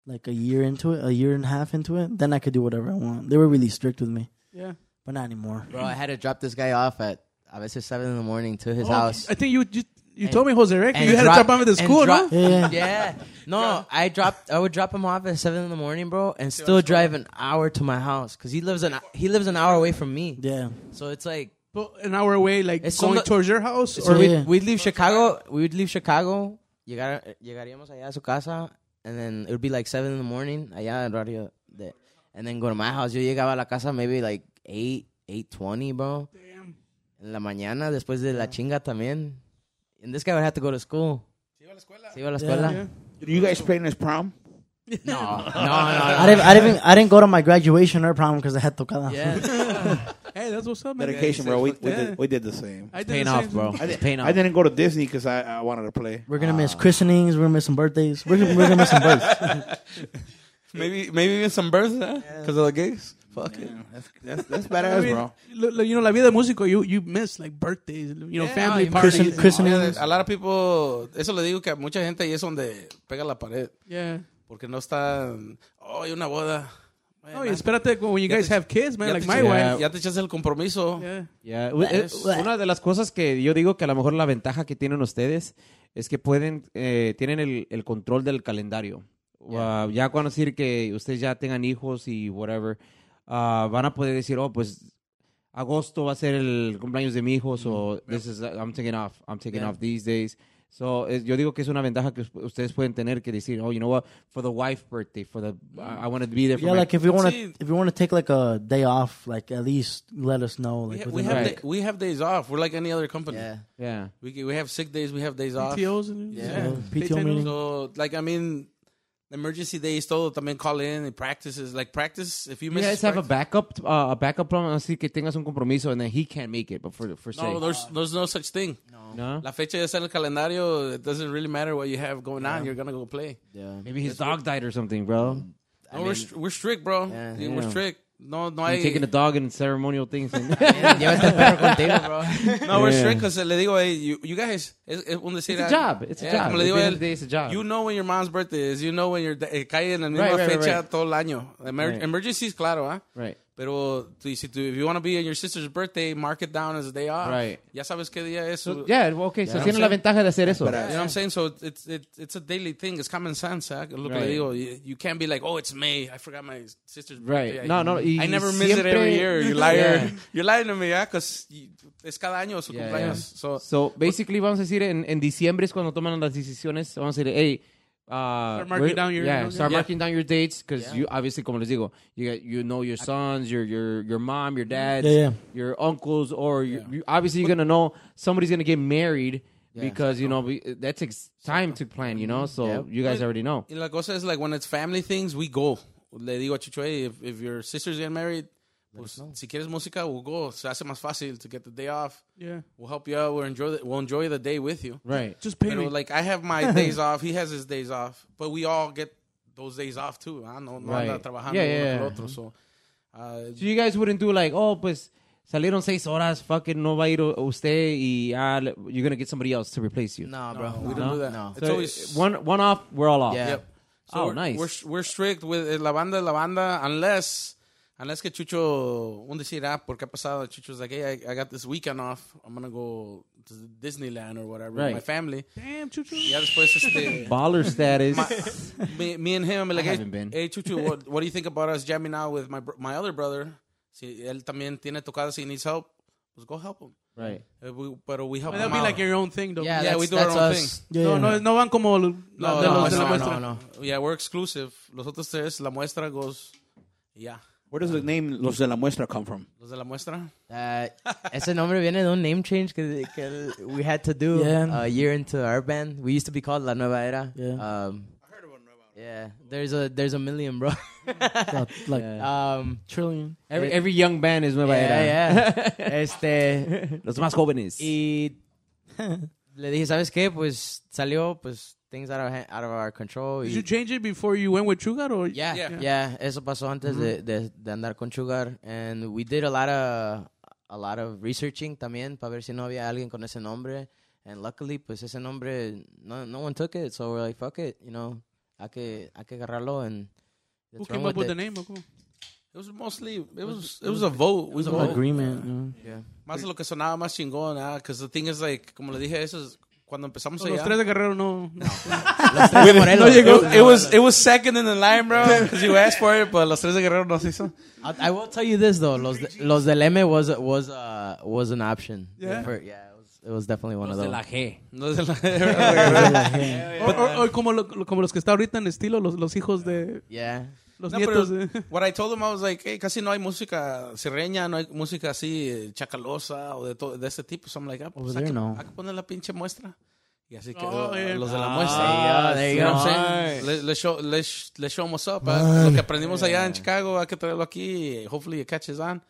S6: like a year into it, a year and a half into it. Then I could do whatever I want. They were really strict with me,
S3: Yeah.
S6: but not anymore.
S7: Bro, I had to drop this guy off at I was at seven in the morning to his
S3: Oh,
S7: house.
S3: I think you you, you
S7: And-
S3: told me Jose Rick
S7: and
S3: you had
S7: drop-
S3: to drop him at the
S7: and
S3: school,
S7: drop-
S3: no? [LAUGHS]
S6: Yeah.
S7: Yeah. No, I dropped. I would drop him off at seven in the morning, bro, and still drive an hour to my house because he lives an he lives an hour away from me.
S6: Yeah.
S7: So it's like
S3: But an hour away, like
S7: It's
S3: going
S7: on the-
S3: towards your house.
S7: so
S6: on
S3: Or
S6: the-
S7: we
S6: yeah.
S7: we'd leave Chicago. We would leave Chicago. Llegar, llegaríamos allá a su casa, and then it would be like seven in the morning allá en radio, de, and then go to my house. Yo llegaba a la casa maybe like eight eight twenty, bro. En la mañana después de la chinga también. And this guy would have to go to school. Se iba a la escuela.
S3: Yeah.
S4: Did you guys play in his prom?
S7: No,
S6: [LAUGHS]
S7: no, no.
S6: I didn't, I didn't I didn't go to my graduation or prom because I had tocada.
S7: Yeah.
S3: hey, that's what's up, man.
S4: Dedication, bro. We, we,
S3: Yeah.
S4: did, we did the same.
S3: I did
S1: Paying
S3: the
S1: off,
S3: same
S1: bro.
S3: thing.
S4: I, did,
S1: Paying off.
S4: I didn't go to Disney because I, I wanted to play.
S6: We're gonna
S7: Ah.
S6: miss christenings. We're gonna miss some birthdays. We're gonna, we're gonna miss some
S7: [LAUGHS]
S6: births.
S5: Maybe, maybe even some birds, because of the gigs. Fuck it.
S4: That's that's, that's
S3: I
S4: badass,
S3: mean,
S4: bro.
S3: lo- lo- you know, la vida de músico, you you miss like birthdays, you know,
S7: Yeah,
S3: family
S7: you
S3: parties.
S6: Christen, christenings.
S5: A lot of people, eso le digo que a mucha gente ahí es donde pega la pared.
S3: Yeah.
S5: Porque no está. Oh, hay una boda.
S3: Oh, yeah, espérate when you guys
S5: te-
S3: have kids, man,
S5: ya
S3: like
S5: te
S3: my
S5: echaste-
S3: wife.
S5: Ya te echaste el compromiso.
S3: Yeah.
S1: Yeah, u- eh, Una de las cosas que yo digo que a lo mejor la ventaja que tienen ustedes es que pueden, eh, tienen el, el control del calendario. Uh, ya cuando decir que ustedes ya tengan hijos y whatever, ah, van a poder decir, oh, pues agosto va a ser el cumpleaños de mi hijo, so this is, uh, I'm taking off, I'm taking
S7: Yeah.
S1: off these days. So, es- yo digo que es una ventaja que us- ustedes pueden tener que decir, oh, you know what, for the wife birthday, for the, I, I want to be there for
S6: Yeah,
S1: my-
S6: like if you want to,
S5: See-
S6: if you want to take like a day off, like at least let us know.
S5: We,
S6: Like
S5: ha-
S6: within
S5: we
S6: the
S5: have
S1: Right.
S5: da- we have days off. We're like any other company.
S7: yeah.
S1: Yeah.
S5: We, g- we have sick days. We have days off.
S3: PTOs and
S7: Yeah.
S6: PTO meeting.
S5: So, like, I mean, emergency days, todo también call in and practices. Like, practice, if you
S1: You
S5: miss.
S1: guys have a
S5: practice-
S1: backup, uh, a backup plan, así que tengas un compromiso, and then he can't make it, but for, for
S5: No,
S1: sake.
S5: there's, there's no such thing.
S1: No?
S5: La fecha ya está en el calendario. It doesn't really matter what you have going on. You're going to go play.
S7: Yeah.
S1: Maybe his dog died or something, bro.
S5: No, we're, str- we're strict, bro.
S7: Yeah.
S5: Yeah, We're
S1: Yeah.
S5: strict. No, no
S1: You're
S5: hay.
S1: taking a dog and ceremonial things. and-
S7: Llévate el perro contigo, bro.
S5: No, we're
S1: Yeah.
S5: strict because le digo, hey, you, you guys, es, es un decir.
S1: It's a
S5: ah,
S1: job. It's a
S5: yeah,
S1: job. At
S5: Como le digo,
S1: the
S5: a
S1: end of
S5: él,
S1: the day, it's a job.
S5: you know when your mom's birthday is, you know when your da- eh, cae en la misma
S1: Right, right, right,
S5: fecha
S1: right.
S5: todo el año. Emer-
S1: Right.
S5: Emergencies, claro, ¿ah?
S1: Right.
S5: Pero tú- si tú, if you want to be at your sister's birthday, mark it down as a day off.
S1: Right.
S5: Ya sabes qué día es.
S1: So,
S5: su-
S1: [LAUGHS] yeah, okay, so tiene la ventaja de hacer eso.
S5: You know what I'm saying? So it's it, it's a daily thing. It's common sense. ah, Zach. Look,
S1: Right.
S5: Leo, you, you can't be like, oh, it's May. I forgot my sister's
S1: Right.
S5: birthday. I-
S1: No, no, y
S5: I never miss it
S1: siempre-
S5: every year. You liar.
S1: [LAUGHS] Yeah.
S5: You're lying to me, yeah? Because es cada año su
S1: Yeah,
S5: cumpleaños.
S1: yeah.
S5: So,
S1: So, basically, vamos a decir, en, en diciembre es cuando toman las decisiones. Vamos a decir, hey, uh,
S3: Start marking
S1: we're-
S3: down your-
S1: yeah, start
S5: Yeah.
S1: marking down your dates because you obviously, como les digo, you got, you know your sons, your your your mom, your dads,
S6: Yeah, yeah.
S1: your uncles, or you, you- obviously you're gonna know somebody's gonna get married because you know we, that takes time to plan. You know, so you guys already know.
S5: y la cosa es, like, when it's family things, we go. Le digo a Chucho, hey, if, if your sister's getting married, pues, si quieres música, we'll go. Se hace más fácil to get the day off.
S3: Yeah.
S5: We'll help you out. We'll enjoy the, we'll enjoy the day with you.
S1: Right.
S3: Just pay
S5: Pero,
S3: me.
S5: like I
S1: [LAUGHS]
S5: have my days off. He has his days off, but we all get those days off too. I no, no anda
S1: Right.
S5: trabajando
S1: Yeah,
S5: uno
S1: yeah,
S5: con
S1: yeah.
S5: otro. So, uh,
S1: So you guys wouldn't do like, oh, pues salieron seis horas, fucking no va a ir u- usted y ah, le- you're gonna get somebody else to replace you.
S7: No, bro.
S5: we don't do that.
S7: No.
S5: It's
S1: So
S5: always
S1: one one off, we're all off.
S7: Yeah.
S5: Yep. So
S1: Oh,
S5: we're,
S1: nice.
S5: We're we're strict with eh, la banda, la banda, unless unless que Chucho un decir ah porque ha pasado. Chucho's like hey, I, I got this weekend off. I'm gonna go to Disneyland or whatever
S1: Right.
S5: with my family.
S3: Damn, chuchu.
S5: Ya después
S1: [LAUGHS]
S5: este.
S1: Baller status.
S5: me, me and him, I'm like, hey,
S1: haven't been.
S5: hey, Chuchu, what, what do you think about us jamming out with my br- my other brother? Si él también tiene tocadas y needs help, pues go help him.
S1: right.
S5: Eh, we- pero we help
S3: That'll
S5: him
S3: be
S5: out.
S3: like your own thing, though.
S7: Yeah,
S5: Yeah,
S7: that's,
S5: we do
S7: that's
S5: our own
S7: us.
S5: thing.
S3: No, no, no van como la-
S5: No,
S3: de
S5: no,
S3: los de la
S5: no,
S3: muestra.
S7: no, no.
S5: Yeah, we're exclusive. Los otros tres, la muestra goes, yeah.
S4: Where does the name Los de la Muestra come from?
S5: Los de la muestra.
S7: Uh, ese nombre viene de un name change que, que we had to do uh,
S6: Yeah.
S7: a year into our band. We used to be called La Nueva Era.
S6: Yeah.
S7: Um, yeah, there's a there's a million, bro. [LAUGHS]
S6: Like, uh, like
S7: Um,
S6: trillion.
S1: Every every young band is nueva era.
S7: yeah,
S1: [LAUGHS]
S7: yeah. Este,
S1: Los más jóvenes. [LAUGHS]
S7: Y le dije, ¿sabes qué? Pues salió, pues, things out of, hand- out of our control.
S3: Did
S7: Y,
S3: you change it before you went with Sugar or?
S7: yeah, yeah,
S5: Yeah.
S7: eso pasó antes de, de, de andar con Sugar. And we did a lot of, a lot of researching también para ver si no había alguien con ese nombre. And luckily, pues ese nombre, no, no one took it. So we're like, fuck it, you know, hay que, hay que agarrarlo. And
S3: Who
S7: let's
S3: came
S7: run
S3: up with the
S7: it.
S3: name? Oh, come on.
S5: It was mostly, it was, it was a vote. It was a vote.
S6: Agreement. you
S7: Yeah.
S5: Más lo que sonaba más chingón, ah, because the thing is like, como le dije, eso es cuando empezamos
S3: So los
S5: allá.
S3: tres de Guerrero no.
S5: No llegó. It, was it was second in the line, bro. Because you asked for it, but los tres de Guerrero no se hizo.
S7: I, I will tell you this though, los, de- los del M was was uh, was an option.
S3: Yeah?
S7: For- yeah, it was, it was definitely one of those.
S1: G.
S5: Los de la [LAUGHS] Guerrero.
S3: Or, or,
S7: uh,
S3: or como, lo, como los que está ahorita en estilo, los, los hijos de
S7: Yeah.
S3: los
S5: No,
S3: nietos.
S5: pero-
S3: de-
S5: What I told him, I was like, hey, casi no hay música sirreña, no hay música así eh, chacalosa o de, to- de ese tipo. So I'm like, ah, pues
S6: Over
S5: hay
S6: there,
S5: que,
S6: no.
S5: hay que poner la pinche muestra. Y así que
S3: Oh, yeah.
S5: los de la
S7: Ah,
S5: muestra.
S7: yeah, there
S5: You
S7: you
S5: know
S7: go.
S5: what I'm saying? Le, le show, le, sh- le showmos up. ah. Lo que aprendimos allá en Chicago, hay que traerlo aquí. Hopefully it catches on.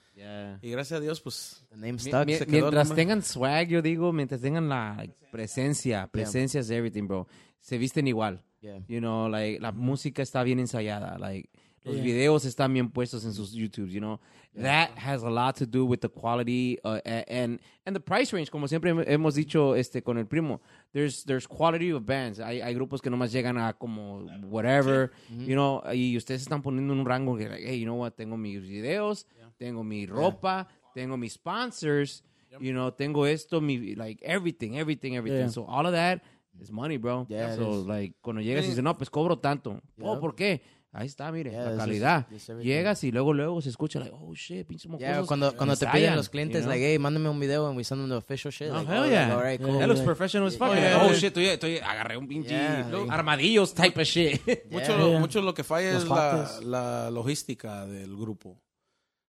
S5: Y gracias a Dios, pues...
S7: The name
S1: Mi-
S7: stuck.
S1: mi-
S7: Se quedó
S1: mientras
S7: nomás.
S1: tengan swag, yo digo, mientras tengan la like, presencia, presencia es everything, bro. Se visten igual.
S7: Yeah.
S1: You know, like la música está bien ensayada, like los videos están bien puestos en sus YouTube, you know. That has a lot to do with the quality uh, a- and and the price range, como siempre hem- hemos dicho este con el primo. There's there's quality of bands. Hay, hay grupos que nomás llegan a como whatever, you know, y ustedes están poniendo en un rango que like, hey, you know what, tengo mis videos, tengo mi ropa, tengo mis sponsors, you know, tengo esto, mi like everything, everything, everything.
S6: Yeah.
S1: So all of that is money, bro.
S7: Yeah, it
S1: So,
S7: is.
S1: Like, cuando llegas y dices, no, pues cobro tanto. Oh,
S7: Yeah.
S1: ¿por qué? Ahí está, mire,
S7: Yeah,
S1: la
S7: this is-
S1: calidad.
S7: this is everything.
S1: llegas y luego, luego se escucha, like, oh, shit, pinche
S7: Yeah,
S1: mocosos.
S7: cuando, cuando te
S1: Ensayan,
S7: piden los clientes,
S1: you know?
S7: like, hey, mándame un video and we send them the official shit.
S1: Oh,
S7: like,
S1: hell
S7: oh,
S1: yeah.
S7: like, all right, cool.
S1: That looks professional as fuck.
S3: yeah,
S1: Like,
S3: yeah.
S1: Oh, shit, estoy, estoy- agarré un pinche
S7: Yeah.
S1: Luego, armadillos type of shit.
S5: Mucho,
S6: Yeah.
S5: mucho lo que falla
S6: Los
S5: es la,
S6: factors.
S5: la logística del grupo.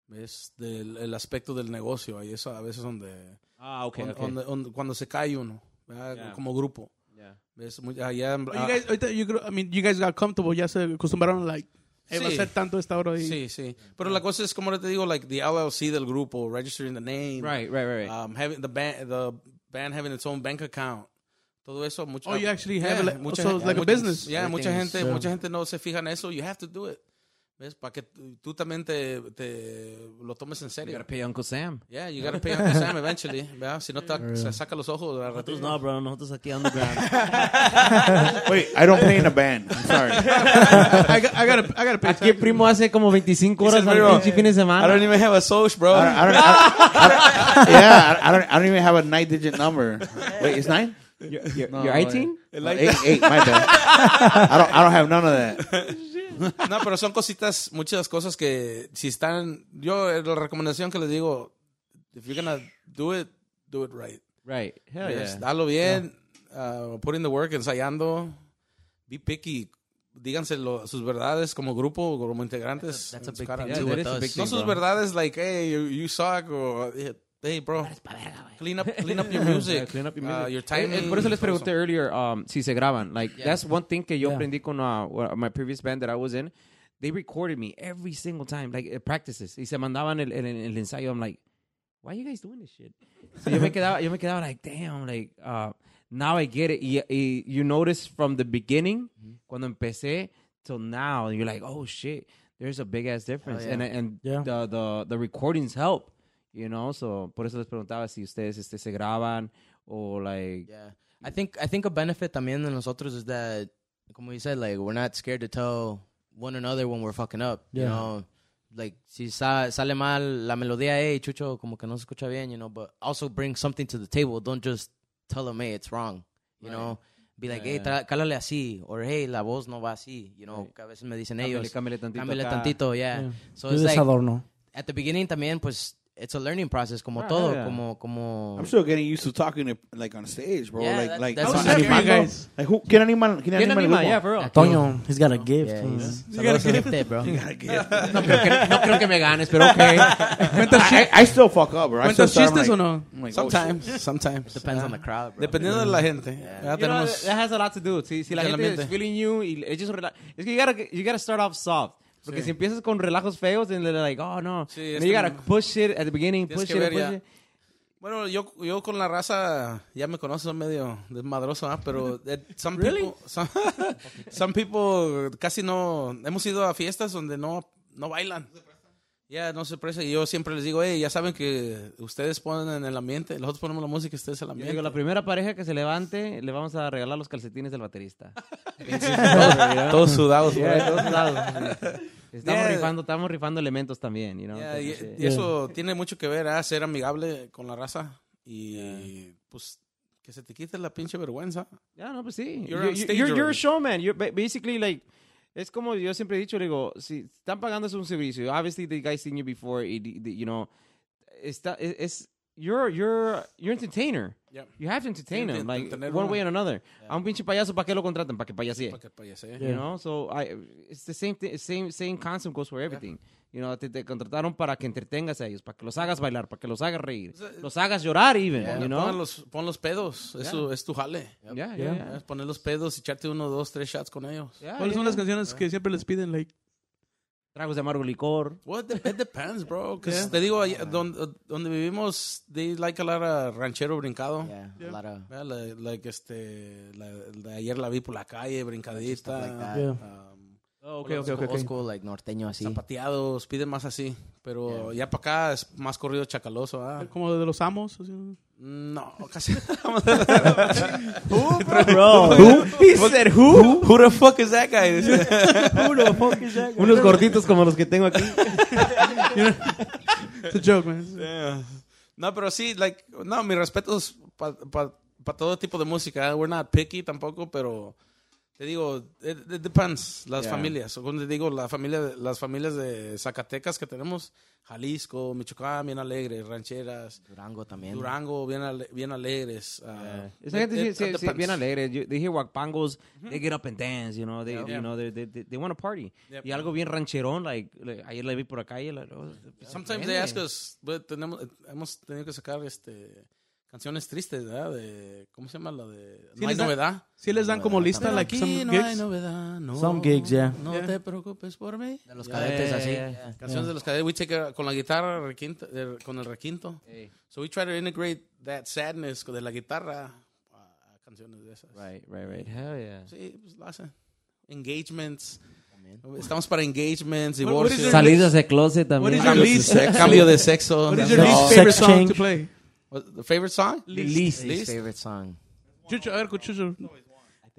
S5: ¿Ves? Del, el aspecto del negocio. Ahí es a veces donde,
S1: ah, ok,
S5: on- donde- donde- cuando se cae uno, ¿verdad?
S1: Yeah.
S5: como grupo. ¿Ves? Muy- allá en- ah,
S3: Oh, you guys, ahorita you grew- I mean, you guys got comfortable. Ya se acostumbraron, like, eh, va a
S5: Sí.
S3: ser tanto esta hora. Y,
S5: sí, sí. Pero la cosa es, como ahora te digo, like the LLC del grupo, registering the name,
S1: Right, right, right. right.
S5: um, having the band, the band having its own bank account. Todo eso, mucho.
S3: Oh, you actually have, like,
S5: mucha
S3: so it's
S5: gente-
S3: like a
S5: mucha-
S3: business.
S5: Yeah, mucha
S7: Everything is,
S5: gente,
S7: yeah.
S5: mucha gente no se fija en eso. You have to do it. ¿Ves? Para que tú tú también te, te lo tomes en
S1: You
S5: serio.
S1: gotta pay Uncle Sam.
S5: Yeah, you gotta pay Uncle Sam eventually. ¿verdad? Si
S1: [LAUGHS]
S5: no te se saca los ojos. al
S3: [LAUGHS]
S5: ratito.
S9: Nosotros no, bro. Nosotros aquí underground.
S4: Wait, I don't play in a band. I'm sorry.
S3: I got, I got, I got pay
S1: Aquí el primo hace como 25 horas al pinche fin de
S5: I don't
S1: semana.
S5: even have a social, bro.
S4: I don't, I don't, I don't- yeah, I don't, I don't even have a nine digit number. Wait, it's nine?
S1: You're,
S4: No,
S1: you're
S4: no,
S1: 18?
S4: Like eight, eight, my bad. I don't, I don't have none of that.
S5: No, pero son cositas, muchas cosas que si están. Yo, eh, la recomendación que les digo: if you're gonna do it, do it right.
S1: Right. Hell
S5: Yes,
S1: yeah.
S5: Dalo bien, uh, put in the work, ensayando, be picky. Díganse lo- sus verdades como grupo, como integrantes.
S7: That's a
S5: en su
S7: big
S5: cara.
S7: thing
S1: Yeah,
S7: too
S1: that
S7: with
S1: is a
S7: us.
S1: big
S5: No
S1: thing,
S5: sus verdades, like, hey, you, you suck, o eh, hey, bro, clean up, clean up
S1: [LAUGHS]
S5: your music.
S1: Clean up your
S5: Uh,
S1: music.
S5: your
S1: Eh, eh,
S5: timing,
S1: por eso les
S5: todo
S1: pregunté earlier um, si se graban. Like, that's one thing que yo
S6: Yeah.
S1: aprendí con uh, wh- my previous band that I was in. They recorded me every single time, like eh, practices. Y se mandaban el, el, el ensayo. I'm like, why are you guys doing this shit? So yo me quedaba, yo me quedaba like, damn, like, uh, now I get it. Y, y you notice from the beginning, cuando empecé, till now, you're like, oh shit, there's a big ass difference. And, and
S6: Yeah.
S1: the, the, the recordings help, you know? So, por eso les preguntaba si ustedes este, se graban o like,
S7: Yeah, I think I think a benefit también de nosotros is that, como you said, like we're not scared to tell one another when we're fucking up. You
S6: Yeah.
S7: know, like si sa- sale mal la melodía, hey Chucho, como que no se escucha bien. You know, but also bring something to the table. Don't just tell them, hey, it's wrong. You know, be like, hey, tra- cálale así, or hey, la voz no va así. You know, que a veces me dicen ellos,
S1: Cámbiale, cámbiale tantito
S7: cámbiale
S1: acá.
S7: tantito, yeah.
S6: Yeah.
S7: So
S6: Yo
S7: it's like
S6: desadorno.
S7: at the beginning también, pues. It's a learning process, como
S1: Ah,
S7: todo,
S1: yeah.
S7: como como.
S4: I'm still getting used to talking to, like on stage, bro.
S7: Yeah,
S4: like,
S7: that-
S4: like,
S7: that's
S4: like,
S7: what I'm
S4: animando.
S3: saying, guys.
S4: Like, who, ¿quién anima, quién
S1: ¿Quién
S4: anima el
S1: anima?
S4: grupo?
S1: Yeah, for real.
S6: Toño, he's got a gift.
S7: Yeah,
S6: man.
S7: he's- saludos a usted, bro.
S1: No creo, que, no creo que me ganes, pero ok.
S4: I, I I still fuck up, bro. I still
S3: ¿Cuentas
S4: start, I'm
S3: chistes
S4: like-
S3: o no?
S4: I'm like, oh,
S5: Sometimes, sometimes.
S7: Depends on the crowd, bro.
S5: Dependiendo de la gente.
S1: You
S5: Ya
S1: know,
S5: tenemos-
S1: that has a lot to do. Si, si la
S5: De la
S1: gente
S5: mente.
S1: is feeling you, y ellos rela- es que you gotta, you gotta start off soft. Porque si empiezas con relajos feos, and they're like, oh no.
S5: Sí,
S1: And
S5: es
S1: then you gotta
S5: como-
S1: push it at the beginning,
S5: Tienes
S1: push
S5: que
S1: it,
S5: ver
S1: push
S5: ya.
S1: it.
S5: Bueno, yo, yo con la raza ya me conozco, soy medio desmadroso, ¿ah? pero eh,
S1: [LAUGHS]
S5: some, people, some, [LAUGHS] some people casi no... Hemos ido a fiestas donde no, no bailan. Ya, no se presta. Y yo siempre les digo, hey, ya saben que ustedes ponen en el ambiente, nosotros ponemos la música y ustedes el
S1: Yo
S5: ambiente.
S1: digo, la primera pareja que se levante, le vamos a regalar los calcetines del baterista.
S5: Todos [LAUGHS] sudados.
S1: Yeah, de todos lados. Estamos
S5: Yeah.
S1: rifando, estamos rifando elementos también, you know.
S5: Yeah, y,
S1: Entonces,
S5: y eso
S1: eh.
S5: tiene mucho que ver, a ser amigable con la raza y pues que se te quite la pinche vergüenza.
S1: Ya, no, pues sí.
S5: You're
S1: You-
S5: on
S1: you-
S5: stage
S1: you're, you're a
S5: already.
S1: showman. You're ba- basically like. Es como yo siempre he dicho, le digo, si están pagando es un servicio. Obviously, the guys seen you before, y di- di- you know. Está, es, es- you're, you're, you're entertainer.
S5: Yep.
S1: You have to entertain
S5: Sí,
S1: them,
S5: ent-
S1: like,
S5: entretener
S1: one
S5: uno.
S1: way or another. A un pinche payaso, ¿para qué lo contratan? Para que payasee.
S5: Para que payasee.
S1: You know, so I, it's the same thing, same, same concept goes for everything. You know, te, te contrataron para que entretengas a ellos, para que los hagas bailar, para que los hagas reír, los hagas llorar, even, you know.
S5: Pon los, pon los pedos, eso es tu jale.
S1: Yeah, yeah, yeah.
S5: Es Poner los pedos, echarte uno, dos, tres shots con ellos.
S1: Yeah, yeah,
S3: ¿Cuáles son
S1: yeah.
S3: las canciones que siempre les piden? Like,
S1: Tragos de amargo licor.
S5: What the- it depends, bro. 'cause Te digo,
S1: Ah.
S5: allá- donde, donde vivimos, they like a lot of ranchero brincado.
S7: Yeah, a lot of
S5: Yeah, like, like, este, la, la- ayer la vi por la calle, brincadita.
S7: like that.
S6: Yeah.
S5: um,
S7: okay, okay, okay, old school like norteño así.
S5: zapateados, piden más así. Pero ya para acá es más corrido chacaloso. ¿ah?
S3: como de los amos. así, ¿no?
S1: [LAUGHS]
S5: No, casi. [LAUGHS] Who the fuck is that [LAUGHS] guy?
S1: Unos gorditos como los que tengo aquí.
S3: It's a joke, man.
S5: Yeah. Eh, No, pero sí, like, no, mis respetos para todo tipo de música. ¿eh? We're not picky tampoco, pero te digo, it, it depends. Las familias, como te digo, la familia, las familias de Zacatecas que tenemos, Jalisco, Michoacán, bien alegres, rancheras,
S7: Durango también.
S5: Durango, bien, ale- bien alegres. ah,
S1: Esa gente
S5: it-
S1: sí,
S5: it-
S1: sí,
S5: it
S1: sí, bien
S5: depends.
S1: alegre. You- They hear guapangos, they get up and dance, you know, they,
S5: Yeah.
S1: you know, they, they, they, want to party.
S5: Yep.
S1: Y algo bien rancherón, like, like, ayer la vi por acá y la, oh,
S5: Sometimes they ask us, but tenemos, hemos tenido que sacar este canciones tristes, ¿verdad? De, ¿Cómo se llama la de?
S3: Sí,
S5: no hay
S3: les da-
S5: novedad.
S3: Sí les dan como lista,
S5: Pero
S3: like,
S5: aquí
S3: some
S5: no hay
S3: gigs.
S5: novedad, no.
S6: Some gigs, yeah.
S5: No
S3: Yeah.
S5: te preocupes por mí.
S7: De los cadetes así.
S5: Canciones de los cadetes, we take it con la guitarra, requinto- eh, con el requinto. So we try to integrate that sadness de la guitarra a a canciones de esas.
S1: Right, right, right. Hell yeah.
S5: Sí, pues lo hacen. Engagements. Estamos para engagements,
S3: what is
S5: divorcios,
S3: your-
S1: Salidas de closet también.
S3: is your
S5: cambios, de
S3: least-
S5: [LAUGHS] sexo, cambio de sexo.
S3: What is your
S5: No.
S3: least
S6: Sex
S3: favorite song to
S6: change.
S3: play?
S5: What- the favorite song?
S7: Least,
S5: Least.
S7: favorite song.
S3: Chucho, a ver, con Chucho.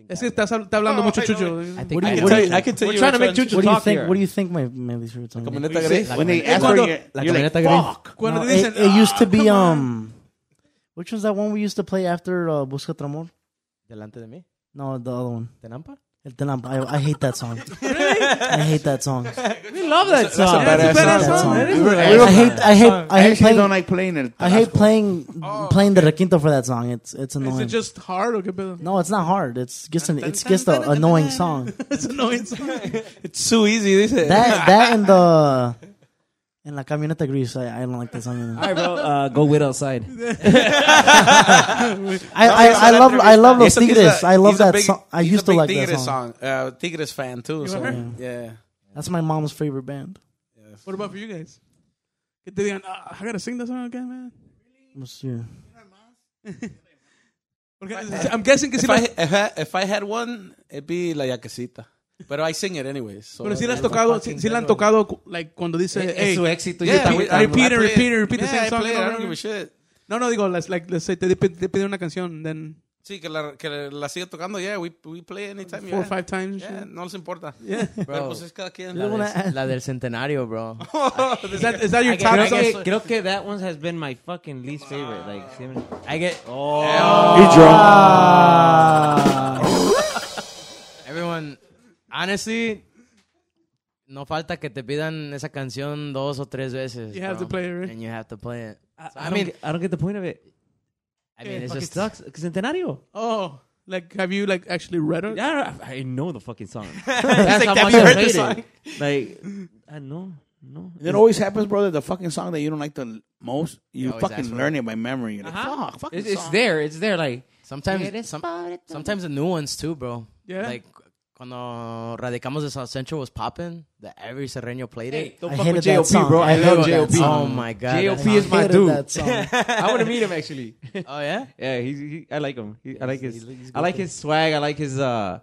S3: Es que está, está hablando mucho Chucho.
S7: I
S6: What
S7: think
S6: do
S7: I
S6: you-
S7: know.
S6: what do you-
S5: I can tell
S1: We're
S5: you
S1: trying to
S5: which
S1: make
S5: one.
S1: Chucho
S6: What do you
S1: talk
S6: think?
S1: here.
S6: What do you think my my least favorite song? is?
S5: Camioneta gris.
S4: When they ask for
S3: cuando-
S4: your,
S7: La
S4: you're like,
S7: camioneta gris.
S4: fuck.
S3: Cuando
S6: No, eh,
S3: te dicen,
S6: it, it used to
S3: "Ah,
S6: be
S3: come on."
S6: um, which was that one we used to play after uh, Busca Otro Amor?
S7: Delante de mí.
S6: No, the other one.
S7: Tenampa.
S6: El Tenampa. I, I hate that song. I hate that song.
S1: We love that
S5: a
S1: song.
S5: badass
S6: I
S5: song.
S6: hate that
S5: That's
S6: song.
S1: That is
S4: We were-
S1: a-
S4: we were-
S6: I hate. I hate. I
S4: I
S6: hate
S4: actually
S6: playing.
S4: don't like playing el
S6: I hate
S4: Tabasco.
S6: playing playing the requinto for that song. It's it's
S3: "Ah, Is
S6: annoying.
S3: it just hard or qué pedo?
S6: No, it's not hard. It's just an it's just an annoying song.
S3: It's annoying. song.
S5: It's too easy, dice. [LAUGHS]
S6: That that and the and la camioneta gris. I, I don't like that song. Either.
S1: All right, bro. Uh, go with outside.
S6: [LAUGHS] I, I, I love I love Los
S5: Eso que he's
S6: Tigres.
S5: a-
S6: I love
S5: he's a
S6: that
S5: big-
S6: song. I
S5: he's a
S6: used to
S5: big
S6: like that
S5: Tigres
S6: song.
S5: Uh, Tigres fan too. So,
S3: are?
S5: yeah.
S6: That's my mom's favorite band.
S3: What about for you guys? Que te digan, "Ah, I gotta sing that song again, man.
S6: Monsieur.
S3: Porque I'm guessing que si
S5: If I,
S3: las,
S5: if, I, if I had one, it'd be La Yaquecita. But I sing it anyways. So
S3: pero si las tocado, si, si la han tocado, cu- like cuando dice,
S1: E-,
S3: hey,
S1: éxito.
S5: Yeah,
S3: I
S5: we-
S3: repeat
S5: play
S3: and
S5: it.
S3: repeat and repeat the
S5: Yeah,
S3: same
S5: I
S3: song
S5: play it.
S3: over
S5: I
S3: and
S5: don't give
S3: over.
S5: a shit.
S3: no, no, digo, let's, like, let's say, te, te, te pide una canción, then
S5: Sí, que la, que la siga tocando. Yeah, we, we play anytime.
S3: four or
S5: yeah.
S3: five times.
S5: Yeah,
S3: shit.
S5: no les importa.
S3: Yeah.
S5: Pero pues es cada quien.
S7: La
S1: [LAUGHS]
S7: del, la del centenario, bro.
S3: Is that, is that your top
S1: Creo
S3: song?
S1: que,
S7: [LAUGHS]
S1: creo que that one has been my fucking least favorite. Like, siempre- oh.
S7: I get. [LAUGHS] Everyone, honestly, no falta que te pidan esa canción dos o tres veces.
S3: You have
S7: bro.
S3: to play it, right?
S7: And you have to play it.
S1: I,
S7: So,
S1: I mean, I don't get the point of it.
S7: I mean, it's
S1: Fucking [LAUGHS]
S7: just
S1: sucks. Centenario.
S3: Oh, like, have you, like, actually read it?
S1: Yeah, I I know the fucking song. That's how much I hate it. Like, I know, no.
S4: It always happens, brother. The fucking song that you don't like the l- most, you
S7: always ask
S4: fucking
S7: for
S4: learn it by memory. You're like,
S1: Uh-huh.
S4: fuck, fuck
S1: It's,
S4: this
S1: it's
S4: song.
S1: there. It's there. Like,
S7: sometimes, some- sometimes the new ones too, bro.
S3: Yeah.
S7: Like cuando Radicamos de South Central was popping, that every Serreño played it.
S1: don't
S6: I
S1: fuck
S6: hated
S1: with
S6: that
S1: JLP,
S6: song.
S1: bro.
S6: I
S1: I love
S6: hated that
S1: JLP.
S7: Oh
S6: song.
S7: my god. that
S1: JLP is
S7: song.
S1: my
S6: hated
S1: dude. [LAUGHS]
S6: That song.
S1: I want to meet him
S5: [LAUGHS]
S1: actually.
S7: Oh yeah.
S1: yeah, he's, he, I like him. He, I like his.
S7: he's
S1: I like his swag. I like his. uh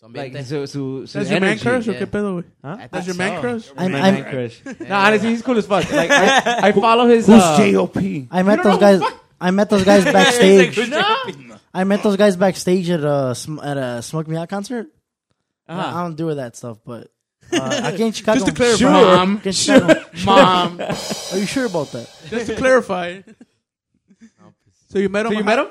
S7: Son
S1: Like
S7: veinte.
S1: su, su, su
S3: That's your man
S1: energy.
S3: crush or
S7: yeah.
S3: qué pedo, güey?
S1: Huh?
S7: I
S3: That's your
S7: think
S3: man
S7: so.
S3: crush?
S1: My
S6: I'm,
S1: man
S6: I'm,
S1: crush. no, honestly, he's cool as fuck. Like, [LAUGHS] I, I follow his.
S4: Who's
S1: uh,
S4: J.O.P.?
S6: I met those guys. I met those guys backstage.
S1: No?
S6: I met those guys backstage at a sm- at a Smoke Me Out concert. I
S1: Uh-huh.
S6: don't do that stuff, but uh, I can't Chicago.
S3: Just to clarify.
S6: Mom.
S3: Mom.
S6: Are you sure about that?
S3: Just to clarify. So you met him?
S1: pues So you met him?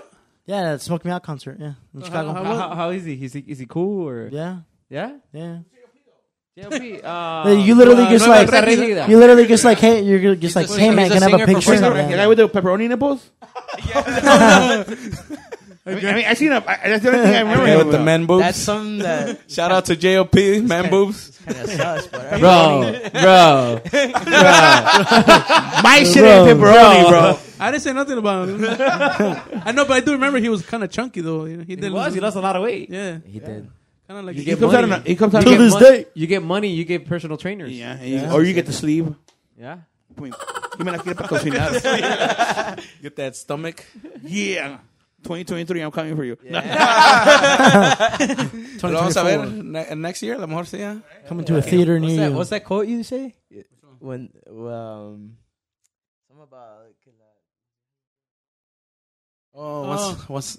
S6: Yeah, that Smoke Me Out concert. Yeah, in Chicago.
S1: How, how, how is he? Is he is he cool or
S6: Yeah,
S1: yeah?
S6: yeah.
S1: JLP.
S7: [LAUGHS]
S6: Hey,
S1: Um,
S6: you literally
S3: uh,
S6: just
S3: no,
S6: like
S3: no,
S1: Regida.
S6: you literally just like hey you're just like
S7: a
S6: hey
S7: singer-
S6: man
S7: he's a
S6: can I have a
S7: singer for
S6: picture.
S7: Puerto
S4: The guy with the pepperoni
S5: [LAUGHS]
S4: nipples? [LAUGHS] I mean, I mean, I seen him. I, I- that's the only thing I
S5: [LAUGHS]
S4: remember.
S5: Okay,
S4: him
S5: with the
S4: about.
S5: man boobs.
S7: That's something that
S5: Shout out to JOP, man boobs.
S7: kinda sucks, but
S1: bro, bro.
S4: My shit ain't pepperoni, bro.
S3: I didn't say nothing about him. I know, but I do remember he was kind of chunky though. You know, he,
S1: He
S3: did
S1: was. He lost a lot of weight.
S3: Yeah,
S7: he did.
S3: kind of like
S1: You
S4: He
S1: get
S4: comes out.
S1: money.
S4: In a, he comes out.
S6: To
S4: in a-
S6: this day,
S1: You get money. You get personal trainers.
S4: Yeah, and you- or you get the sleeve.
S1: Yeah.
S4: I mean, you mean I
S5: [LAUGHS]
S4: get patrocinar?
S5: Get that stomach.
S4: Yeah. 2023, I'm coming for you. [LAUGHS]
S5: [LAUGHS] Pero vamos a ver ne- next year, a lo mejor sí. ¿eh?
S6: coming to a theater
S7: What's
S6: near
S7: that,
S6: you. [LAUGHS]
S7: what's that quote you say? When um, something about
S5: Oh, once, once,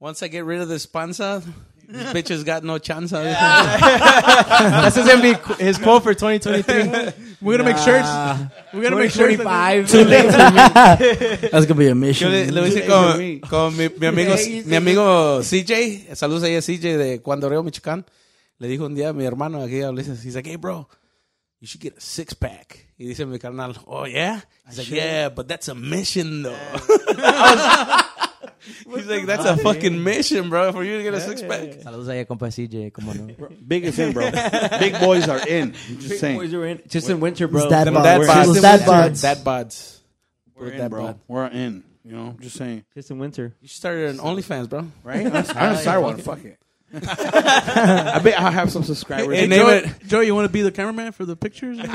S5: once I get rid of this panza, these bitches got no chance.
S7: that's his MB, his quote for 2023.
S3: We're gonna make shirts. We're gonna make shirts. that-
S1: 25.
S6: That's gonna be a
S5: Yo
S6: mission.
S5: le, le voy a decir con, con mi, mi amigo, mi amigo CJ, saludos ahí a CJ de Cuando Reo, Michoacán. Le dijo un día a mi hermano aquí a Ulises, he's like, hey bro, you should get a six pack. Y dice mi carnal, oh yeah? He's like, yeah, but that's a mission though. [LAUGHS] he's like, that's a fucking mission, bro, for you to get a six pack.
S7: Saludos ahí a compa CJ, cómo no.
S4: Big is in, bro. Big boys are in. I'm just saying.
S1: Just in winter, bro.
S6: Dad
S5: Them
S6: bods.
S5: dad
S6: It
S5: bods.
S6: was
S5: Them
S6: dad bods.
S5: Dad bods.
S4: We're in,
S5: that
S4: bro.
S5: bad.
S4: We're in. You know, just saying.
S1: Just in winter.
S5: You should start an OnlyFans, bro.
S4: Right? I'm gonna start one. Fuck it. I bet I'll have some [LAUGHS] subscribers.
S3: Hey,
S5: Hey, name
S3: Joe, [LAUGHS]
S5: it
S3: Joe, you want to be the cameraman for
S1: [LAUGHS]
S3: the pictures?
S5: El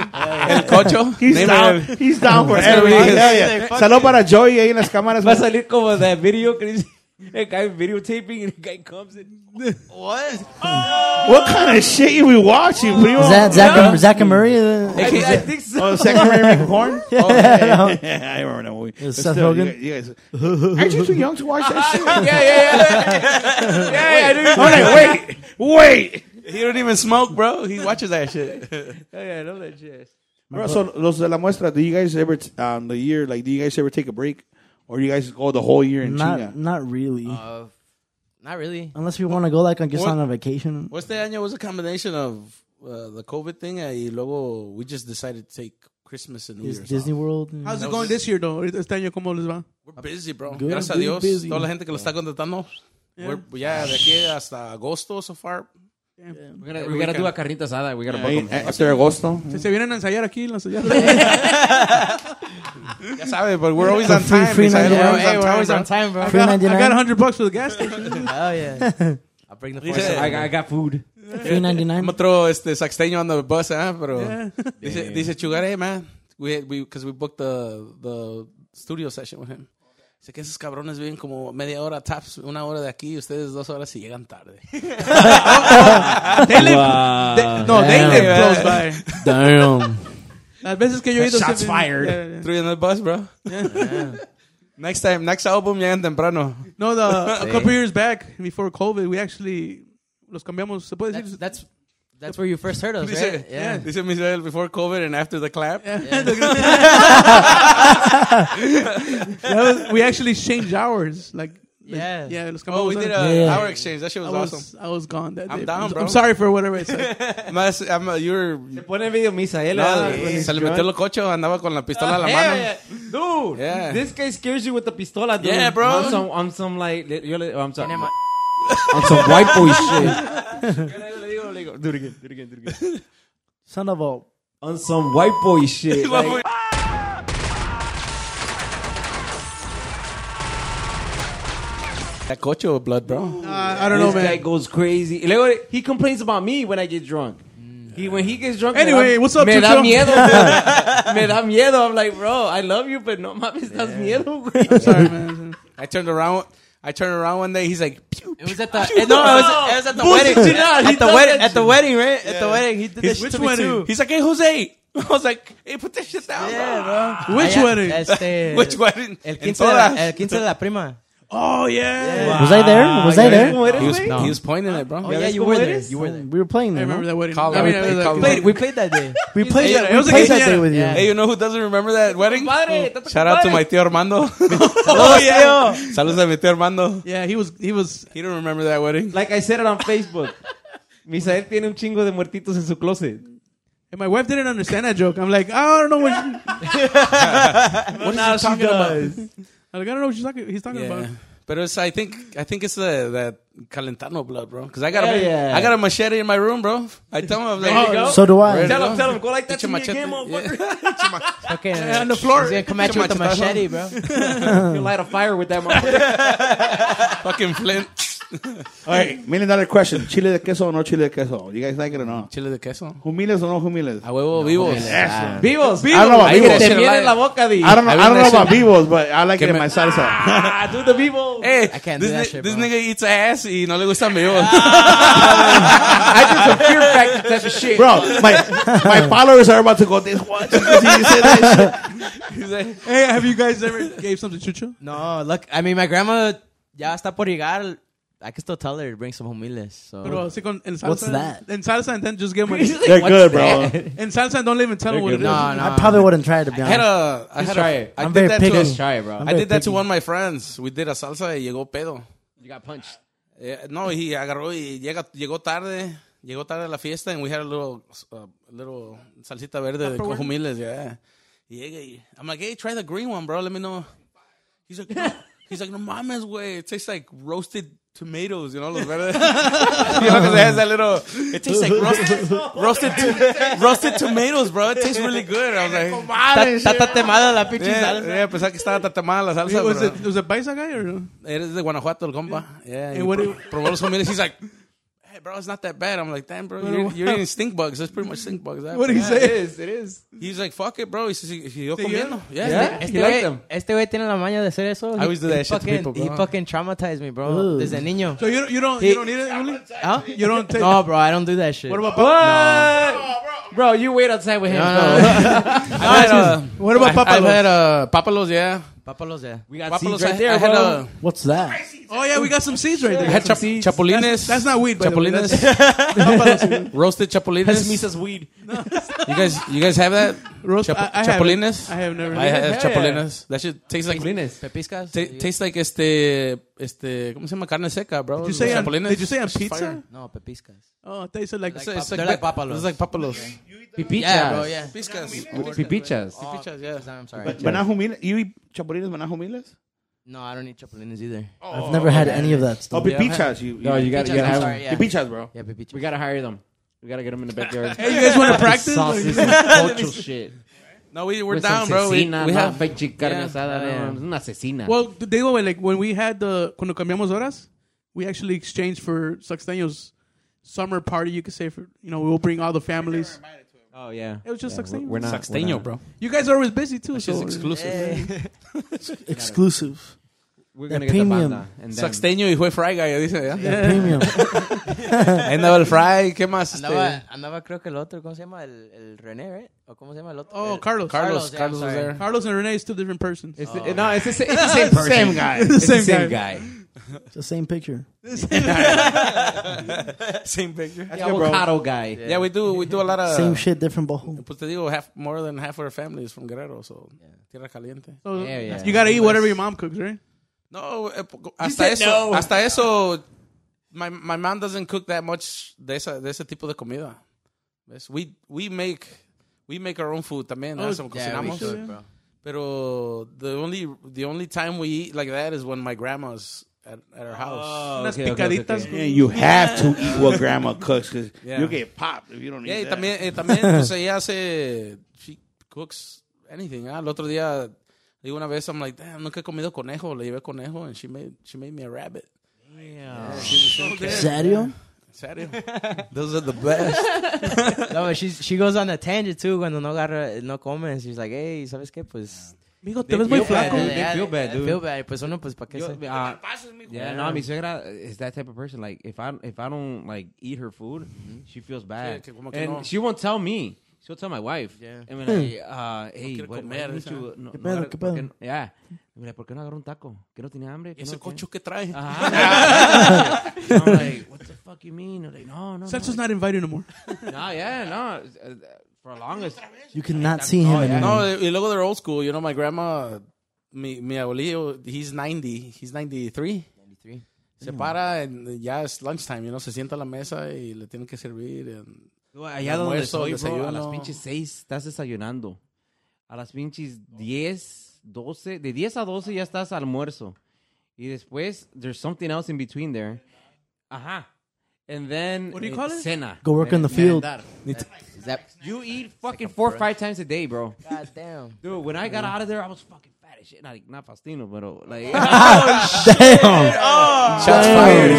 S5: Cocho.
S4: He's
S5: Name it
S4: down.
S5: El-
S4: He's down for [LAUGHS]
S5: gonna be
S4: everything.
S5: his-
S4: Yeah, yeah. Salud para Joey ahí en las cámaras.
S1: Va a salir como de video que dice. That guy videotaping and the guy comes in.
S4: What kind of shit you be watching, primo?
S10: Is that Zach, Zach and Murray? Uh,
S1: I, thi- I think so.
S4: Oh, Secretary
S5: [LAUGHS]
S4: Rick Oh, yeah, yeah, yeah, [LAUGHS] I remember that movie. But
S10: Seth
S4: still, you
S10: Rogen?
S4: guys- you guys- aren't you too young to watch
S5: [LAUGHS]
S4: that shit?
S1: yeah, yeah,
S4: [LAUGHS]
S1: yeah. yeah, yeah, I knew you-
S4: Wait, wait.
S5: He don't even smoke, bro. He watches
S4: [LAUGHS]
S5: that shit. Oh,
S1: Yeah, yeah, no legit.
S4: Bro, so los de la muestra, do you guys ever, t- um, the year, like, do you guys ever take a break? Or you guys go the whole year in
S10: not,
S4: China?
S10: not really.
S7: Uh, not really.
S10: Unless we want to go like on just
S5: What?
S10: on a vacation.
S5: What's the este año? Was a combination of uh, the COVID thing, uh, y luego we just decided to take Christmas and New
S10: Dis-
S5: Year's.
S10: Disney World. and-
S3: How's it
S5: That was
S3: going
S5: it.
S3: this year, though? Este año, ¿cómo
S1: [LAUGHS]
S3: les va?
S5: off. We're busy, bro.
S10: Good,
S5: Gracias a
S10: big
S5: Dios.
S10: busy.
S5: Toda la gente que lo está contratando. We're, yeah, de aquí hasta agosto so far.
S1: We're gonna, we gotta do a carnita asada. We gotta
S4: Ahí,
S1: book 'em.
S4: eh, After agosto.
S3: Se, se vienen a ensayar aquí,
S1: [LAUGHS]
S3: los ensayar.
S5: Ya sabe, but
S4: [LAUGHS]
S5: we're always on
S10: Free-
S5: time.
S10: free
S5: Isabel,
S10: night,
S5: we're
S10: yeah.
S5: always
S7: Hey,
S5: on
S7: we're
S5: time,
S7: always
S5: bro.
S7: on time, bro.
S10: Free
S3: I got
S10: 99.
S3: 100 bucks for the gas
S5: [LAUGHS]
S3: station.
S7: Hell yeah. I'll bring the force.
S5: Yeah.
S1: I, got- I got food.
S10: Free
S5: I'm
S10: 99.
S5: gonna throw este saxteño on the bus, ¿eh? Pero dice, dice Chugar, hey man, we we because we booked the the studio session with him. Dice que esos cabrones viven como media hora taps, una hora de aquí, ustedes dos horas y llegan tarde. [LAUGHS] Oh,
S3: They live-
S1: Wow.
S3: they- no, they
S6: Damn.
S3: live close by.
S6: Damn.
S3: Las veces que yo he ido.
S4: Shots
S3: se-
S4: fired.
S3: Yeah, yeah, yeah.
S5: Threw you on the bus, [LAUGHS] bro. Next time, next album llegan temprano.
S3: No, the, a couple years back, before COVID, we actually los cambiamos. ¿Se puede
S7: That's,
S3: decir?
S7: that's that's where you first heard us,
S5: Dice,
S7: right? Yeah.
S5: dice Misael before COVID and after the clap.
S3: we actually changed hours. Like,
S7: Yeah.
S3: yeah, los cambiamos.
S5: Oh, we did
S3: I
S5: a
S10: Yeah.
S5: hour exchange. That shit was,
S3: was,
S5: awesome.
S3: I was gone that
S5: I'm
S3: day.
S5: down, bro.
S3: I'm sorry for whatever I said.
S5: Más, I'm, uh, you were
S1: Pone video Misael.
S5: No,
S1: ah, when he's
S5: se le metió
S1: drunk.
S5: el cocho, andaba con la pistola en la
S1: Yeah,
S5: mano.
S1: yeah. Dude,
S5: Yeah.
S1: this guy scares you with the pistola, dude.
S5: Yeah, bro.
S1: On some, on some like, le- yo le, I'm sorry. on some white boy shit. do it again, do it again, do it again.
S10: Son of a.
S1: On some white boy
S3: [LAUGHS]
S1: shit. like,
S5: That cocho blood, bro.
S3: Uh, I don't know,
S1: this guy
S3: man.
S1: goes crazy. Y luego, he complains about me when I get drunk.
S7: Mm.
S1: He, when he gets drunk,
S3: Anyway,
S1: me da,
S3: what's up,
S1: me da
S3: Chucho?
S1: miedo, bro.
S3: [LAUGHS]
S1: me da miedo. I'm like, bro, I love you, but no mames, das miedo, güey.
S3: Sorry, man.
S5: I turned around. I turned around one day. He's like, pew,
S7: It was at the
S1: [LAUGHS]
S7: eh, no, it was, it was at the wedding.
S1: Bullshit, nah, he
S7: At the
S1: does
S7: wedding,
S1: that
S7: at the wedding, right? At the wedding, he did that shit to me too.
S5: He's like, hey, Jose. I was like, hey, put this shit down.
S7: Yeah,
S5: bro.
S7: bro.
S3: Which
S7: Allá,
S3: wedding?
S7: Este,
S5: Which wedding?
S7: El
S5: En
S7: 15, de la,
S5: todas.
S7: el 15 de la prima.
S3: Oh, yeah.
S10: Was I there? Was I there?
S5: He was,
S7: No.
S5: he was pointing it, bro.
S7: Oh yeah, you were there. You were there.
S10: We were playing
S3: I
S10: there.
S3: remember
S10: no?
S3: that wedding.
S5: Call
S3: I mean,
S5: out.
S3: I was
S5: Call
S3: like-
S5: out.
S7: Played, we played that day.
S10: We played,
S3: yeah, it
S10: we
S3: was
S10: played
S3: against
S10: that day
S3: Indiana.
S10: with you.
S5: Hey, you know who doesn't remember that wedding? Oh.
S1: Compadre, tata
S5: Shout out to
S1: compadre.
S5: my tío [LAUGHS] Armando.
S7: Oh yeah.
S5: Saludos a mi tío Armando.
S3: yeah, he was. He was.
S5: He don't remember that wedding.
S1: Like I said it on Facebook. [LAUGHS] Misael tiene un chingo de muertitos en su closet.
S3: And my wife didn't understand that joke. I'm like, I don't know what. She,
S1: [LAUGHS] Well, now she does.
S3: [LAUGHS] I don't know what she's talking, he's talking about.
S5: Yeah. But it's, I think, I think it's the that Calentano blood, bro. Because I got a,
S1: Yeah, yeah.
S5: I got a machete in my room, bro. I tell him, I was like,
S1: you go.
S10: So do
S5: Really?
S10: I.
S1: Tell him, tell him, go like that
S5: Pinche
S1: to me again,
S5: machete.
S1: motherfucker.
S7: Okay.
S5: on the floor.
S7: He's gonna come at you with a
S5: Machetazo.
S7: machete, bro.
S1: You light a fire with that motherfucker.
S5: fucking Flint.
S4: All right, million dollar question. Chile de queso o no chile de queso? You guys like it or not?
S5: Chile de queso.
S4: Humiles o no humiles?
S5: A huevo vivos. [LAUGHS]
S4: Eso.
S1: Vivos,
S4: I don't know about
S1: Ahí que
S4: vivos.
S1: te
S5: Shit
S1: viene
S5: alive.
S1: en la boca, di.
S4: I don't know,
S5: I
S4: I don't
S5: mean,
S4: know about
S5: listen.
S4: vivos, but I like it in
S5: me-
S4: my salsa.
S1: Ah, do the vivo.
S5: Hey,
S7: I can't do
S5: this,
S7: that
S5: ni-
S7: shit,
S5: this
S7: bro.
S5: nigga eats ass y no le gustan vivos.
S1: I do some fear factor type of shit.
S4: Bro, my my followers are about to go this what? [LAUGHS] You said that shit.
S5: He's like,
S3: Hey, have you guys ever gave something to Chucho?
S7: No, look. I mean, my grandma ya está por llegar. I can still tell her to bring some humiles. So.
S3: Pero así con en salsa.
S10: What's that?
S3: En salsa and then just
S1: [LAUGHS]
S3: give him.
S1: He's
S3: a-
S4: They're
S7: What's
S4: good, bro.
S3: En salsa and don't even tell him what it is.
S7: [LAUGHS] no, no.
S10: I probably wouldn't try it, to be
S5: I had
S10: honest.
S5: a, I had
S1: try
S5: a,
S1: it.
S5: I
S10: I'm
S5: did
S10: very
S5: that
S10: picky.
S5: to,
S1: Try it, bro.
S10: I'm
S5: I did that to
S10: picky.
S5: one of my friends. We did a salsa y llegó pedo.
S1: You got punched.
S5: Eh, no, he agarró y llega, llegó tarde. Llegó tarde a la fiesta and we had a little, uh, little salsita verde de
S3: Tupperware?
S5: cojumiles, yeah. Y llega y, I'm like, hey, try the green one, bro. Let me know. He's
S1: [LAUGHS]
S5: like, no. He's like, no mames, güey. It tastes like roasted tomatoes, you know, los
S1: [LAUGHS]
S5: verdes. [LAUGHS] you know, because it has that little, it tastes
S1: [LAUGHS]
S5: like roasted, roasted, to- roasted tomatoes, bro. It tastes really good. I was like,
S7: Está está temada la pinche
S5: yeah,
S7: salsa.
S5: yeah, Eh, pensaba que estaba tatamada la salsa,
S3: was
S5: bro.
S3: it was it paisa guy or no?
S5: Eres de Guanajuato, el compa. Yeah,
S3: And
S5: y
S3: what
S5: pro-
S3: do you-
S5: probó los comiles. He's like, hey, bro, it's not that bad. I'm like, damn, bro, you're, you're eating stink bugs. That's pretty much stink bugs. that,
S3: What do
S5: bro.
S3: you say?
S5: He's like, fuck it, bro. He says, "Y- yo
S3: Sí,
S5: comiendo. Yeah.
S7: Este güey este güey tiene la maña de hacer eso.
S5: I always do that shit to
S7: fucking,
S5: people, bro.
S7: He fucking traumatized me, bro. Desde niño.
S3: So you don't, you don't, you don't need it, Yuli?
S7: Huh?
S3: You don't take.
S7: No, bro, I don't do that
S3: [LAUGHS]
S7: shit.
S3: What about
S1: Bro, you wait outside with him.
S7: [LAUGHS]
S5: I've had, uh,
S3: What about
S5: I've- I've
S3: papalos?
S5: had uh, papalos, yeah.
S7: Papalos, yeah.
S1: We got
S5: Papalos,
S1: seats
S5: I,
S1: right there,
S5: I had,
S1: bro.
S5: uh,
S6: What's that?
S3: Oh yeah, we got some seeds right
S5: I
S3: there.
S5: had chap- chapulines.
S3: That's, that's not weed, by the way.
S5: chapulines.
S3: That's-
S5: [LAUGHS] roasted chapulines.
S1: That's Misa's weed.
S5: You guys, you guys have that?
S3: roast-
S5: Chap-
S3: I- I haven't-
S5: chapulines.
S3: I have never.
S5: I have
S1: Hell yeah.
S5: chapulines. That shit tastes like
S1: Chapulines.
S7: Pepiscas?
S5: ta- tastes like este este ¿cómo se llama? carne seca, bro.
S3: Did you say
S5: Los
S3: on,
S5: chapulines.
S3: did you say on
S5: It's
S3: pizza?
S5: fire.
S7: No, pepiscas.
S3: Oh, I thought you said like.
S5: It's like, it's
S7: They're
S5: like,
S7: like
S5: papalos.
S7: papalos.
S5: It's like
S7: [LAUGHS]
S5: papalos.
S1: Pipichas.
S7: Yeah, bro, yeah.
S5: Piscas.
S1: Pipichas.
S5: Pichas, yeah.
S7: I'm sorry.
S4: Manajumiles. You eat chapulines, manajumiles?
S7: No, I don't eat chapulines either.
S6: I've never had any of that
S4: Oh,
S6: stuff.
S4: pipichas. You,
S1: No, you gotta,
S7: Pichas,
S1: you gotta
S7: I'm
S1: have
S7: sorry,
S1: them.
S7: yeah.
S4: Pipichas, bro.
S7: Yeah, pepichas.
S1: We gotta hire them. We gotta get them in the backyard.
S3: Hey, you guys want to practice?
S1: Sauces and cultural shit.
S5: No, we we're
S1: With
S5: down,
S1: some
S5: bro. We,
S1: cecina,
S5: we
S1: no,
S5: have
S1: fake chick carne
S5: Yeah.
S1: asada,
S7: Ah,
S1: no,
S7: yeah.
S1: es una asesina.
S3: Well, the day when like when we had the cuando cambiamos horas, we actually exchanged for Saxteño's summer party. You could say for you know we'll bring all the families.
S1: oh yeah.
S3: It was just
S1: Yeah,
S3: Saxteño's.
S1: we're not- we're
S5: Saxteño,
S1: not-
S5: bro.
S3: You guys are always busy too.
S5: It's
S3: So
S5: exclusive.
S6: Exclusive.
S1: We're
S6: That
S1: gonna get the
S6: premium.
S1: banda. and them.
S5: Saxteño y fue fry guy, dice, ¿ya? [LAUGHS]
S6: Premium.
S5: Ahí andaba el fry, ¿qué más? Este? [LAUGHS]
S7: Andaba, andaba creo que el otro, ¿cómo se llama? El, el René, ¿right? ¿O cómo se llama el otro?
S3: Oh,
S7: El-
S3: Carlos.
S5: Carlos, Carlos,
S7: yeah,
S5: Carlos
S7: I'm
S5: was
S7: sorry.
S5: there.
S3: Carlos and Renee is two different persons.
S1: It's the, no, it's the, sa- it's the same person. Same guy. It's the
S3: [LAUGHS] Same
S1: same, guy.
S6: It's the same picture.
S5: Same picture.
S1: The avocado guy.
S5: Yeah. we do we do a lot of
S6: Same shit, different bowl.
S5: Pues te digo, half more than half of our family is from Guerrero, so tierra caliente.
S3: So
S7: Yeah, yeah.
S3: You gotta eat whatever your mom cooks, right?
S5: No, eh, po- hasta eso, hasta eso, my my mom doesn't cook that much de esa de ese tipo de comida. ¿Ves? We we make we make our own food también,
S3: Oh,
S5: eso lo
S7: Yeah, we
S5: cocinamos.
S7: should, bro.
S5: Pero the only the only time we eat like that is when my grandma's at, at her house.
S3: Unas
S1: okay, okay, okay.
S3: picaditas.
S4: And you have to eat what grandma cooks because
S5: Yeah.
S4: you'll get popped if you don't eat
S5: Yeah, y
S4: that.
S5: también, eh, también pues, ella hace. She cooks anything. Ah, el otro día, digo una vez, I'm like, damn, nunca he comido conejo. Le llevé conejo and she made, she made me a rabbit.
S6: Serio?
S5: En serio. Those are the best.
S7: No, but she's, she goes on a tangent too cuando no agarra, no comes. She's like, hey, ¿sabes qué? Pues.
S3: Mijo, te ves muy
S1: feel bad,
S3: flaco.
S1: dude. They
S7: Yeah,
S1: feel bad,
S7: yeah,
S1: dude.
S7: Feel bad. Pues uno, pues, ¿para qué
S1: Yo,
S7: se-
S1: uh, yeah, no, mi suegra is that type of person. Like, if I if I don't like eat her food, she feels bad,
S5: que como que
S1: and
S5: no.
S1: she won't tell me. She'll tell my wife.
S7: Yeah.
S1: And when I, uh, hey,
S5: quiere
S1: what, why
S5: comer,
S1: didn't
S5: esa.
S1: you- no,
S6: ¿Qué
S1: no
S6: pedo,
S1: agarra-
S6: qué
S1: por qué
S6: pedo?
S1: no- yeah. Mira, ¿por qué no agarró un taco? ¿Que no tenía hambre? [LAUGHS] ¿Que
S5: Ese
S1: no, qué?
S5: cocho que trae.
S1: Ajá. I'm like, what the fuck you mean? I'm like, no, no,
S3: Celso's
S1: no,
S3: not invited no more.
S1: no, yeah, no. it's, uh, For the longest,
S6: You cannot see him anymore.
S5: No, y luego they're old school. You know, my grandma, mi, mi abuelillo, he's 90. He's 93.
S7: 93.
S5: Se para, and ya es lunchtime, you know, se sienta a la mesa y le tienen que servir. and-
S1: allá donde
S5: Almuerzo,
S1: soy, bro, a las
S5: desayuno.
S1: pinches 6 estás desayunando. A las pinches 10, 12, de 10 a 12 ya estás almuerzo. Y después, there's something else in between there. Ajá. And then,
S3: What do you
S1: eh,
S3: call it?
S1: cena.
S6: Go work in the field.
S1: Merendar.
S7: Is that.
S1: You eat fucking four or five times a day, bro.
S7: God damn.
S1: Dude, when I got out of there, I was fucking fat as shit. Not, not Faustino, but uh,
S3: [LAUGHS]
S1: like...
S6: Damn.
S5: Shots fired.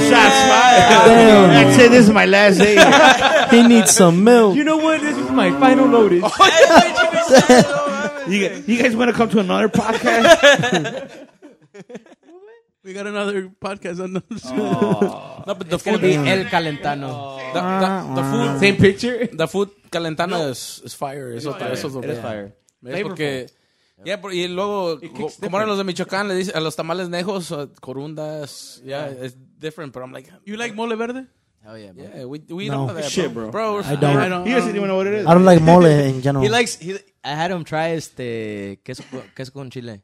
S6: Damn.
S4: That's it. This is my last day.
S6: He needs some milk.
S1: you know what? This is my final notice.
S4: you, gu- you guys want to come to another podcast?
S3: We got another podcast
S7: [LAUGHS]
S3: on the.
S5: No, but the
S7: Oh. It's gonna
S5: food,
S7: be
S5: the,
S7: El Calentano. Ah,
S5: the- the food,
S1: Same picture?
S5: the food calentano is, is fire. Eso, eso es lo
S1: It is
S5: bueno.
S1: fire.
S5: ¿Ves? Porque, ya, por- y luego, co- como eran los de Michoacán, le dice, a los tamales nejos, uh, corundas, yeah, it's different, but I'm like,
S3: You like mole verde?
S7: Hell yeah, bro.
S5: yeah, we, we don't
S6: No.
S5: know that,
S4: Shit,
S5: bro.
S4: bro.
S5: Bro,
S6: I don't.
S3: I
S6: I
S3: don't.
S4: you guys didn't even know what it is.
S6: don't like mole in general.
S7: He likes. He, I had him try este queso, co- queso con chile.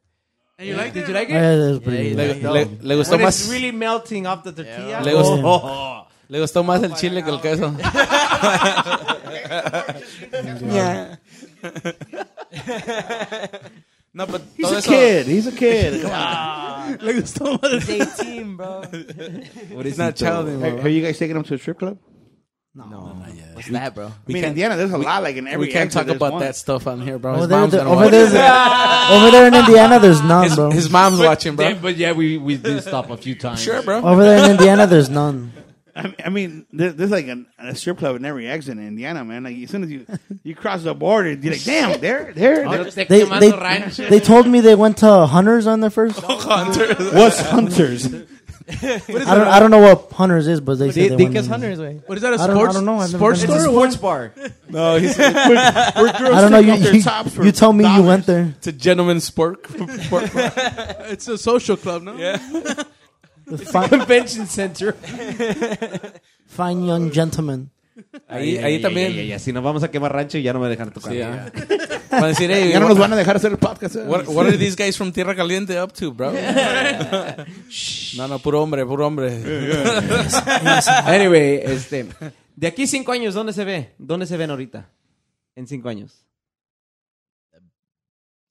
S3: And you like
S1: Did
S3: that?
S1: you like it?
S6: Yeah, that's pretty
S7: Yeah,
S6: good.
S5: le, le, le gustó
S1: When it's
S5: más,
S1: really melting off the tortilla.
S5: le, gustó,
S1: Oh.
S5: le gustó más el chile que
S1: [LAUGHS]
S5: el queso.
S6: Yeah.
S5: No, but
S4: He's
S5: todo
S4: a
S5: eso,
S4: kid. He's a kid. Come on.
S3: Like the stomach?
S7: Team, bro.
S4: [LAUGHS]
S1: What is
S5: not
S1: it, though?
S5: child
S4: Have,
S5: anymore.
S4: have you guys taken him to a strip club?
S7: What's that, bro?
S4: I mean, Indiana, there's a lot like in every.
S5: We can't
S4: exit,
S5: talk
S4: there's
S5: about
S4: one.
S5: that stuff on here, bro.
S6: Over
S5: His
S6: there,
S5: mom's
S6: Oh, the,
S5: gonna
S6: over,
S5: watch.
S6: there's over there in Indiana, there's none,
S5: His,
S6: bro.
S5: his mom's watching, bro.
S1: Damn, but yeah, we, we did stop a few times.
S5: Sure, bro.
S6: Over there in Indiana, there's none.
S4: I, I mean, there's, there's like an, a strip club in every exit in Indiana, man. Like as soon as you you cross the border, you're like, damn, there, there.
S10: They, they, they told me they went to Hunters on their first.
S5: [LAUGHS]
S4: What's [LAUGHS] hunters?
S10: I don't I don't know what Hunters is, but they said they went.
S11: Think it's
S10: in-
S11: hunters, way.
S3: What is that, a
S10: I don't- I
S3: sports,
S10: don't know, I've never
S3: sports
S10: been to-
S3: store? or
S1: sports bar.
S5: No, he's
S10: I don't know. You, you, you told me you went there.
S5: it's a gentleman's sport.
S3: what? It's a social club, no? Yeah.
S10: The fi-
S1: Convention center.
S10: fine young gentleman.
S1: Ahí, ahí también. Si nos vamos a quemar rancho, ya no me dejan tocar.
S5: yeah. Para decir, hey,
S4: Ya no nos
S5: what,
S4: van a dejar hacer el podcast. eh.
S5: what, what are these guys from Tierra Caliente up
S1: [LAUGHS]
S5: to, bro? no, no, puro hombre, puro hombre.
S1: Anyway, este. De aquí cinco años, ¿dónde se ve? ¿Dónde se ven ahorita? En cinco años.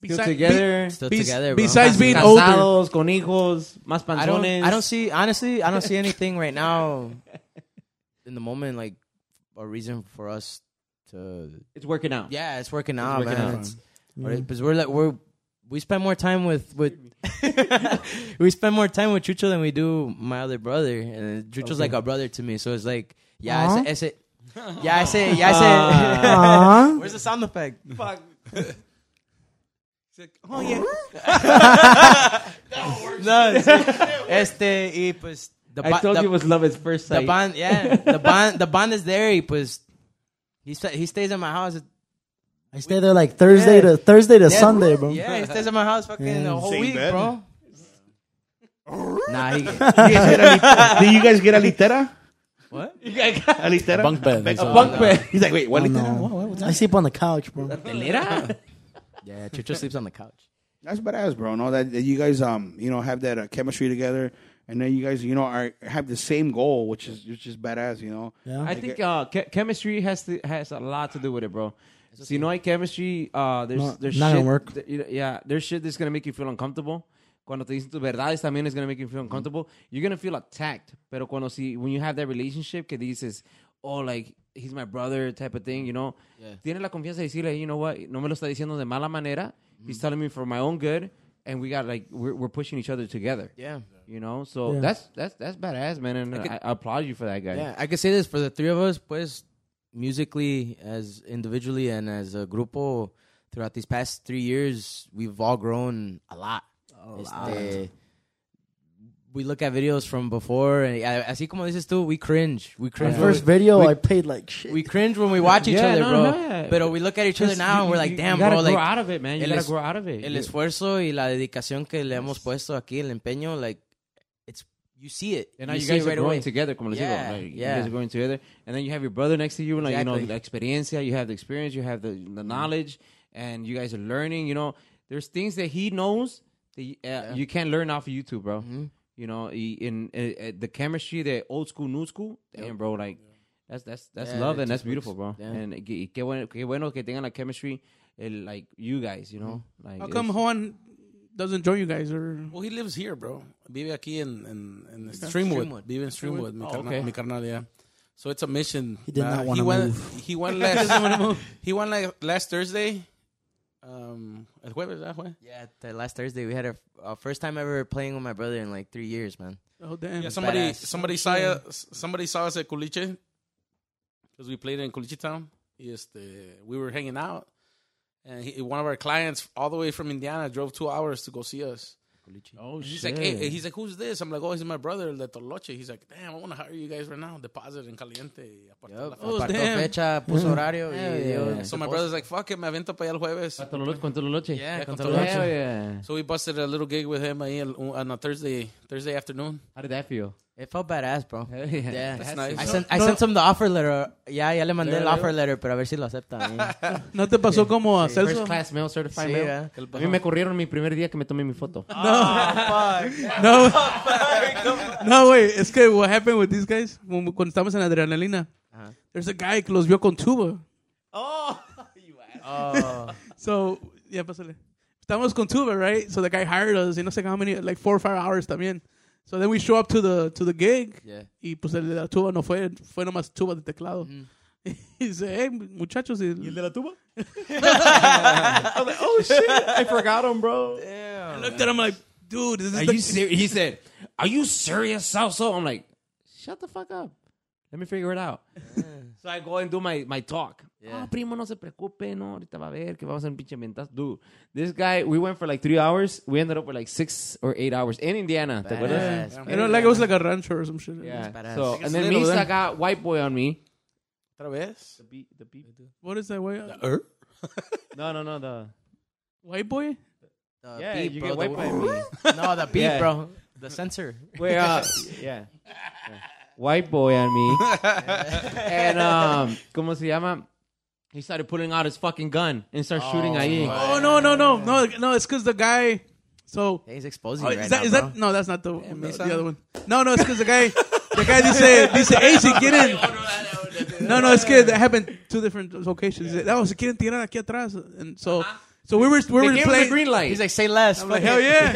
S1: Still
S3: Besi-
S1: together.
S7: Still
S3: Bes-
S7: together, bro.
S3: besides being older.
S1: casados, con hijos, más
S7: I don't,
S1: panzones.
S7: I don't see honestly. I don't see anything right now in the moment like a reason for us to.
S1: It's working out.
S7: Yeah, it's working out,
S1: working out.
S7: man. It's- Because we're like we're we spend more time with with [LAUGHS] we spend more time with Chucho than we do my other brother, and Chucho's like a brother to me. So it's like yeah, I
S10: Aw.
S7: say, I say- yeah, I say, yeah, I say.
S10: Aww.
S7: [LAUGHS] Where's the sound effect? [LAUGHS] Fuck. [LAUGHS] oh yeah.
S1: [LAUGHS]
S7: [LAUGHS] no, it's like, este y pues the
S1: I
S7: bo-
S1: told
S7: the-
S1: you it was love at first
S7: the
S1: sight.
S7: bond,
S1: [LAUGHS]
S7: yeah, the bond, the bond is there. He was, he sta- he stays at my house.
S10: I stay there like Thursday to Thursday to Sunday, bro.
S7: Yeah, he stays at my house fucking the whole
S4: Same
S7: week,
S4: bed.
S7: bro. Nah, [LAUGHS] he,
S4: You guys get a lit- Do you guys get a litera?
S7: What?
S4: A litera?
S5: Bunk bed.
S4: Back-
S5: It's a-
S1: Bunk bed.
S4: He's like, wait, what
S10: Oh,
S4: litera?
S10: no.
S4: What, what, what's that?
S10: I sleep on the couch, bro.
S7: yeah, Chucho sleeps on the couch.
S4: That's badass, bro. No, that, that you guys, um, you know, have that uh, chemistry together, and then you guys, you know, are have the same goal, which is which is badass, you know.
S10: Yeah.
S1: I think uh, che- chemistry has to, has a lot to do with it, bro. See, no hay chemistry, uh, there's,
S10: No,
S1: there's
S10: not
S1: shit,
S10: gonna work.
S1: th- you know, yeah, there's shit that's gonna make you feel uncomfortable. Cuando te dicen tus verdades también is gonna make you feel uncomfortable. You're gonna feel attacked. Pero cuando si, when you have that relationship que dices, oh, like, he's my brother type of thing, you know. Tienes la confianza de decirle, you know what, no me lo está diciendo de mala manera. He's telling me for my own good. And we got like, we're, we're pushing each other together.
S7: Yeah,
S1: You know, so
S10: Yeah.
S1: that's that's that's badass, man, and I,
S7: could-
S1: I applaud you for that, guy.
S7: yeah. I could say this for the three of us, pues, musically as individually and as a grupo. Throughout these past three years, we've all grown a lot. Este, we look at videos from before, and uh, así como dices tú, we cringe. We
S10: My
S7: cringe. when
S10: first
S7: we-
S10: video,
S7: we-
S10: I paid like shit.
S7: we cringe when we watch each
S1: Yeah,
S7: other,
S1: no,
S7: bro.
S1: no, yeah.
S7: Pero we look at each other
S1: Just-
S7: now and
S1: you-
S7: we're like,
S1: you-
S7: damn,
S1: you gotta
S7: bro.
S1: grow
S7: Like,
S1: out of it, man. You
S7: el
S1: gotta
S7: es-
S1: grow out of it.
S7: el
S1: You-
S7: esfuerzo y la dedicación que le hemos puesto aquí, el empeño, like, it's you see it.
S1: And now
S7: you
S1: you,
S7: see
S1: guys
S7: it right
S1: are growing
S7: away.
S1: together, como les
S7: Yeah,
S1: digo. Like,
S7: yeah.
S1: You guys are growing together. And then you have your brother next to you, like, you know,
S7: Exactly.
S1: la experiencia, you have the experience, you have the, the knowledge, and you guys are learning, you know. There's things that he knows that you, uh, you can't learn off of YouTube, bro. You know, y- in uh, uh, the chemistry, the old school, new school, damn, bro, like, that's, that's, that's
S7: Yeah,
S1: love
S7: it
S1: and that's
S7: just
S1: beautiful, bro.
S7: works. Yeah.
S1: And que- qué bueno, qué bueno que tengan la chemistry, el, like, you guys, you know. Like,
S3: How come
S1: it's-
S3: Juan doesn't join you guys? Or
S5: Well, he lives here, bro. Vive aquí in, in, in Streamwood.
S7: Streamwood.
S5: Vive in Streamwood, mi,
S1: Oh,
S5: carnal,
S1: okay.
S5: mi carnal, yeah. So it's a mission.
S10: He did not
S5: he
S10: wanna
S5: went,
S10: move. [LAUGHS]
S5: He went last, he went like last Thursday. Um, el jueves, ah, jueves.
S7: Yeah, the last Thursday we had our, our first time ever playing with my brother in like three years, man.
S3: oh damn,
S5: Yeah, somebody
S7: Badass.
S5: somebody saw us- somebody saw us at Culiche because we played in Culiche Town. Yes, the, we were hanging out, and he, one of our clients, all the way from Indiana, drove two hours to go see us.
S1: Oh,
S5: And he's
S1: shit.
S5: like, hey, eh," he's like, who's this? I'm like, oh, he's my brother, the Toloche. He's like, damn, I want to hire you guys right now. Deposit in caliente. y apartar la
S1: Oh,
S5: fecha.
S1: [LAUGHS]
S7: Apartó fecha, puso horario y dio-
S5: So my brother's like, fuck it, me avento para allá el jueves.
S7: Yeah,
S5: con
S7: con todo
S5: todo
S7: leche.
S5: So we busted a little gig with him ahí el- on a Thursday Thursday afternoon.
S1: How did that feel?
S7: It felt badass, bro.
S1: yeah.
S7: Yeah,
S5: That's nice.
S7: I sent I sent him the offer letter. Yeah, ya le mandé el offer letter, pero a ver si lo aceptan. eh.
S3: no te pasó como a
S1: First
S3: Celso?
S1: class mail, certified
S7: Sí,
S1: mail.
S7: ¿verdad?
S1: A mí me corrieron mi primer día que me tomé mi [LAUGHS] foto.
S3: No, [LAUGHS] no, güey. Es que what happened with these guys when- cuando estamos en adrenalina. There's a guy que los vio con tuba. [LAUGHS] So, yeah, pásale. Estamos con tuba, right? So the guy hired us. You know, like how many, like four or five hours también. So then we show up to the to the gig.
S7: Yeah.
S3: Y pues el de la tuba no fue, fue nomás tuba de teclado. [LAUGHS] Y dice, hey, muchachos. y-
S8: Oh, I forgot him, bro.
S3: I looked at him like, dude, is this
S1: Are
S3: the-
S1: you serious? He said, "Are you serious, Salso?" I'm like, "Shut the fuck up."
S8: Let me figure it out. [LAUGHS] So I go and do my, my talk.
S7: Yeah.
S8: Ah, primo, no se preocupe, no, ahorita va a ver que vamos a un pinche mentazo. Dude, this guy, we went for like three hours. We ended up with like six or eight hours in Indiana. ¿Te acuerdas?
S7: Badass,
S3: You know, like it was like a rancho or some shit.
S8: Yeah.
S7: badass.
S8: So,
S5: Like a
S8: and then
S5: little
S8: Misa
S5: then.
S8: got white boy on me.
S5: Otra vez.
S3: What is that way?
S8: No, no, no, the...
S3: White boy?
S7: The
S8: Yeah,
S7: Uh, beep,
S8: you
S7: bro, the-
S8: get white boy on me.
S7: [LAUGHS] No, the beep,
S8: Yeah.
S7: bro. The sensor.
S8: Where, uh, yeah. Yeah. White boy on me. and, um, ¿cómo se llama? He started pulling out his fucking gun and started shooting ahí.
S3: Oh, no, no, no. No, no it's because the guy. So.
S7: He's exposing
S3: Oh,
S7: you
S3: is that,
S7: right now,
S3: is
S7: bro.
S3: that no? That's not the, no, the other one. No, no, it's because the guy, the guy, they say, they say, hey, si quieren, No, no, it's good. That happened two different locations. That was quieren tirar aquí atrás, and so so we were we were
S8: Give him the
S3: playing.
S8: green light.
S7: He's like, say less.
S3: I'm like hell yeah,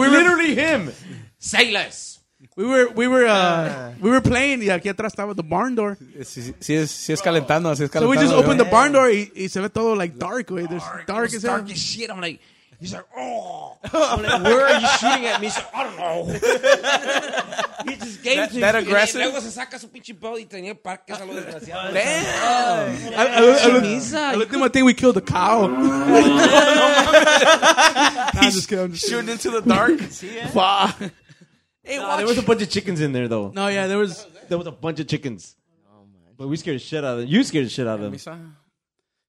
S8: we literally him. Say less.
S3: we were we were uh, we were playing. Y aquí atrás estaba the barn door.
S5: Si, si- si es, si es calentando, si es
S3: So
S5: calentando.
S3: we just
S5: bro.
S3: opened the barn door. Y, y se ve todo like dark. Way. There's dark,
S8: Dark
S3: as
S8: as,
S3: hell.
S8: dark as shit. I'm like, he's like, oh. I'm like, where are you shooting at me? He's like, I don't know. [LAUGHS] he just gave
S5: That-
S8: to
S5: that
S8: me.
S5: aggressive?
S8: Y luego se saca su pinche belt y tenía parques a lo desgraciado.
S3: I, I, look- I, look- I looked at my thing. We killed a
S5: [LAUGHS]
S3: cow. [LAUGHS] Nah, I'm just kidding. I'm just kidding.
S5: Shooting into the
S3: [LAUGHS]
S5: dark. Fuck.
S8: Nah, there was a bunch of chickens in there, though.
S3: No, yeah, there was.
S8: There was a bunch of chickens. But we scared the shit out of them. You Oh, scared the shit out of them.
S5: Misa.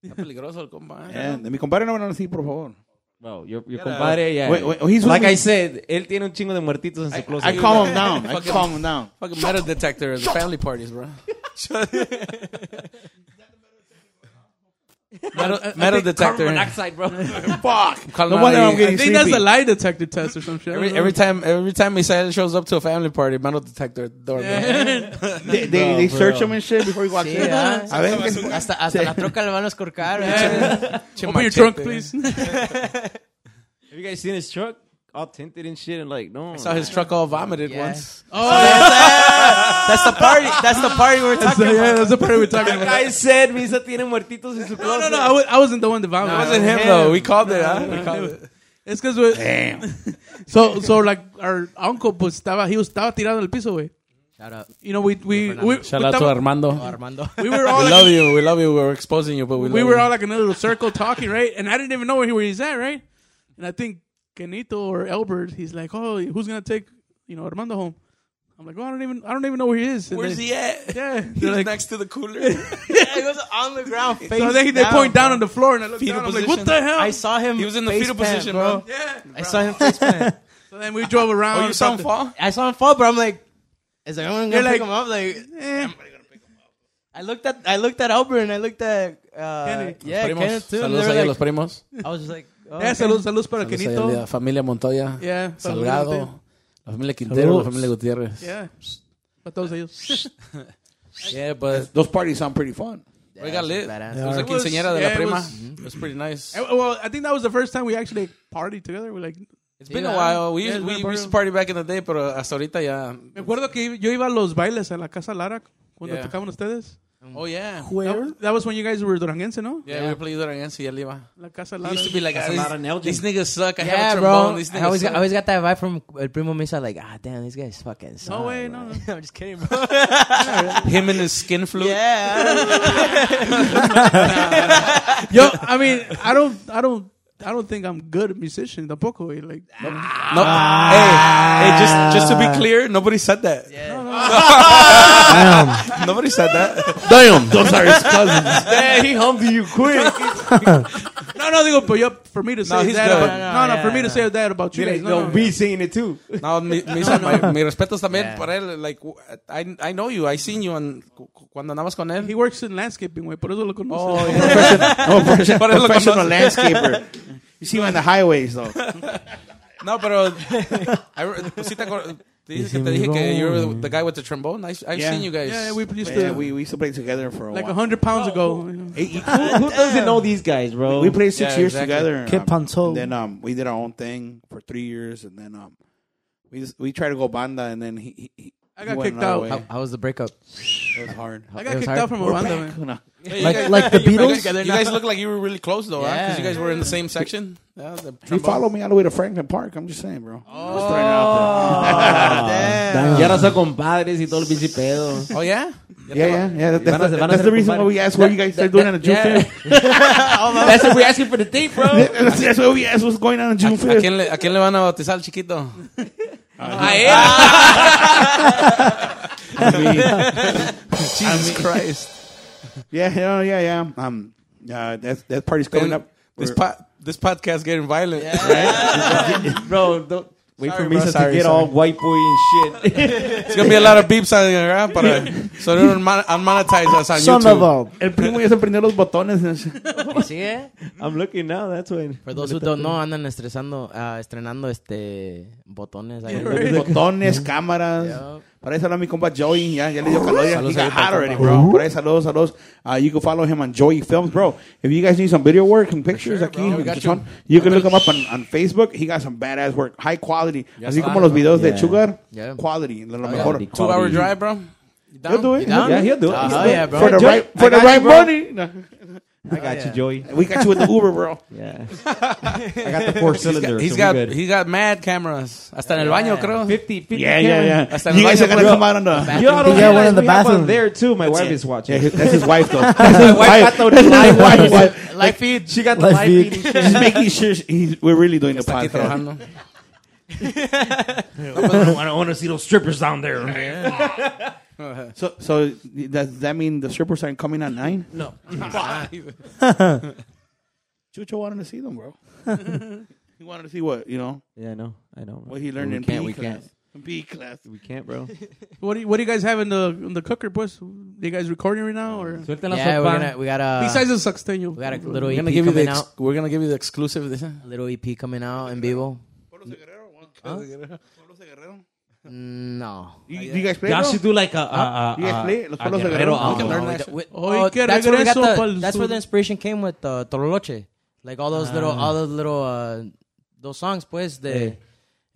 S5: Está peligroso el compa. eh.
S4: Eh, de mi compadre no hablan así, por favor.
S8: Bro, your, your compadre, yeah.
S4: Wait, wait, he's with
S8: like
S4: me.
S8: I said, él tiene un chingo de muertitos en su closet.
S4: I calm him down. I calm him down.
S5: Fucking metal detector at the family parties, bro. metal metal detector. [LAUGHS]
S8: monoxide, bro.
S5: Fuck. Calling
S4: No
S5: out
S4: wonder
S5: ahí.
S4: I'm getting
S3: I think that's the lie detector test or some shit. I don't
S5: Every,
S3: know.
S5: every time, every time Misael shows up to a family party, metal detector at the door. bro.
S4: They, they, they search him and shit before
S3: [LAUGHS]
S4: he walks
S7: Sí,
S4: in.
S7: ah.
S4: A ver, ¿qué-
S7: Hasta, hasta la troca le van a escorcar.
S3: Open your trunk, [LAUGHS] please. Oh,
S8: Have you guys seen his truck? All tinted and shit, and like, no.
S5: Saw his truck all vomited
S7: Yeah.
S5: once.
S3: Oh,
S7: That's the party. That's the party we're
S3: That's
S7: talking
S3: the,
S7: about.
S3: yeah, that's the part we're talking about.
S8: I said, Misa tiene muertitos en su
S3: No, no,
S8: closet.
S3: no. I, was, I wasn't the one that vomited.
S5: It wasn't him though. We called it. huh? We called it.
S3: It's because we. [LAUGHS] so, so like our uncle pues estaba, he was estaba tirado en el piso, güey.
S7: Shout out,
S3: You know, we we we, we,
S5: Shout out to
S3: estaba-
S5: Armando.
S3: [LAUGHS]
S7: [LAUGHS] Armando.
S3: we were all
S5: We
S3: like,
S5: [LAUGHS] love you. We love you. We're exposing you, but we
S3: we
S5: love
S3: were
S5: you.
S3: all like in a little circle talking, right? And I didn't even know where he where he's at, right? And I think Kenito or Elbert, he's like, oh, who's gonna take you know Armando home? I'm like, oh, I don't even I don't even know where he is. And
S5: Where's
S3: they-
S5: he at?
S7: [LAUGHS]
S3: Yeah.
S5: [LAUGHS] He
S3: They're
S5: was
S3: like,
S5: next to the cooler.
S7: he was on the ground. Face
S3: so they, they point down on the floor, and I look
S5: Fetal
S3: down. I'm like, what
S5: position.
S3: the hell?
S7: I saw him.
S5: He was in the
S7: face
S5: fetal
S7: plant,
S5: position,
S7: bro.
S5: bro.
S3: yeah.
S7: I saw him face plant.
S3: So then we drove around.
S5: Oh, you saw him
S3: something.
S5: fall?
S7: I saw him fall, but I'm like, is anyone gonna
S3: You're like,
S7: pick him up? Like,
S3: Eh.
S7: I looked at I looked at Albert and I looked at uh,
S3: Kennedy.
S7: yeah,
S5: Primos.
S7: Kenneth too. and
S5: Saludos
S7: they
S5: ahí
S7: were
S5: a
S7: like-
S5: los primos.
S7: I was just like,
S3: Eh,
S7: oh, okay.
S3: saludos, saludos para
S5: Saludos
S3: Kenito.
S5: ahí a la familia Montoya.
S3: Yeah, saludos.
S5: Salgado. La familia Quintero, la familia Gutiérrez.
S3: Yeah. Para todos ellos.
S5: Yeah, but
S4: Those parties sound pretty fun.
S7: Yeah,
S5: we got
S7: it's
S5: lit.
S7: badass.
S5: It was la
S3: It was-
S5: quinceañera de
S3: yeah,
S5: la
S3: it
S5: prima.
S3: was-
S5: It was pretty nice.
S3: Eh, well, I think that was the first time we actually partied together. We're like,
S5: It's been
S7: Yeah.
S5: a while. We
S3: Yeah,
S5: used,
S3: it's been
S5: we,
S3: a
S5: we used to party back in the day, pero hasta ahorita ya.
S3: me acuerdo que yo iba a los bailes a la casa Lara cuando
S5: Yeah.
S3: tocaban ustedes.
S5: Oh, yeah.
S6: Where?
S3: That was when you guys were duranguense, ¿no?
S5: Yeah, we played Duranguense y él iba.
S3: La casa
S5: He
S3: Lara.
S5: used to be like,
S8: That's a
S5: "Ah,
S8: lot of nail
S5: these, these niggas suck. I
S7: Yeah,
S5: have a trombone.
S7: bro.
S5: These niggas
S7: I always,
S5: suck.
S7: got, I always got that vibe from El Primo Misa. Like, ah, damn, these guys fucking. suck,
S3: way,
S7: bro."
S3: no,
S7: [LAUGHS] I'm just kidding, bro.
S5: Him and his [LAUGHS] skin flute.
S7: yeah.
S5: [LAUGHS]
S3: Yo, I mean, I don't, I don't, I don't think I'm good at musician tampoco. güey. Like,
S5: No, hey, hey, just just to be clear, nobody said that. [LAUGHS] nobody said that.
S4: Damn, those are his
S5: [LAUGHS]
S4: cousins.
S8: Man, he hummed you quick.
S3: no, no, digo, but yo, for me to say
S5: he's
S3: that,
S5: good.
S3: about,
S5: No,
S3: no,
S7: no,
S3: no,
S7: yeah,
S3: for me to
S7: no.
S3: say that about you, guys, no, no,
S8: be saying it
S7: [LAUGHS]
S8: too.
S5: [LAUGHS] No, mi, mi, mi, mi respetos también para él. Like, w- I, I know you. I seen you on, cu- cu- cuando andabas con él.
S3: He works in landscaping, güey, por eso lo conoces.
S5: Oh, yeah.
S4: No, professional,
S5: Por eso lo
S4: professional
S5: conoce.
S4: landscaper. You see him on the highways, though.
S5: No, pero [LAUGHS] I, re- pues sí te acuer- te dije que te dije que you're the, the guy with the trombone. I, I've
S4: Yeah.
S5: seen you
S3: [LAUGHS]
S5: guys.
S3: yeah, yeah, we [LAUGHS] used
S4: Yeah,
S3: to,
S4: we, we used to play together for a
S3: like a
S4: while.
S3: hundred pounds ago.
S8: Who doesn't know these guys, bro?
S4: We played six
S5: Yeah,
S4: years
S5: exactly.
S4: together.
S6: Que panzó.
S4: and Then um, we did our own thing for three years, and then um, we just, we tried to go banda, and then he, he, he
S3: I got
S4: Went
S3: kicked
S4: another
S3: out.
S4: way.
S7: How, how was the breakup?
S4: It was hard.
S3: I
S7: It
S3: got
S7: was
S3: kicked
S7: hard.
S3: out from a banda, man.
S4: No.
S5: [LAUGHS]
S10: Like, like the Beatles.
S5: You guys look like you were really close though, yeah. Because you
S7: Yeah.
S5: guys were in the same section. Yeah, the
S4: He
S5: trombone.
S4: followed me all the way to Franklin Park. I'm just saying, bro.
S3: Oh. [LAUGHS] Ah,
S12: Y ahora son compadres y todo el pinche pedo.
S5: Oh yeah.
S4: Yeah, yeah, yeah. That-
S12: Van a-
S4: That's,
S12: van a
S4: that's
S12: ser
S4: the reason
S12: compadres.
S4: why we asked what you guys are doing on the June
S12: Yeah.
S4: 5th.
S12: [LAUGHS] That's what we're asking for the tape, bro.
S4: That's [LAUGHS] that's why we asked what's going on on June
S5: ¿A
S4: 5th.
S5: quién, le, ¿A quién le van a bautizar al chiquito?
S12: A
S8: Ah,
S12: él.
S5: Jesus Christ.
S4: [LAUGHS] Yeah, yeah, yeah, yeah. Um, uh, that, that party's coming
S5: Then
S4: up.
S5: This,
S4: We're-
S5: po- this podcast getting violent.
S1: Bro, don't wait
S5: Sorry,
S1: for Misa
S5: bro,
S1: to
S5: sorry,
S1: get
S5: sorry.
S1: all white boy and shit.
S5: It's gonna be a lot of beeps on the ground, but uh, so they don't mon- unmonetize us on
S10: Son
S5: YouTube.
S10: of
S4: El primo ya se prendió los [LAUGHS] botones. and shit.
S7: ¿Sí, eh?
S1: I'm looking now, that's when.
S7: For those who don't know, andan estresando, ah, estrenando este
S5: [LAUGHS]
S7: botones. ahí.
S4: [LAUGHS] botones, cámaras.
S7: Yeah.
S4: Por ahí saludos a mi compa Joey. Ya, ya le dio calor. Ya, he got hot already, bro. Por ahí saludos, saludos. Uh, you can follow him on Joey Films, bro. If you guys need some video work and pictures aquí, en Chichón, you. can look him up on, on Facebook. He got some badass work, high quality. Así como los videos de Sugar,
S7: Yeah.
S4: quality, de lo mejor.
S7: Quality.
S5: Two hour drive, bro. You down?
S4: He'll do it.
S7: down?
S1: Yeah, he'll do it.
S4: Ah,
S7: Oh, yeah, bro.
S4: For the
S1: Joey,
S4: right, for the right money. No.
S1: I got you, Joey.
S4: We got you with the Uber, [LAUGHS] bro.
S1: Yeah. I got the four cylinder.
S5: He's
S1: so
S5: got
S1: we're good.
S5: he's got mad cameras. Hasta en el baño, creo.
S1: 50, 50
S4: Yeah, yeah, yeah.
S5: Hasta
S4: you
S5: el
S4: guys are
S5: baño,
S4: gonna
S5: bro.
S4: come out on the.
S1: You all don't
S10: He got one
S1: realize
S10: in the
S1: we have
S10: bathroom.
S1: one there too. My wife is watching.
S4: Yeah, that's his wife,
S1: [LAUGHS]
S4: though. That's his wife.
S1: thought
S4: That's his
S1: live
S10: [LAUGHS]
S4: wife.
S7: Live feed.
S1: She got the
S10: Like
S1: live
S10: big.
S1: feed.
S4: She's making sure he's, we're really doing the
S5: Aquí
S4: podcast.
S5: trabajando.
S12: I don't want to see those strippers down there.
S4: So, so does that mean the strippers aren't coming at nine?
S12: No.
S4: Chucho wanted to see them,
S5: [LAUGHS]
S4: bro. he wanted to see what you know
S1: Yeah, I know. I know. bro.
S4: what he learned
S7: We
S4: in
S7: can't,
S4: PE
S7: we
S4: class.
S7: can't.
S4: In PE class.
S1: We can't,
S4: [LAUGHS]
S1: bro.
S3: What do you, what do you guys have in the in the cooker, pues? You guys recording right now, or
S12: Suelta la
S7: Yeah, we're
S12: sopa.
S7: gonna, we got a,
S3: besides the sexteño?
S7: we got a little
S5: We're
S7: EP
S5: gonna give you the
S7: coming
S5: ex-
S7: out.
S5: we're gonna give you the exclusive. this, huh?
S7: A little EP coming out en
S5: [LAUGHS]
S7: vivo.
S5: Oh,
S7: Mm, No.
S4: You, do you guys play,
S12: Y'all
S4: bro?
S12: should do like a, a, a,
S4: You
S1: uh,
S4: guys
S12: a-
S4: play Los
S12: a
S4: Pueblos de
S12: Guerrero
S4: Guerrero?
S1: ah.
S12: album.
S5: Learn that shit.
S7: With-
S3: Oy,
S7: oh,
S3: que
S7: that's, where we got
S3: regreso
S7: the,
S3: pa'l
S7: that's
S3: sur.
S7: where the inspiration came with uh, Toroloche. Like all those
S1: Ah.
S7: little, all those little, uh, those songs, pues. The,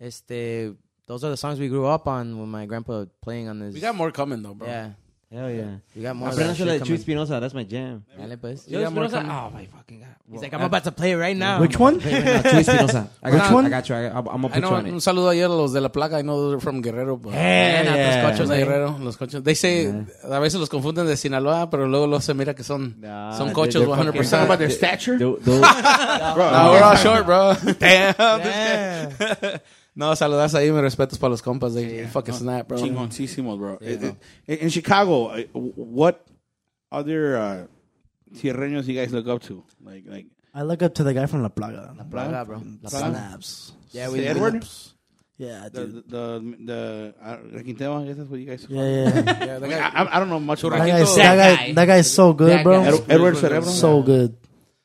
S7: este, those are the songs we grew up on when my grandpa playing on this.
S5: We got more coming though, bro.
S7: Yeah,
S1: Hell yeah.
S7: we got more. of that
S1: Aprendanse la de Chuy
S7: shit coming.
S1: Espinosa. That's my jam.
S7: Dale, pues.
S12: Yo, Espinosa- Oh my fucking god.
S7: He's like, I'm about to play it right now.
S10: Which one?
S1: Chuy Espinosa. I got
S5: Which
S1: you.
S5: one?
S1: I got you. I, I'm gonna
S5: I
S1: put you
S5: know.
S1: on it.
S5: Un saludo ayer a los de la placa. I know they're from Guerrero. But
S7: Yeah,
S1: yeah.
S7: yeah.
S5: Cochos de Guerrero, los cochos. They say, a veces los confunden de Sinaloa, pero luego los se mira que son,
S1: Nah,
S5: son
S1: they're-
S5: cochos
S1: they're fucking- Talking
S5: 100%.
S1: about
S5: their stature?
S1: Do- do-
S5: No, we're all short,
S7: [LAUGHS]
S5: bro. Damn. this guy. [LAUGHS] no, saludas ahí, me respetos para los compas. They fucking snap, bro.
S4: Chingoncísimos, bro. It- it- Eh, in- in Chicago, uh, what other uh, tierreños you guys look up to? Like, like
S10: I look up to the guy from La Plaga. La
S7: Plaga, bro. La Plaga.
S10: Snaps.
S7: Yeah,
S4: Say
S7: we, we,
S4: Edward?
S10: Yeah,
S4: the
S10: dude.
S4: the the, the uh, Requintero, I guess that's what you guys.
S10: Yeah, yeah. yeah.
S5: Yeah, that
S4: I, mean,
S5: guy-
S4: I, I don't know much
S10: that,
S4: about
S5: Requinto-
S10: guy's,
S5: That
S10: that, guy, that guy's so good,
S7: That
S10: bro.
S7: guy.
S4: Ed- Edward Cerebro.
S10: So good.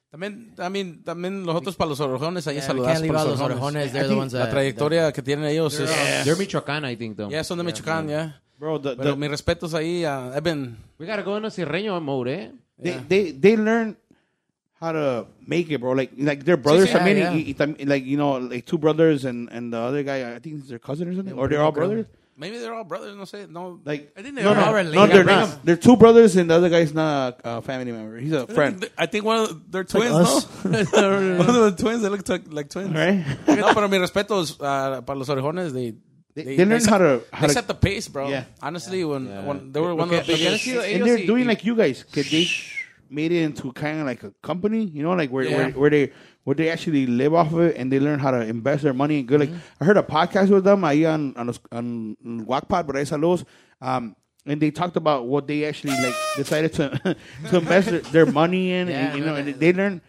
S5: También, también, también los otros para los orejones, ahí
S7: yeah, we
S5: saludas
S7: can't leave
S5: para
S7: out
S5: los
S7: those
S5: orejones.
S7: orejones. They're the ones that...
S5: La trayectoria que tienen ellos es...
S12: They're Michoacan, I think, though.
S5: Yeah, son de Michoacán, yeah.
S4: bro. The,
S5: Pero
S4: the,
S5: mis respetos ahí a Eben.
S12: We gotta go in a Cirreño mode, eh?
S4: they, they they learn how to make it, bro. Like like their brothers,
S5: yeah,
S4: I mean,
S5: yeah.
S4: y- y tam- like you know, like two brothers and and the other guy, I think it's their cousin or something, or they're all brothers.
S5: Maybe they're all brothers, no sé. No,
S4: Like
S5: I think they
S4: no,
S5: are all
S4: no,
S5: related.
S4: no, they're
S5: Yeah,
S4: not. They're two brothers, and the other guy's not a, a family member. He's a friend,
S5: I think one of they're
S10: like
S5: twins,
S10: us.
S5: no? [LAUGHS] one of the twins, they look like, like twins.
S4: right?
S5: [LAUGHS] no, pero mis respetos uh, para los orejones, they...
S4: They, they learn how to how
S5: They
S4: to,
S5: set the pace, bro.
S4: Yeah.
S5: Honestly, when, when they were one of the
S12: Porque han
S5: biggest.
S12: sido
S4: and
S12: ellos
S4: they're
S12: y-
S4: doing
S12: y-
S4: like you guys. Cause they made it into kind of like a company, you know, like where
S5: Yeah.
S4: where, where they. Where they actually live off of it, and they learn how to invest their money. And good, like I heard a podcast with them ahí on on, los, on Wackpot, but I saludos. Um, and they talked about what they actually like decided to [LAUGHS] to invest their, their money in,
S7: Yeah,
S4: and you know,
S7: no,
S4: and
S7: no,
S4: they learn.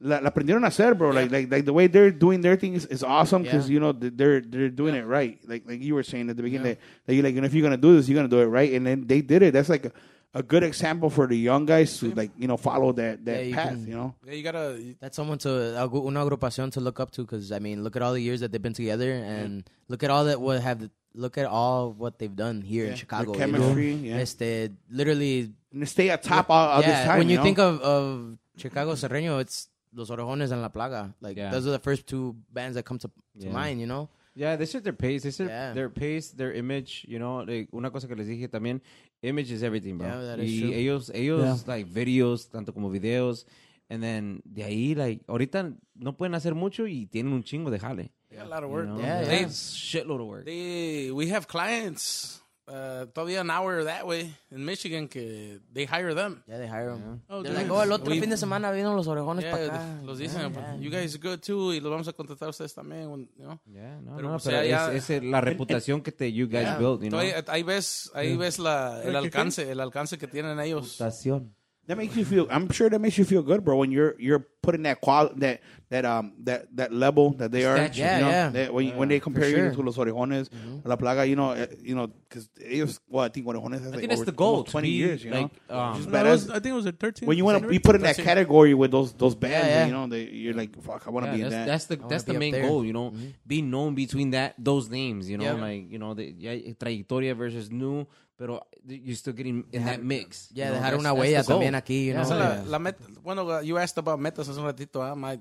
S4: La, la aprendieron a hacer, bro. Like, like, like the way they're doing their thing is, is awesome because
S7: Yeah.
S4: you know th- they're they're doing it right. Like, like you were saying at the beginning, that, that you like, you know, if you're gonna do this, you're gonna do it right, and then they did it. That's like a, a good example for the young guys to like, you know, follow that that
S7: Yeah, you
S4: path.
S7: can-
S4: you know,
S5: Yeah, you gotta.
S7: That's someone to algo- una agrupación to look up to because I mean, look at all the years that they've been together, and look at all that what have look at all what they've done here in Chicago.
S4: their
S7: you know?
S4: chemistry, yeah.
S7: Este, literally,
S4: and they stay atop all, all
S7: yeah.
S4: this time.
S7: when you,
S4: know?
S7: think of of Chicago Serreño, it's Los Orejones and La Plaga. Like those are the first two bands that come to, to mind. You know,
S8: Yeah, this is their pace. This is
S7: Yeah.
S8: their pace, their image. You know, like, una cosa que les dije también, image is everything, bro.
S7: Yeah, that
S8: y
S7: is true.
S8: ellos, ellos like videos, tanto como videos, and then de ahí, like, ahorita no pueden hacer mucho y tienen un chingo de jale.
S5: Yeah, a lot of work.
S8: you know?
S7: Yeah,
S5: They-
S7: yeah.
S8: shitload of work.
S5: They, we have clients uh, todavía an hour that way in Michigan que they hire them.
S7: Ya they hire him.
S3: Oh,
S7: They're
S3: dude.
S7: like, oh, el otro
S5: We-
S7: fin de semana vino los orejones
S5: Yeah,
S7: para acá.
S5: los dicen, you guys are good too, y los vamos a contratar a ustedes también, when- you know.
S8: Yeah, no,
S5: Pero,
S8: no,
S5: o sea,
S8: pero
S5: ya-
S8: es, es la reputación que te you guys
S5: Yeah.
S8: built, you know.
S5: Todavía- Ahí ves, ahí ves la, el alcance, el alcance que tienen ellos.
S8: Reputación.
S4: That makes you feel. I'm sure that makes you feel good, bro. When you're you're putting that qual that that um that that level that they are.
S7: Stature. Yeah,
S4: you know,
S7: yeah.
S4: that when you- when they compare
S7: sure.
S4: you to los orejones, la plaga, you know, uh, you know, because ellos, well, I think orejones has
S8: I
S4: like
S8: think that's
S4: over
S8: the goal.
S4: almost Twenty
S8: to be,
S4: years, you know.
S8: like, um,
S4: It's
S3: No, that was-
S4: badass.
S3: I think it was a 13.
S4: when you want to
S3: December?
S4: be put in that
S5: That's it.
S4: category with those those bands,
S7: yeah.
S4: you know, they, you're like, fuck, I want to
S8: Yeah,
S4: be in
S8: that's,
S4: that.
S8: that's the Mm-hmm.
S7: wanna
S8: that's the
S7: be up
S8: main
S7: there.
S8: goal, oh, you know, be known between that those names, you know,
S7: Yeah.
S8: like you know the yeah, trayectoria versus new, pero you're still getting in that mix.
S7: Ya
S8: you know,
S7: dejar
S8: that's-
S7: una
S8: that's
S7: huella
S8: the goal.
S7: también aquí, you know.
S5: Esa es la,
S7: Yeah.
S5: la meta. Bueno, uh, you asked about metas hace un ratito. ah, my,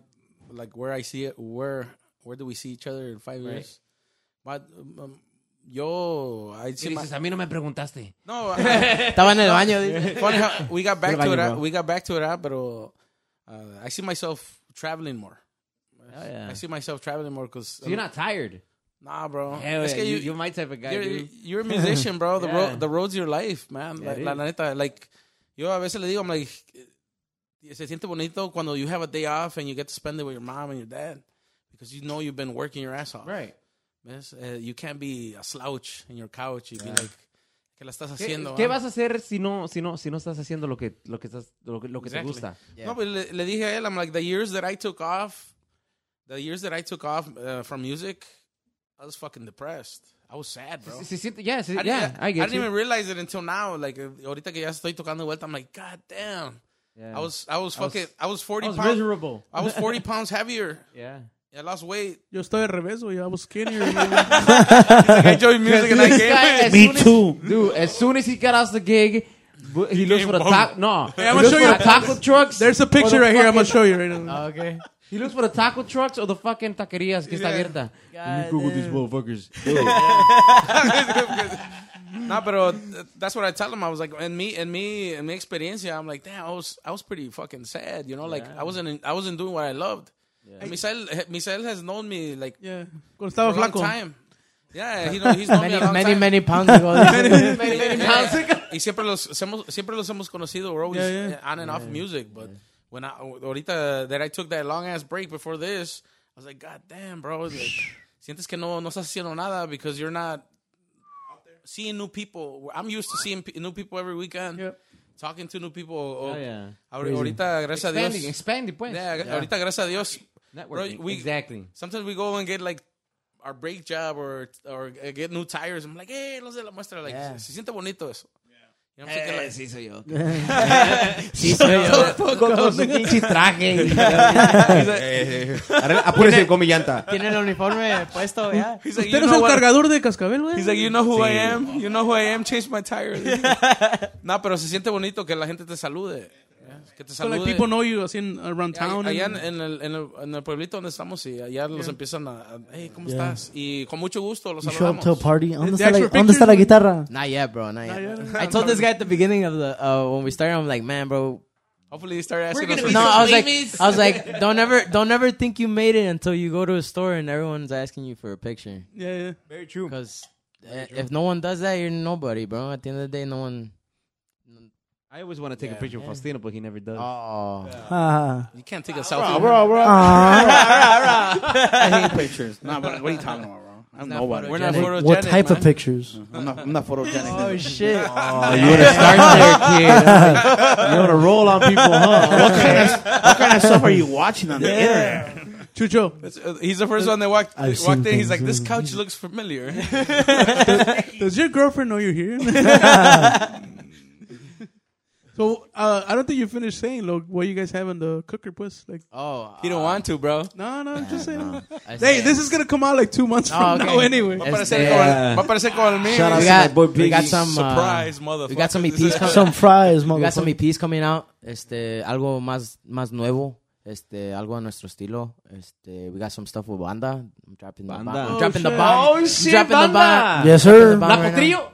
S5: like where I see it, where where do we see each other in five years? But um, yo, I
S8: Sí,
S5: see my,
S8: dices, a mí no me preguntaste.
S5: no. I-
S7: Estaba en el baño.
S5: [LAUGHS]
S7: dice.
S5: funny how we got back to
S8: baño,
S5: it. ah,
S8: bro.
S5: We got back to it. ah, Pero uh, I see myself traveling more.
S8: Oh,
S5: I see myself traveling more because
S8: So you're not tired.
S5: nah, bro.
S8: Hell
S5: Es
S8: yeah,
S5: que
S8: Eh, you,
S5: you-
S8: you're my type of guy,
S5: you're,
S8: dude.
S5: you're a musician, bro. The,
S8: [LAUGHS] Yeah.
S5: ro- the road's your life, man.
S8: Yeah,
S5: la, la neta, like, yo a veces le digo, I'm like, eh, se siente bonito cuando you have a day off and you get to spend it with your mom and your dad because you know you've been working your ass off.
S8: Right.
S5: ¿Ves? Eh, you can't be a slouch in your couch. You be like, ¿qué la estás
S8: ¿Qué,
S5: haciendo?
S8: Eh, qué
S5: ah?"
S8: vas a hacer si no si no si no estás haciendo lo que lo que estás lo que, lo que
S5: Exactly.
S8: te gusta?
S5: No, but le, le dije a él, I'm like, the years that I took off, the years that I took off uh, from music, I was fucking depressed. I was sad, bro.
S8: [LAUGHS] Sí, sí, sí, yeah, sí,
S5: I
S8: yeah,
S5: didn't,
S8: I get
S5: didn't
S8: you.
S5: even realize it until now. Like eh, ahorita que ya estoy tocando de vuelta, I'm like, God damn.
S8: Yeah.
S5: I was I was fucking I was forty
S12: was
S5: pounds
S12: miserable.
S5: I was forty pounds heavier.
S8: yeah.
S5: I lost weight.
S3: Yo estoy al revés, güey. I was skinnier.
S5: I enjoyed music and I
S8: This guy,
S5: came.
S8: as Me soon too. As, dude, as soon as he got out the gig, bu- he, looks for the taco. No.
S3: I'ma
S8: he looks
S3: show
S8: for
S3: you
S8: the
S3: a-
S8: taco trucks.
S3: There's a picture right here. I'm gonna show you right now.
S7: Okay.
S8: He looks for the taco trucks or the fucking taquerías que está abierta.
S7: God damn.
S8: motherfuckers.
S5: nah, pero th- that's what I tell him. I was like, and me and me and my experience, I'm like, damn, I was I was pretty fucking sad. You know, like I wasn't I wasn't doing what I loved. And Misael, eh, Misael has known me like
S3: Yeah. Cuando
S5: for
S3: estaba
S5: a long
S3: flaco.
S5: time. Yeah, he know, he's known me a
S7: Many,
S5: long
S7: many,
S5: time.
S7: many pounds ago. dice.
S5: Yeah. [LAUGHS] y siempre los hemos siempre los hemos conocido. We're always
S3: Yeah, yeah.
S5: on and off music, but when I ahorita that I took that long ass break before this, I was like, God damn, bro. Like, [LAUGHS] sientes que no no estás haciendo nada because you're not seeing new people. I'm used to seeing pe- new people every weekend,
S3: Yep.
S5: talking to new people. Oh,
S8: yeah.
S5: ahor- Ahorita gracias a Dios.
S8: Expanding, expanding, pues.
S5: Yeah, ahorita gracias a Dios.
S8: Networking.
S5: Bro, we-
S8: exactly.
S5: Sometimes we go and get like our brake job or or eh, get new tires. I'm like, hey, los de la muestra, like,
S7: Yeah.
S5: se siente bonito eso. You know, I'm thinking, like, [LAUGHS]
S7: Sí, soy yo.
S1: Apúrese con mi llanta.
S6: Tiene el uniforme puesto, ya.
S5: he's like, you
S3: Usted no es
S5: know
S3: el
S5: what?
S3: cargador de cascabel, güey.
S5: He's like, you know who I am. You know who I am. Change my tires. no, pero se siente bonito que la gente te salude. Que te
S3: So,
S5: salude.
S3: like, people know you así en around town.
S5: Allá en,
S3: and-
S5: en el, en, el, en el pueblito donde estamos y allá los empiezan a, a, hey, ¿cómo estás? Y con mucho gusto los
S10: You show up
S5: saludamos.
S10: to a party. ¿Dónde
S3: The
S10: está, la,
S3: actual
S10: ¿dónde está la
S3: pictures-
S10: guitarra?
S7: Not yet, bro. Not yet.
S3: yet.
S7: [LAUGHS] I told this guy at the beginning of the uh, when we started. I'm like, man, bro.
S5: Hopefully they start asking us. for-
S7: No, I was like, I was like, don't ever, don't ever think you made it until you go to a store and everyone's asking you for a picture.
S3: Yeah, yeah.
S7: Because if no one does that, you're nobody, bro. At the end of the day, no one.
S8: I always want to take a picture of Faustino, but he never does.
S7: Oh,
S10: Ah.
S5: you can't take a selfie.
S4: bro, bro.
S10: Ah.
S4: I hate [LAUGHS] pictures. Nah, but what are you talking about, bro? I'm
S7: not
S4: nobody.
S5: We're not
S10: Like,
S5: photogenic,
S10: what type
S5: man.
S10: of pictures?
S4: I'm not, I'm not photogenic.
S7: shit!
S1: You want to roll on people,
S10: [LAUGHS]
S1: huh?
S4: what, kind of, what kind of stuff are you watching on the internet?
S3: Chucho.
S5: It's- uh, He's the first one that walked,
S10: I've seen
S5: walked in. He's
S10: things,
S5: like, this
S10: yeah.
S5: couch looks [LAUGHS] familiar.
S3: Does your girlfriend know you're here? so uh, I don't think you finished saying look, what you guys have in the cooker, puss. Like,
S7: Oh,
S5: You don't want to, bro.
S3: no, no, I'm just saying.
S7: I see.
S3: Hey, this is gonna come out like two months
S7: Oh,
S3: from
S7: okay.
S3: now anyway.
S5: Va a parecer
S7: Este-
S5: como el- va a parecer como el mío.
S1: Shout out
S7: We
S1: to
S7: got-
S1: my boy
S7: we got
S1: Biggie.
S7: some uh,
S5: Surprise, motherfucker.
S7: we got some EPs coming.
S10: Some fries,
S7: We got some
S10: motherfucker.
S7: EPs coming out. Este, algo más más nuevo. este, algo a nuestro estilo. Este, we got some stuff with banda. I'm dropping the
S8: Banda.
S7: bomb. I'm
S8: Oh,
S7: dropping the
S3: shit.
S7: bomb.
S8: Oh,
S7: I'm
S8: shit,
S7: dropping the
S8: banda.
S7: bomb.
S10: Yes,
S7: I'm dropping
S10: sir.
S7: the bomb right now.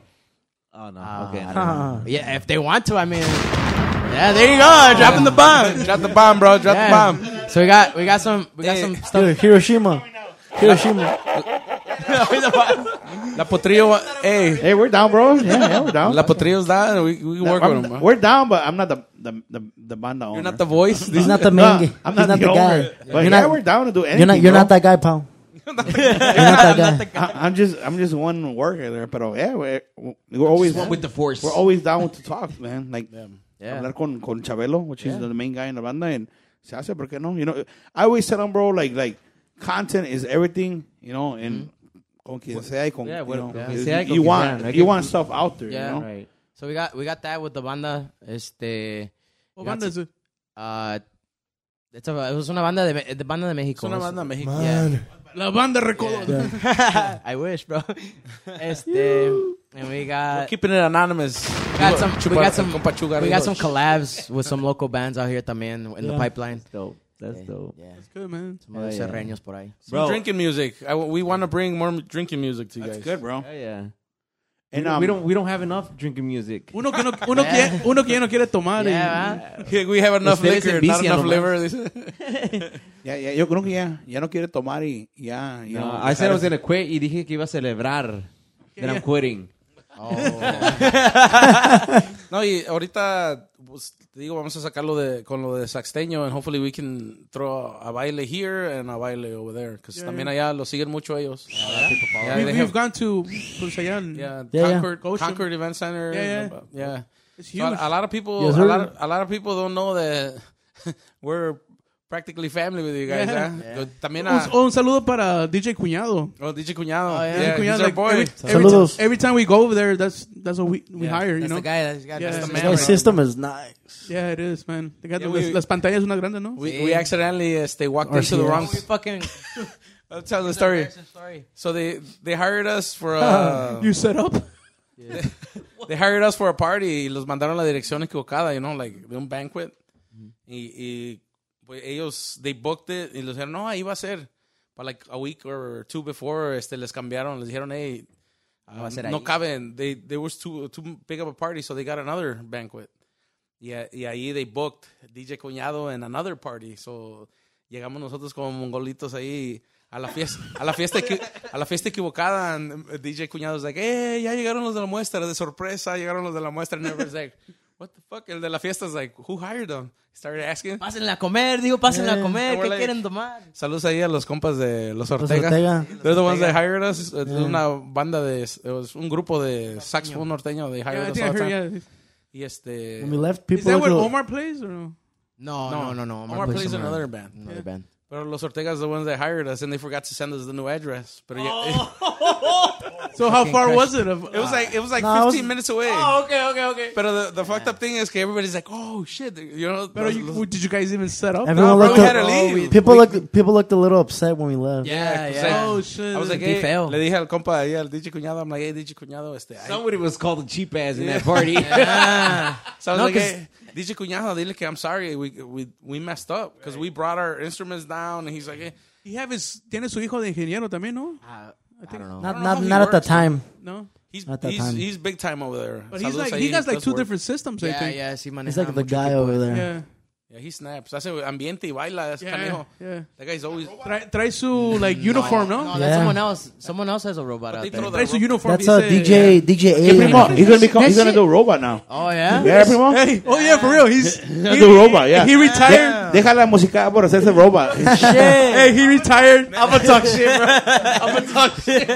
S8: Oh, no.
S7: Ah,
S8: okay.
S7: I don't know. Yeah, if they want to, I mean. Yeah, there you go. Dropping the bomb.
S5: Drop the bomb, bro. Drop
S7: Yeah.
S5: the bomb.
S7: So we got we got some we got some stuff.
S10: Dude, Hiroshima. Hiroshima.
S5: La Potrillo, hey.
S4: Hey, we're down, bro. Yeah, yeah, we're down.
S5: La Potrillo's down. We, we can work
S4: I'm-
S5: with him. bro.
S4: We're down, but I'm not the the the, the banda owner.
S5: You're not the [LAUGHS] voice.
S10: He's not the
S4: [LAUGHS] No,
S10: main. guy.
S4: I'm
S10: He's
S4: not,
S8: [LAUGHS]
S10: not
S4: the,
S10: the
S4: owner.
S10: guy.
S4: But
S10: You're
S4: yeah,
S10: not-
S4: we're down to do anything.
S10: You're not. You're
S4: bro.
S10: not that guy, pal. You're not that guy.
S4: I, [LAUGHS] I'm just I'm just one worker there, but yeah, we're, we're always
S8: With the force.
S4: we're always down to talk, man. Like
S7: Yeah.
S4: hablar con con Chabelo, which is the main guy in the banda, and se hace porque no. You know, I always tell him, bro, like like content is everything, you know, and con quien sea y con
S8: Mm-hmm. Yeah,
S4: you
S8: bueno,
S4: know,
S8: con quien
S4: you,
S8: sea y con
S4: you
S8: quien
S4: want
S8: sea. Hay
S4: you
S8: que-
S4: want stuff out there,
S7: Yeah.
S4: you know.
S8: Right.
S7: So we got we got that with the banda. Este.
S3: What
S7: we got
S3: banda is it?
S7: Uh, it's a, it was una banda de, Me- de banda de México.
S5: Una banda de México.
S10: Man.
S3: La banda recodo.
S7: [LAUGHS] I wish, bro. Este, and we got
S5: Keeping it anonymous.
S7: we got some we got some
S5: Compa Chuga
S7: we got some
S5: Ríos.
S7: collabs with some local bands out here también in the
S10: Yeah.
S7: pipeline.
S8: Dope. That's dope.
S7: Yeah,
S3: Good, man.
S7: some other
S8: yeah.
S7: serreños por ahí.
S5: Some drinking music. I, we want to bring more drinking music to you
S4: That's
S5: guys.
S4: good, bro.
S8: Yeah, Oh, yeah.
S4: And
S8: We-
S4: um,
S8: we don't we don't have enough drinking music.
S3: Uno que, no, uno, que, uno que ya no quiere tomar. y-
S7: Yeah,
S5: [LAUGHS]
S7: man.
S5: We have enough
S8: Ustedes
S5: liquor,
S8: envician
S5: not enough
S8: nomás.
S5: liver. dice.
S4: Ya, ya, yo creo que ya, ya no quiere tomar y ya, you
S8: No,
S4: know,
S8: I said I was gonna quit y dije que iba a celebrar that I'm quitting.
S5: No, y ahorita, pues, te digo, vamos a sacarlo de, con lo de Saxteño, and hopefully we can throw a baile here and a baile over there, because también allá lo siguen mucho ellos. Yeah,
S3: We,
S5: they
S3: we've
S5: have-
S3: gone to pues, allá en-
S5: yeah,
S10: Yeah, yeah.
S5: Concord,
S3: Goshen.
S5: Concord Event Center.
S3: Yeah, yeah.
S5: yeah.
S3: It's
S5: So
S3: huge.
S5: a, a lot of people,
S10: Yes,
S5: a,
S10: sir.
S5: lot, a lot of people don't know that [LAUGHS] we're practically family with you guys.
S3: Yeah.
S5: Yeah. También
S3: Un,
S5: a,
S3: oh, un saludo para DJ Cuñado.
S5: oh, DJ Cuñado.
S3: DJ Cuñado,
S5: yeah,
S7: yeah.
S5: he's our
S3: like,
S5: boy.
S3: Every, every
S10: Saludos.
S3: ti- every time we go over there, that's that's what we, we hire, you
S7: That's
S3: know?
S7: the guy. That's the guy.
S3: Yeah.
S5: That's the
S3: This
S10: His
S5: man.
S10: system is nice.
S3: Yeah, it is, man. They got
S5: Yeah,
S3: the-
S5: we-
S3: las, las pantallas una grande, ¿no?
S5: We, we accidentally este, walked
S10: Or
S5: into the
S10: CS.
S5: wrong.
S7: We fucking
S5: [LAUGHS] I'll tell the story.
S7: story.
S5: So they they hired us for
S3: [LAUGHS]
S5: a
S3: Uh, you set up?
S5: they hired us for a party y los mandaron a la dirección equivocada, you know, like de un banquet. Y, y pues ellos they booked it y les dijeron, "No, ahí va a ser." But like a week or two before este les cambiaron, les dijeron, "Hey,
S7: va a ser
S5: Um, no
S7: ahí."
S5: caben. They they was too too big of a party, so they got another banquet." Y, a- y ahí they booked DJ Cuñado and another party. So llegamos nosotros como mongolitos ahí a la fiesta, a la fiesta, equi- a la fiesta equivocada. And uh, DJ Cuñado was like, eh, ya llegaron los de la muestra, de sorpresa, llegaron los de la muestra. And everybody's like, what the fuck? El de la fiesta is like, who hired them? Started asking.
S7: Pásenla a comer, digo, pásenla a comer.
S5: Yeah,
S7: ¿Qué
S5: we're
S7: quieren tomar?
S5: Saludos ahí a los compas de Los
S10: Los
S5: Ortega.
S10: Ortega.
S5: They're the ones that hired us. Uh, Una banda de, it was un grupo de saxofón norteño. They
S3: Yeah,
S5: [LAUGHS] hired
S3: I
S5: us
S3: think I
S5: all the
S3: heard,
S5: time.
S3: yeah.
S5: Y este...
S10: When we left,
S3: Is
S10: people
S3: that
S10: would
S3: what
S10: go,
S3: Omar plays or no?
S7: No, no, no, no.
S5: Omar plays in another band.
S7: another band.
S5: Pero Los Ortegas the ones that hired us, and they forgot to send us the new address. Pero ya-
S3: So how far was it? Of,
S5: [LAUGHS]
S3: uh,
S5: it was like it was like
S10: No, it was-
S5: 15 minutes away. Oh, okay, okay, okay. Pero the, the fucked up thing is que everybody's like, oh shit, you know.
S3: Pero you, who- did you guys even set up?
S10: Everyone
S5: No, bro,
S10: looked.
S5: we had to
S10: a- Oh,
S5: leave.
S10: People looked. People looked a little upset when we left.
S5: yeah, yeah.
S3: oh, shit.
S5: I was like,
S7: Qué
S5: hey,
S7: feo.
S5: le dije al compa ahí al DJ cuñado, I'm like, hey, DJ cuñado, este. ay.
S8: Somebody was called a cheap ass in that party.
S5: So I was
S7: No,
S5: like,
S7: 'cause-
S5: hey, DJ cuñado, dile que I'm sorry, we we we messed up because we brought our instruments down, and he's like, "Eh, hey,
S3: he have his, tiene su hijo de ingeniero también, ¿no?
S7: I, I don't know.
S10: Not.
S5: don't know how
S10: Not.
S5: he
S10: Not at the
S5: works,
S10: time.
S3: No?
S5: he's
S10: At that
S5: he's,
S10: time.
S5: he's big time over there.
S3: But he's
S5: Saludos
S3: like,
S5: ahí,
S3: he has like
S5: does
S3: two
S5: work.
S3: different systems, I
S7: Yeah,
S3: think.
S7: yeah, sí
S10: He's like
S7: maneja
S10: the
S7: mucho
S10: guy
S7: tipo
S10: over
S7: de-
S10: there.
S3: Yeah.
S5: Yeah, he snaps. Hace ambiente y baila, es
S3: Yeah,
S5: canijo.
S3: yeah.
S5: That guy's always.
S3: Trae, trae su like uniform, ¿no?
S7: No,
S10: Yeah.
S7: that's someone else. Someone else has a robot
S5: They
S7: out
S5: throw
S7: there.
S5: that
S3: Trae su uniform.
S10: That's a
S3: dice-
S10: DJ. DJ A.
S4: primo, he's gonna become, he's gonna
S7: shit-
S4: do robot now.
S7: Oh yeah.
S4: Yeah, primo,
S3: Hey, [LAUGHS] oh yeah, for real. He's
S4: he's do robot. Yeah,
S3: he retired.
S4: De- deja la música por hacerse
S3: [LAUGHS]
S4: robot.
S3: Hey, he retired. [LAUGHS] I'm gonna talk shit, bro. I'm gonna talk shit.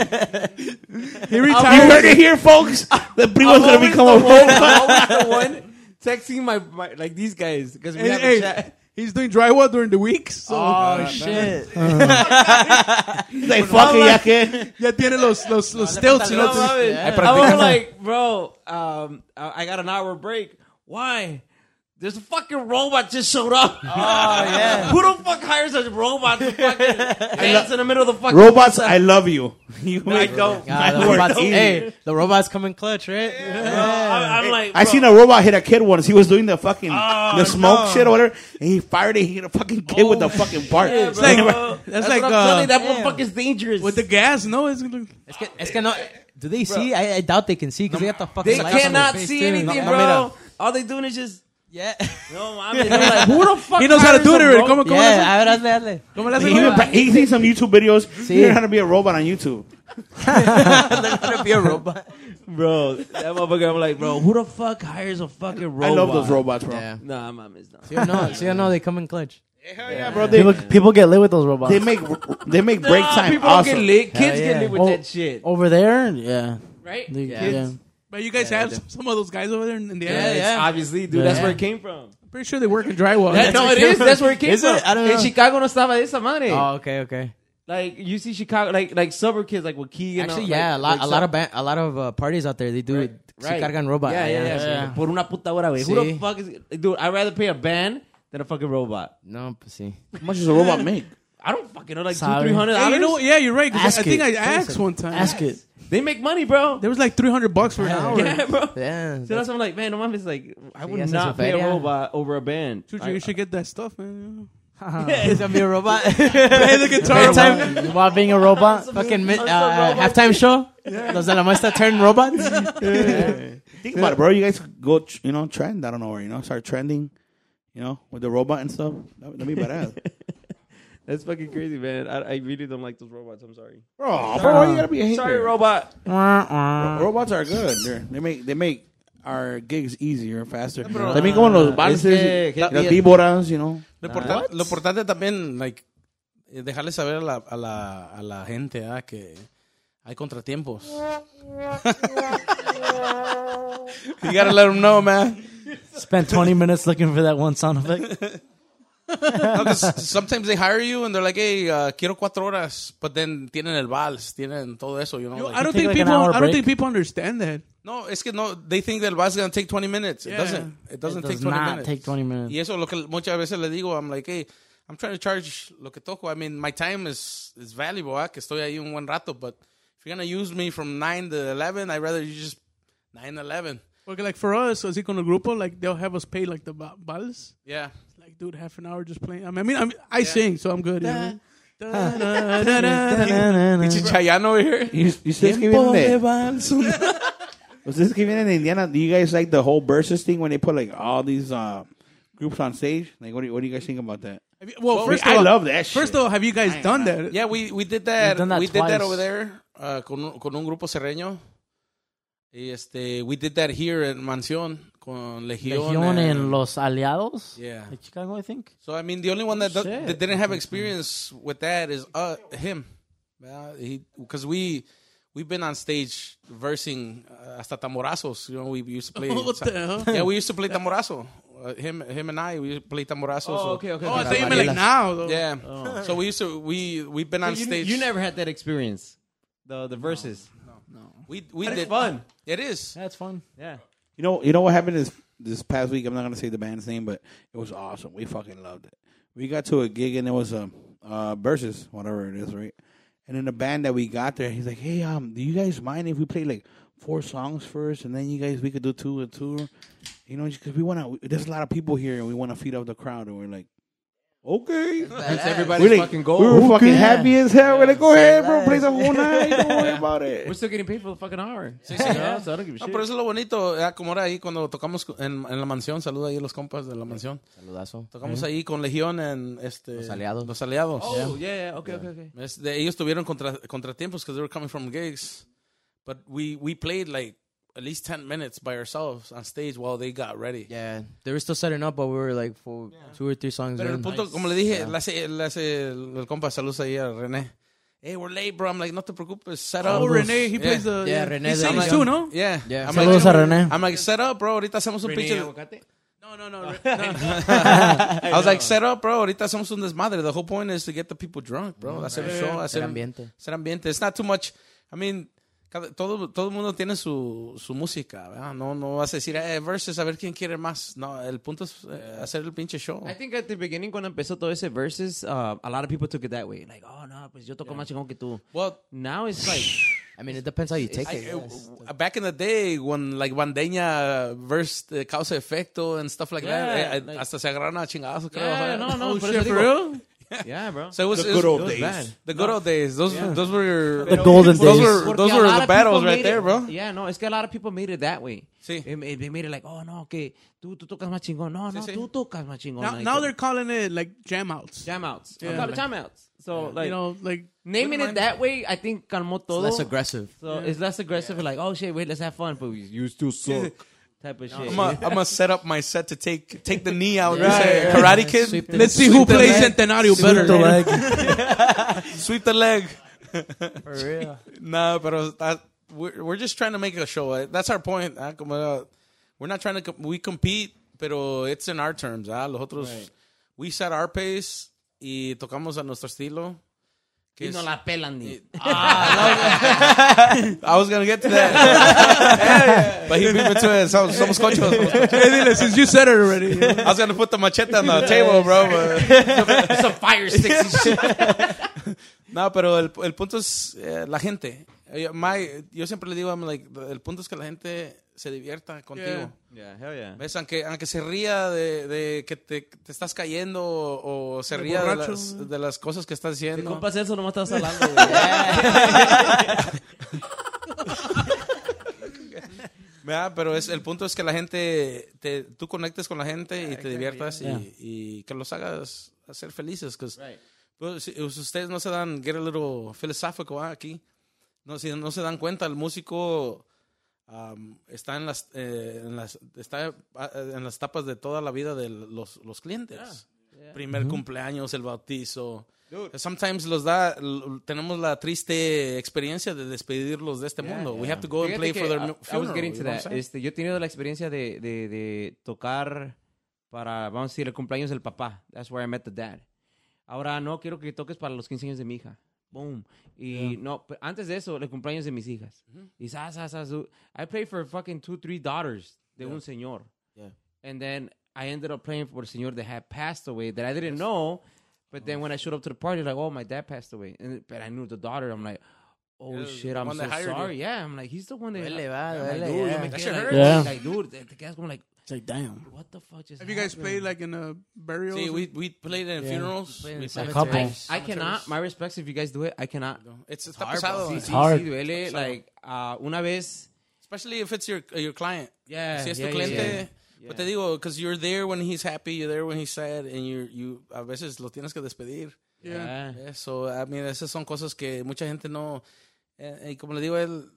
S3: He
S4: you
S3: retired.
S4: heard it here, folks. The primo's gonna become a [LAUGHS] robot.
S8: I'm always the one texting my, my like these guys because we
S3: Hey,
S8: have
S3: hey,
S8: a chat.
S3: He's doing drywall during the week, so
S7: shit.
S4: He's like, fuck it, ya que.
S3: ya tiene los los los stilts, you know.
S8: No, I,
S10: Eh,
S7: Yeah.
S8: I was like, bro, um, I I got an hour break. Why? There's a fucking robot just showed up.
S5: yeah.
S8: [LAUGHS] Who the fuck hires a robot to fucking dance in the middle of the fucking
S4: Robots, I
S3: [LAUGHS]
S4: love you. You
S8: I
S4: make-
S8: don't.
S7: Ah, the robots, hey, the robots come in clutch, right?
S8: I, am like,
S4: I
S8: bro,
S4: seen a robot hit a kid once. He was doing the fucking
S3: Oh,
S4: the smoke shit or whatever, and he fired it. He hit a fucking kid with
S3: Oh,
S4: the fucking part.
S3: It's like,
S8: bro.
S3: that's, like
S8: what I'm telling
S3: uh,
S8: you, that motherfucker's dangerous.
S3: with the gas. No, it's gonna.
S7: Es que, es que no. Do they see? I, I doubt they can see because they got the fucking
S8: they
S7: lights on their
S8: cannot
S7: face,
S8: see
S7: too.
S8: anything,
S7: No,
S8: bro.
S7: mira.
S8: All they doing is just.
S7: Yeah.
S8: No, I mean, like, who the fuck?
S3: He knows how to
S8: hires
S3: do it.
S8: a
S3: already.
S8: ro-
S6: [LAUGHS]
S3: ¿Cómo, cómo le hace?
S7: Yeah, a ver, hazle, hazle.
S3: ¿Cómo le hace?
S4: He, even, pra- he seen some YouTube videos. He learned how to be a robot on YouTube.
S7: They're gonna be a robot.
S8: bro? That motherfucker. I'm like, bro, who the fuck hires a fucking robot?
S4: I love those robots, bro.
S7: Yeah.
S8: Nah, my is not.
S7: See or no, see or no, they come in clutch.
S4: bro
S10: People,
S4: they,
S10: people get lit with those robots.
S4: they make they make break time
S8: people
S4: awesome.
S8: get lit. Kids
S7: yeah.
S8: get lit with
S6: Oh.
S8: that shit.
S6: Over there, yeah.
S8: Right?
S6: They-
S7: Yeah.
S6: yeah.
S3: But you guys have some of those guys over there in, in the
S7: Yeah,
S3: area.
S7: yeah.
S8: Obviously, dude. That's where it came from.
S3: I'm pretty sure they work in drywall.
S8: That, no, it is. That's where it came
S7: Is
S8: from.
S7: it? I don't know.
S8: In Chicago, no estaba esa madre.
S7: Oh, okay, okay.
S8: like you see Chicago, like like suburb kids, like with Keegan.
S7: Actually,
S8: like,
S7: yeah, a lot,
S8: like
S7: a lot of ba- a lot of uh, parties out there. They do it. Se cargan robot.
S8: Yeah, yeah, yeah.
S7: yeah.
S8: eh, Por una puta hora, güey. Who
S7: Sí.
S8: the fuck is, dude? I'd rather pay a band than a fucking robot.
S7: No, pues sí.
S4: How much does a robot make?
S8: I don't fucking know, like two,
S6: Sorry.
S8: three hundred
S3: Yeah,
S8: dollars.
S3: you know, what? yeah, you're right. 'cause
S6: Ask
S3: I think
S6: it.
S3: I asked one time.
S6: Ask it.
S8: they make money,
S7: [LAUGHS]
S8: bro. [LAUGHS]
S3: There was like 300 bucks for an hour.
S8: Yeah, bro.
S7: Yeah.
S8: So that's why I'm like, man, no mames, like I
S7: ya
S8: would
S7: se
S8: not pay a
S7: supera.
S8: robot over a band.
S3: Dude,
S8: I-
S3: you should get that stuff, man.
S7: It's gonna be a [LAUGHS] robot.
S3: Play the guitar.
S7: Bedtime,
S6: While being a robot,
S7: [LAUGHS] fucking mid, uh, halftime show. Los de la muestra turn robots.
S4: Think about it, bro. You guys go, tr- you know, trend. I don't know where, you know, start trending, you know, with the robot and stuff. That- That'd be
S3: [LAUGHS]
S4: badass.
S8: That's fucking crazy, man. I, I really don't like those robots. I'm sorry.
S4: bro, bro, why you gotta be a hater.
S8: Sorry, robot.
S4: Robots are good. They're, they make they make our gigs easier and faster. Let me go on los bares,
S7: este,
S4: las
S7: gente-
S4: víboras,
S3: [LAUGHS]
S4: you know.
S5: Lo importante, lo importante también, like, eh, dejarle saber a la, a la, a la gente ah, que hay contratiempos. [LAUGHS] you gotta let them know, man.
S6: spent 20 minutes looking for that one sound [LAUGHS] effect.
S5: No, 'cause sometimes they hire you and they're like, hey, uh, quiero cuatro horas, but then tienen el vals, tienen todo eso, you know.
S3: Yo,
S5: like-
S3: I don't
S6: take,
S3: think
S6: like, an
S3: people.
S6: hour
S3: I don't
S6: break.
S3: think people understand that.
S5: no, es que no, they think that el vals is gonna take 20 minutes. It
S3: Yeah.
S5: doesn't. It doesn't
S6: It
S5: take
S6: does
S5: 20
S6: not
S5: minutes.
S6: take 20 minutes.
S5: Y eso es lo que muchas veces le digo, I'm like, hey, I'm trying to charge lo que toco. I mean, my time is, is valuable, ah, que estoy ahí un buen rato, but if you're going to use me from 9 to 11, I'd rather you just 9 to 11.
S3: Okay, like for us, así con el grupo, like they'll have us pay like the ba- vals.
S5: Yeah.
S3: Like, dude, half an hour just playing. I mean, I mean, I'm, I sing, so I'm good. you know? Da-da-da-da-da.
S5: Pinche Chayanne over here.
S4: Y- y ustedes que vienen de
S3: [LAUGHS]
S4: ustedes que vienen de Indiana, do you guys like the whole versus thing when they put like all these uh, groups on stage? Like, what do you, what do you guys think about that?
S3: Have you- Well, first
S4: I
S3: of all,
S4: love that shit.
S3: First of all, have you guys done that?
S5: Yeah, we, we did that.
S6: We've done that
S5: we did that
S6: twice.
S5: over there uh, con, un- con un grupo serreño. Y este, we did that here in Mansión con Legión.
S6: Legion
S5: and-
S6: and Los Aliados.
S5: Yeah.
S6: Like Chicago, I think.
S5: So I mean, the only one that, do-
S6: Shit.
S5: that didn't have experience with that is uh him, because we we've been on stage versing uh, hasta tamborazos. You know, we used to play.
S8: [LAUGHS]
S3: What the hell?
S5: Yeah, we used to play tamborazo. Uh, him, him and I, we used to play tamborazos.
S8: Oh,
S5: so-
S8: okay, okay.
S3: Oh, I
S8: okay.
S3: thought you meant like now. Though.
S5: Yeah. So we used to we we've been on
S8: Oh. you,
S5: stage.
S8: you never had that experience. The the verses.
S5: We we
S8: That is
S5: did
S8: fun.
S5: It is.
S6: That's fun.
S8: Yeah.
S4: You know, you know what happened this this past week. I'm not gonna say the band's name, but it was awesome. We fucking loved it. We got to a gig and it was um uh, versus whatever it is, right? And then the band that we got there, he's like, "Hey, um, do you guys mind if we play like four songs first, and then you guys we could do two and two, you know, because we want to. There's a lot of people here, and we want to feed off the crowd, and we're like." Okay,
S8: That's everybody's
S4: We're like-
S8: fucking goal.
S4: we were fucking
S6: Yeah.
S4: happy as hell. We're like, go ahead, bro, play the whole night. Don't worry about
S8: We're
S4: it.
S8: still getting paid for the fucking hour.
S5: yeah.
S8: So I don't give a
S5: No, Ah,
S8: shit.
S5: pero eso es lo bonito, eh, como era ahí cuando tocamos en, en la mansión, saluda ahí a los compas de la mansión.
S7: Saludazo.
S5: Tocamos ahí con Legión en este
S7: Los Aliados.
S5: Los aliados.
S8: oh, yeah, yeah. Okay, okay, okay.
S5: Este, ellos tuvieron contra, contratiempos because they were coming from gigs. But we, we played like at least 10 minutes by ourselves on stage while they got ready.
S7: Yeah, they were still setting up, but we were like for two or three songs.
S5: Pero el
S7: in.
S5: punto, como le dije, le hace, le hace el, el compa saludos ahí a René. Hey, we're late, bro. I'm like, no te preocupes, set up.
S3: Oh, Renee, he
S5: Yeah.
S3: plays the.
S7: Yeah, René.
S3: He
S7: de-
S3: sings
S5: like-
S3: too, no?
S5: Yeah.
S7: Yeah.
S5: I'm
S6: Saludos
S5: like,
S6: a René.
S5: I'm like, set up, bro. Ahorita hacemos un pinche...
S3: No, no, [LAUGHS] no. Re- no.
S5: I was like, set up, bro. Ahorita hacemos un desmadre. The whole point is to get the people drunk, bro. Mm, Hacer el show, hacer
S7: ambiente.
S5: Hacer ambiente. It's not too much. I mean, cada- todo, todo el mundo tiene su, su música, ¿verdad? No, no vas a decir, eh, versus, a ver quién quiere más. No, el punto es eh, hacer el pinche show.
S8: I think at the beginning cuando empezó todo ese verses, uh, a lot of people took it that way. Like, oh no, pues yo toco más chingón que tú.
S5: Well,
S8: Now it's like,
S7: I mean, it depends how you take
S5: I-
S7: it.
S5: uh, back in the day, when like Bandeña versed uh, Causa Efecto and stuff like
S8: Yeah,
S5: that, eh,
S8: like-
S5: hasta se agarraron a chingazos, creo. Oh,
S8: yeah, no, no, por eso digo. Yeah, bro.
S5: So it was,
S4: The
S5: it was-
S4: good old
S5: it was
S4: days.
S5: bad. The good old days. Those, those were
S10: The golden
S5: those
S10: days.
S5: Were, those
S8: Porque a
S5: were
S8: lot
S5: the
S8: of
S5: battles
S8: people
S5: right
S8: made
S5: there,
S8: it-
S5: bro.
S8: Yeah, no, es que a lot of people made it that way.
S5: Sí.
S8: They, ma- they made it like, oh no, que tú, tú tocas más chingón. No, no,
S5: sí.
S8: tú tocas más chingón.
S3: Now,
S8: Like,
S3: now
S8: uh,
S3: they're calling it like jam outs.
S8: jam outs.
S3: Yeah,
S8: a lot
S3: like-
S8: of jam outs. So like,
S3: you know, like
S8: naming it that way, I think calmó todo.
S7: Less aggressive.
S8: So it's less aggressive. Like, oh shit, wait, let's have fun, but we, you still suck. Type of shit.
S5: I'm gonna I'm gonna set up my set to take take the knee out.
S7: Yeah.
S5: Say,
S7: Yeah.
S5: Karate Kid.
S7: Sweep the-
S5: Let's see
S7: sweep
S5: who
S7: the
S5: plays
S7: leg.
S5: Centenario
S10: Sweep
S5: better.
S10: the leg.
S5: [LAUGHS] Sweep the leg.
S7: For
S5: [LAUGHS]
S7: real.
S5: No, but uh, that, we're we're just trying to make a show. Eh, That's our point. ah, como, uh, We're not trying to com- we compete, pero it's in our terms. Ah, los otros we set our pace y tocamos a nuestro estilo. que
S8: Y
S5: es-
S8: no la pelan
S3: [LAUGHS]
S8: ni.
S5: I was gonna get to that, [LAUGHS] but he beat me to it. Somos, somos cochos. somos [LAUGHS] cochos.
S3: since you said it already.
S5: I was gonna put the machete on the table, bro. But...
S8: Some [LAUGHS] fire sticks and shit.
S5: [LAUGHS] No, pero el, el punto es eh, la gente. Eh, my- yo siempre le digo, I'm like, el punto es que la gente se divierta contigo.
S8: Yeah, hell yeah.
S5: ¿Ves? Aunque, aunque se ría de, de que te, te estás cayendo o, o se
S3: De
S5: ría de
S3: borracho,
S5: las,
S3: güey.
S5: de las cosas que estás
S8: El
S5: haciendo.
S8: compa Celso nomás estás hablando, güey.
S3: [LAUGHS]
S5: ¿Verdad? Pero es, el punto es que la gente, te, tú conectes con la gente y te diviertas y, y que los hagas hacer felices. 'cause, pues, si- pues, ustedes no se dan, get a little philosophical ah, aquí. No, si no se dan cuenta, el músico um, está, en las, eh, en las, está ah, eh, en las etapas de toda la vida de los, los clientes. Primer cumpleaños, el bautizo. Sometimes los da, l- tenemos la triste experiencia de despedirlos de este mundo. We have to go and play
S8: Fíjate
S5: for
S8: que,
S5: their
S8: uh,
S5: mu-
S8: I was
S5: funeral.
S8: getting
S5: you
S8: to
S5: know
S8: that.
S5: what I'm saying?
S8: Este, yo he tenido la experiencia de, de, de tocar para, vamos a decir, el cumpleaños del papá. That's where I met the dad. Ahora no quiero que toques para los 15 años de mi hija. Boom. Y no, pe- antes de eso, el cumpleaños de mis hijas.
S5: Mm-hmm.
S8: Y sa, sa, sa, su- I played for fucking two, three daughters de un señor.
S7: Yeah.
S8: And then I ended up playing for a señor that had passed away that I didn't know. But
S5: Oh.
S8: then when I showed up to the party, like, oh, my dad passed away. And, but I knew the daughter. I'm like, oh,
S5: Yeah,
S8: shit,
S5: the
S8: I'm
S5: one
S8: so
S5: that hired you.
S8: sorry. Yeah, I'm like, he's the one that.
S7: Duele, va,
S8: I'm
S7: duele,
S8: like, dude, yo
S7: Ah, yeah.
S8: me
S5: That
S8: quedé
S5: shit
S8: like,
S5: hurts.
S6: Yeah.
S8: like, dude, te te quedas como like,
S6: It's like, damn.
S8: what the fuck just
S3: Have you guys
S8: happened?
S3: played like in a burial?
S5: See, we, we played in funerals.
S7: Playing
S5: we
S7: in
S5: played-
S6: couple.
S7: cemeteries.
S8: I cannot, my respects if you guys do it, I cannot.
S5: It's, it's pesado.
S8: Sí,
S5: eh.
S8: sí,
S6: hard.
S8: sí, duele, like, ah, una vez.
S5: Especially if it's your your client.
S8: Yeah,
S5: Si es tu
S8: yeah, yeah,
S5: cliente.
S8: yeah.
S5: But te digo, because you're there when he's happy, you're there when he's sad, and you you a veces lo tienes que despedir.
S3: yeah.
S5: Eh, So, I mean, esas son cosas que mucha gente no. eh, y como le digo a él,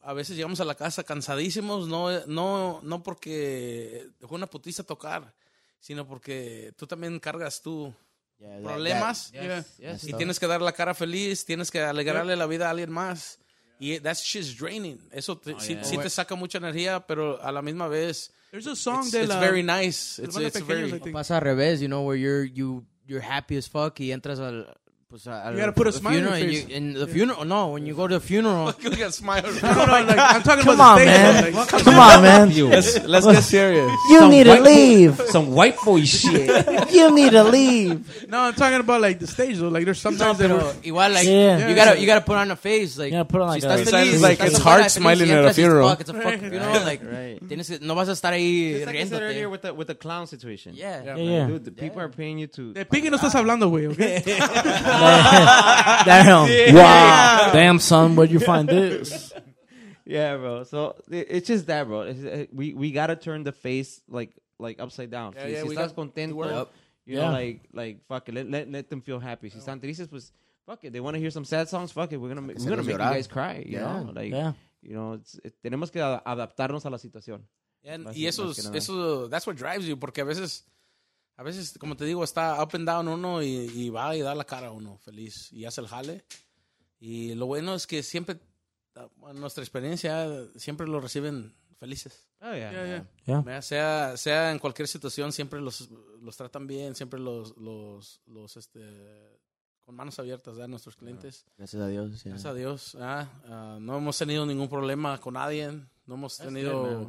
S5: a veces llegamos a la casa cansadísimos, no, no, no porque fue una putiza tocar, sino porque tú también cargas tú
S7: Yeah, that-
S5: problemas.
S8: Yes, yes.
S5: Y tienes que dar la cara feliz, tienes que alegrarle la vida a alguien más. Y that's just draining. Eso te- sí, sí te saca mucha energía, pero a la misma vez,
S3: There's a song
S5: it's,
S3: de
S5: it's
S3: la.
S5: very nice.
S3: de
S5: It's,
S3: la banda
S5: it's
S3: Pequeños,
S5: very...
S3: I
S7: that
S3: think.
S7: pasa al revés, you know, where you're you you're happy as fuck y entras al pues al
S3: You gotta put a smile on your
S7: funeral and
S3: face.
S7: you- in the funeral. No, when you go to
S3: [LAUGHS]
S7: the funeral,
S5: Look at that smile.
S3: No, no, like, I'm talking
S10: Come
S3: about
S10: on,
S3: the
S10: man.
S3: stage. Like,
S10: Come on, man. You
S5: let's, let's get serious.
S10: need to leave.
S8: Some white boy shit.
S10: You need to leave.
S3: no, I'm talking about like the stage though. Like there's
S7: no,
S3: sometimes
S7: pero
S3: that we're-
S7: igual like
S6: Yeah.
S7: you gotta you gotta put on a face like
S6: Yeah, put on, like,
S7: si
S6: a-
S7: estás
S6: It's
S7: feliz,
S5: like,
S7: estás
S5: it's
S7: con
S5: hard
S7: cara feliz y
S5: smiling at a
S7: entras y it's
S5: funeral.
S7: fuck, it's a fuck funeral, like, tienes que- no vas a estar ahí
S8: It's like I said
S7: riéndote.
S8: earlier with the, with the clown situation.
S7: Yeah.
S6: Yeah, yeah.
S8: Dude, the people are paying you to.
S3: De Piqui no estás
S5: Ah.
S3: hablando, güey.
S5: [LAUGHS]
S3: Okay?
S6: [LAUGHS] [LAUGHS] Damn. Wow. Damn, son, where'd you find this?
S8: Yeah, bro. So it- it's just that, bro. It's, uh, we we gotta turn the face like like upside down. si
S5: yeah,
S8: si
S5: we
S8: estás
S5: got-
S8: contento,
S5: Yep.
S8: you
S6: Yeah.
S8: know, like like fuck it. Let let, let them feel happy. Si están tristes, pues fuck it. They want to hear some sad songs. Fuck it. We're gonna make, we're gonna
S7: hacerlos
S8: make you
S7: llorar.
S8: guys cry. You
S7: Yeah.
S8: know, like
S6: Yeah.
S8: you know, it's, it- tenemos que a- adaptarnos a la situación.
S5: And-
S8: Más-
S5: y eso,
S8: más
S5: es-
S8: que nada.
S5: eso, that's what drives you, porque a veces, a veces, como te digo, está up and down uno y, y va y da la cara a uno feliz y hace el jale. Y lo bueno es que siempre, a- a nuestra experiencia, siempre lo reciben felices.
S8: Oh yeah.
S3: Yeah, yeah.
S5: Mira, Sea, sea en cualquier situación, siempre los, los tratan bien, siempre los, los, los, este, con manos abiertas a nuestros clientes.
S7: Gracias a Dios. yeah.
S5: Gracias a Dios. ah, ah, no hemos tenido ningún problema con nadie. No hemos tenido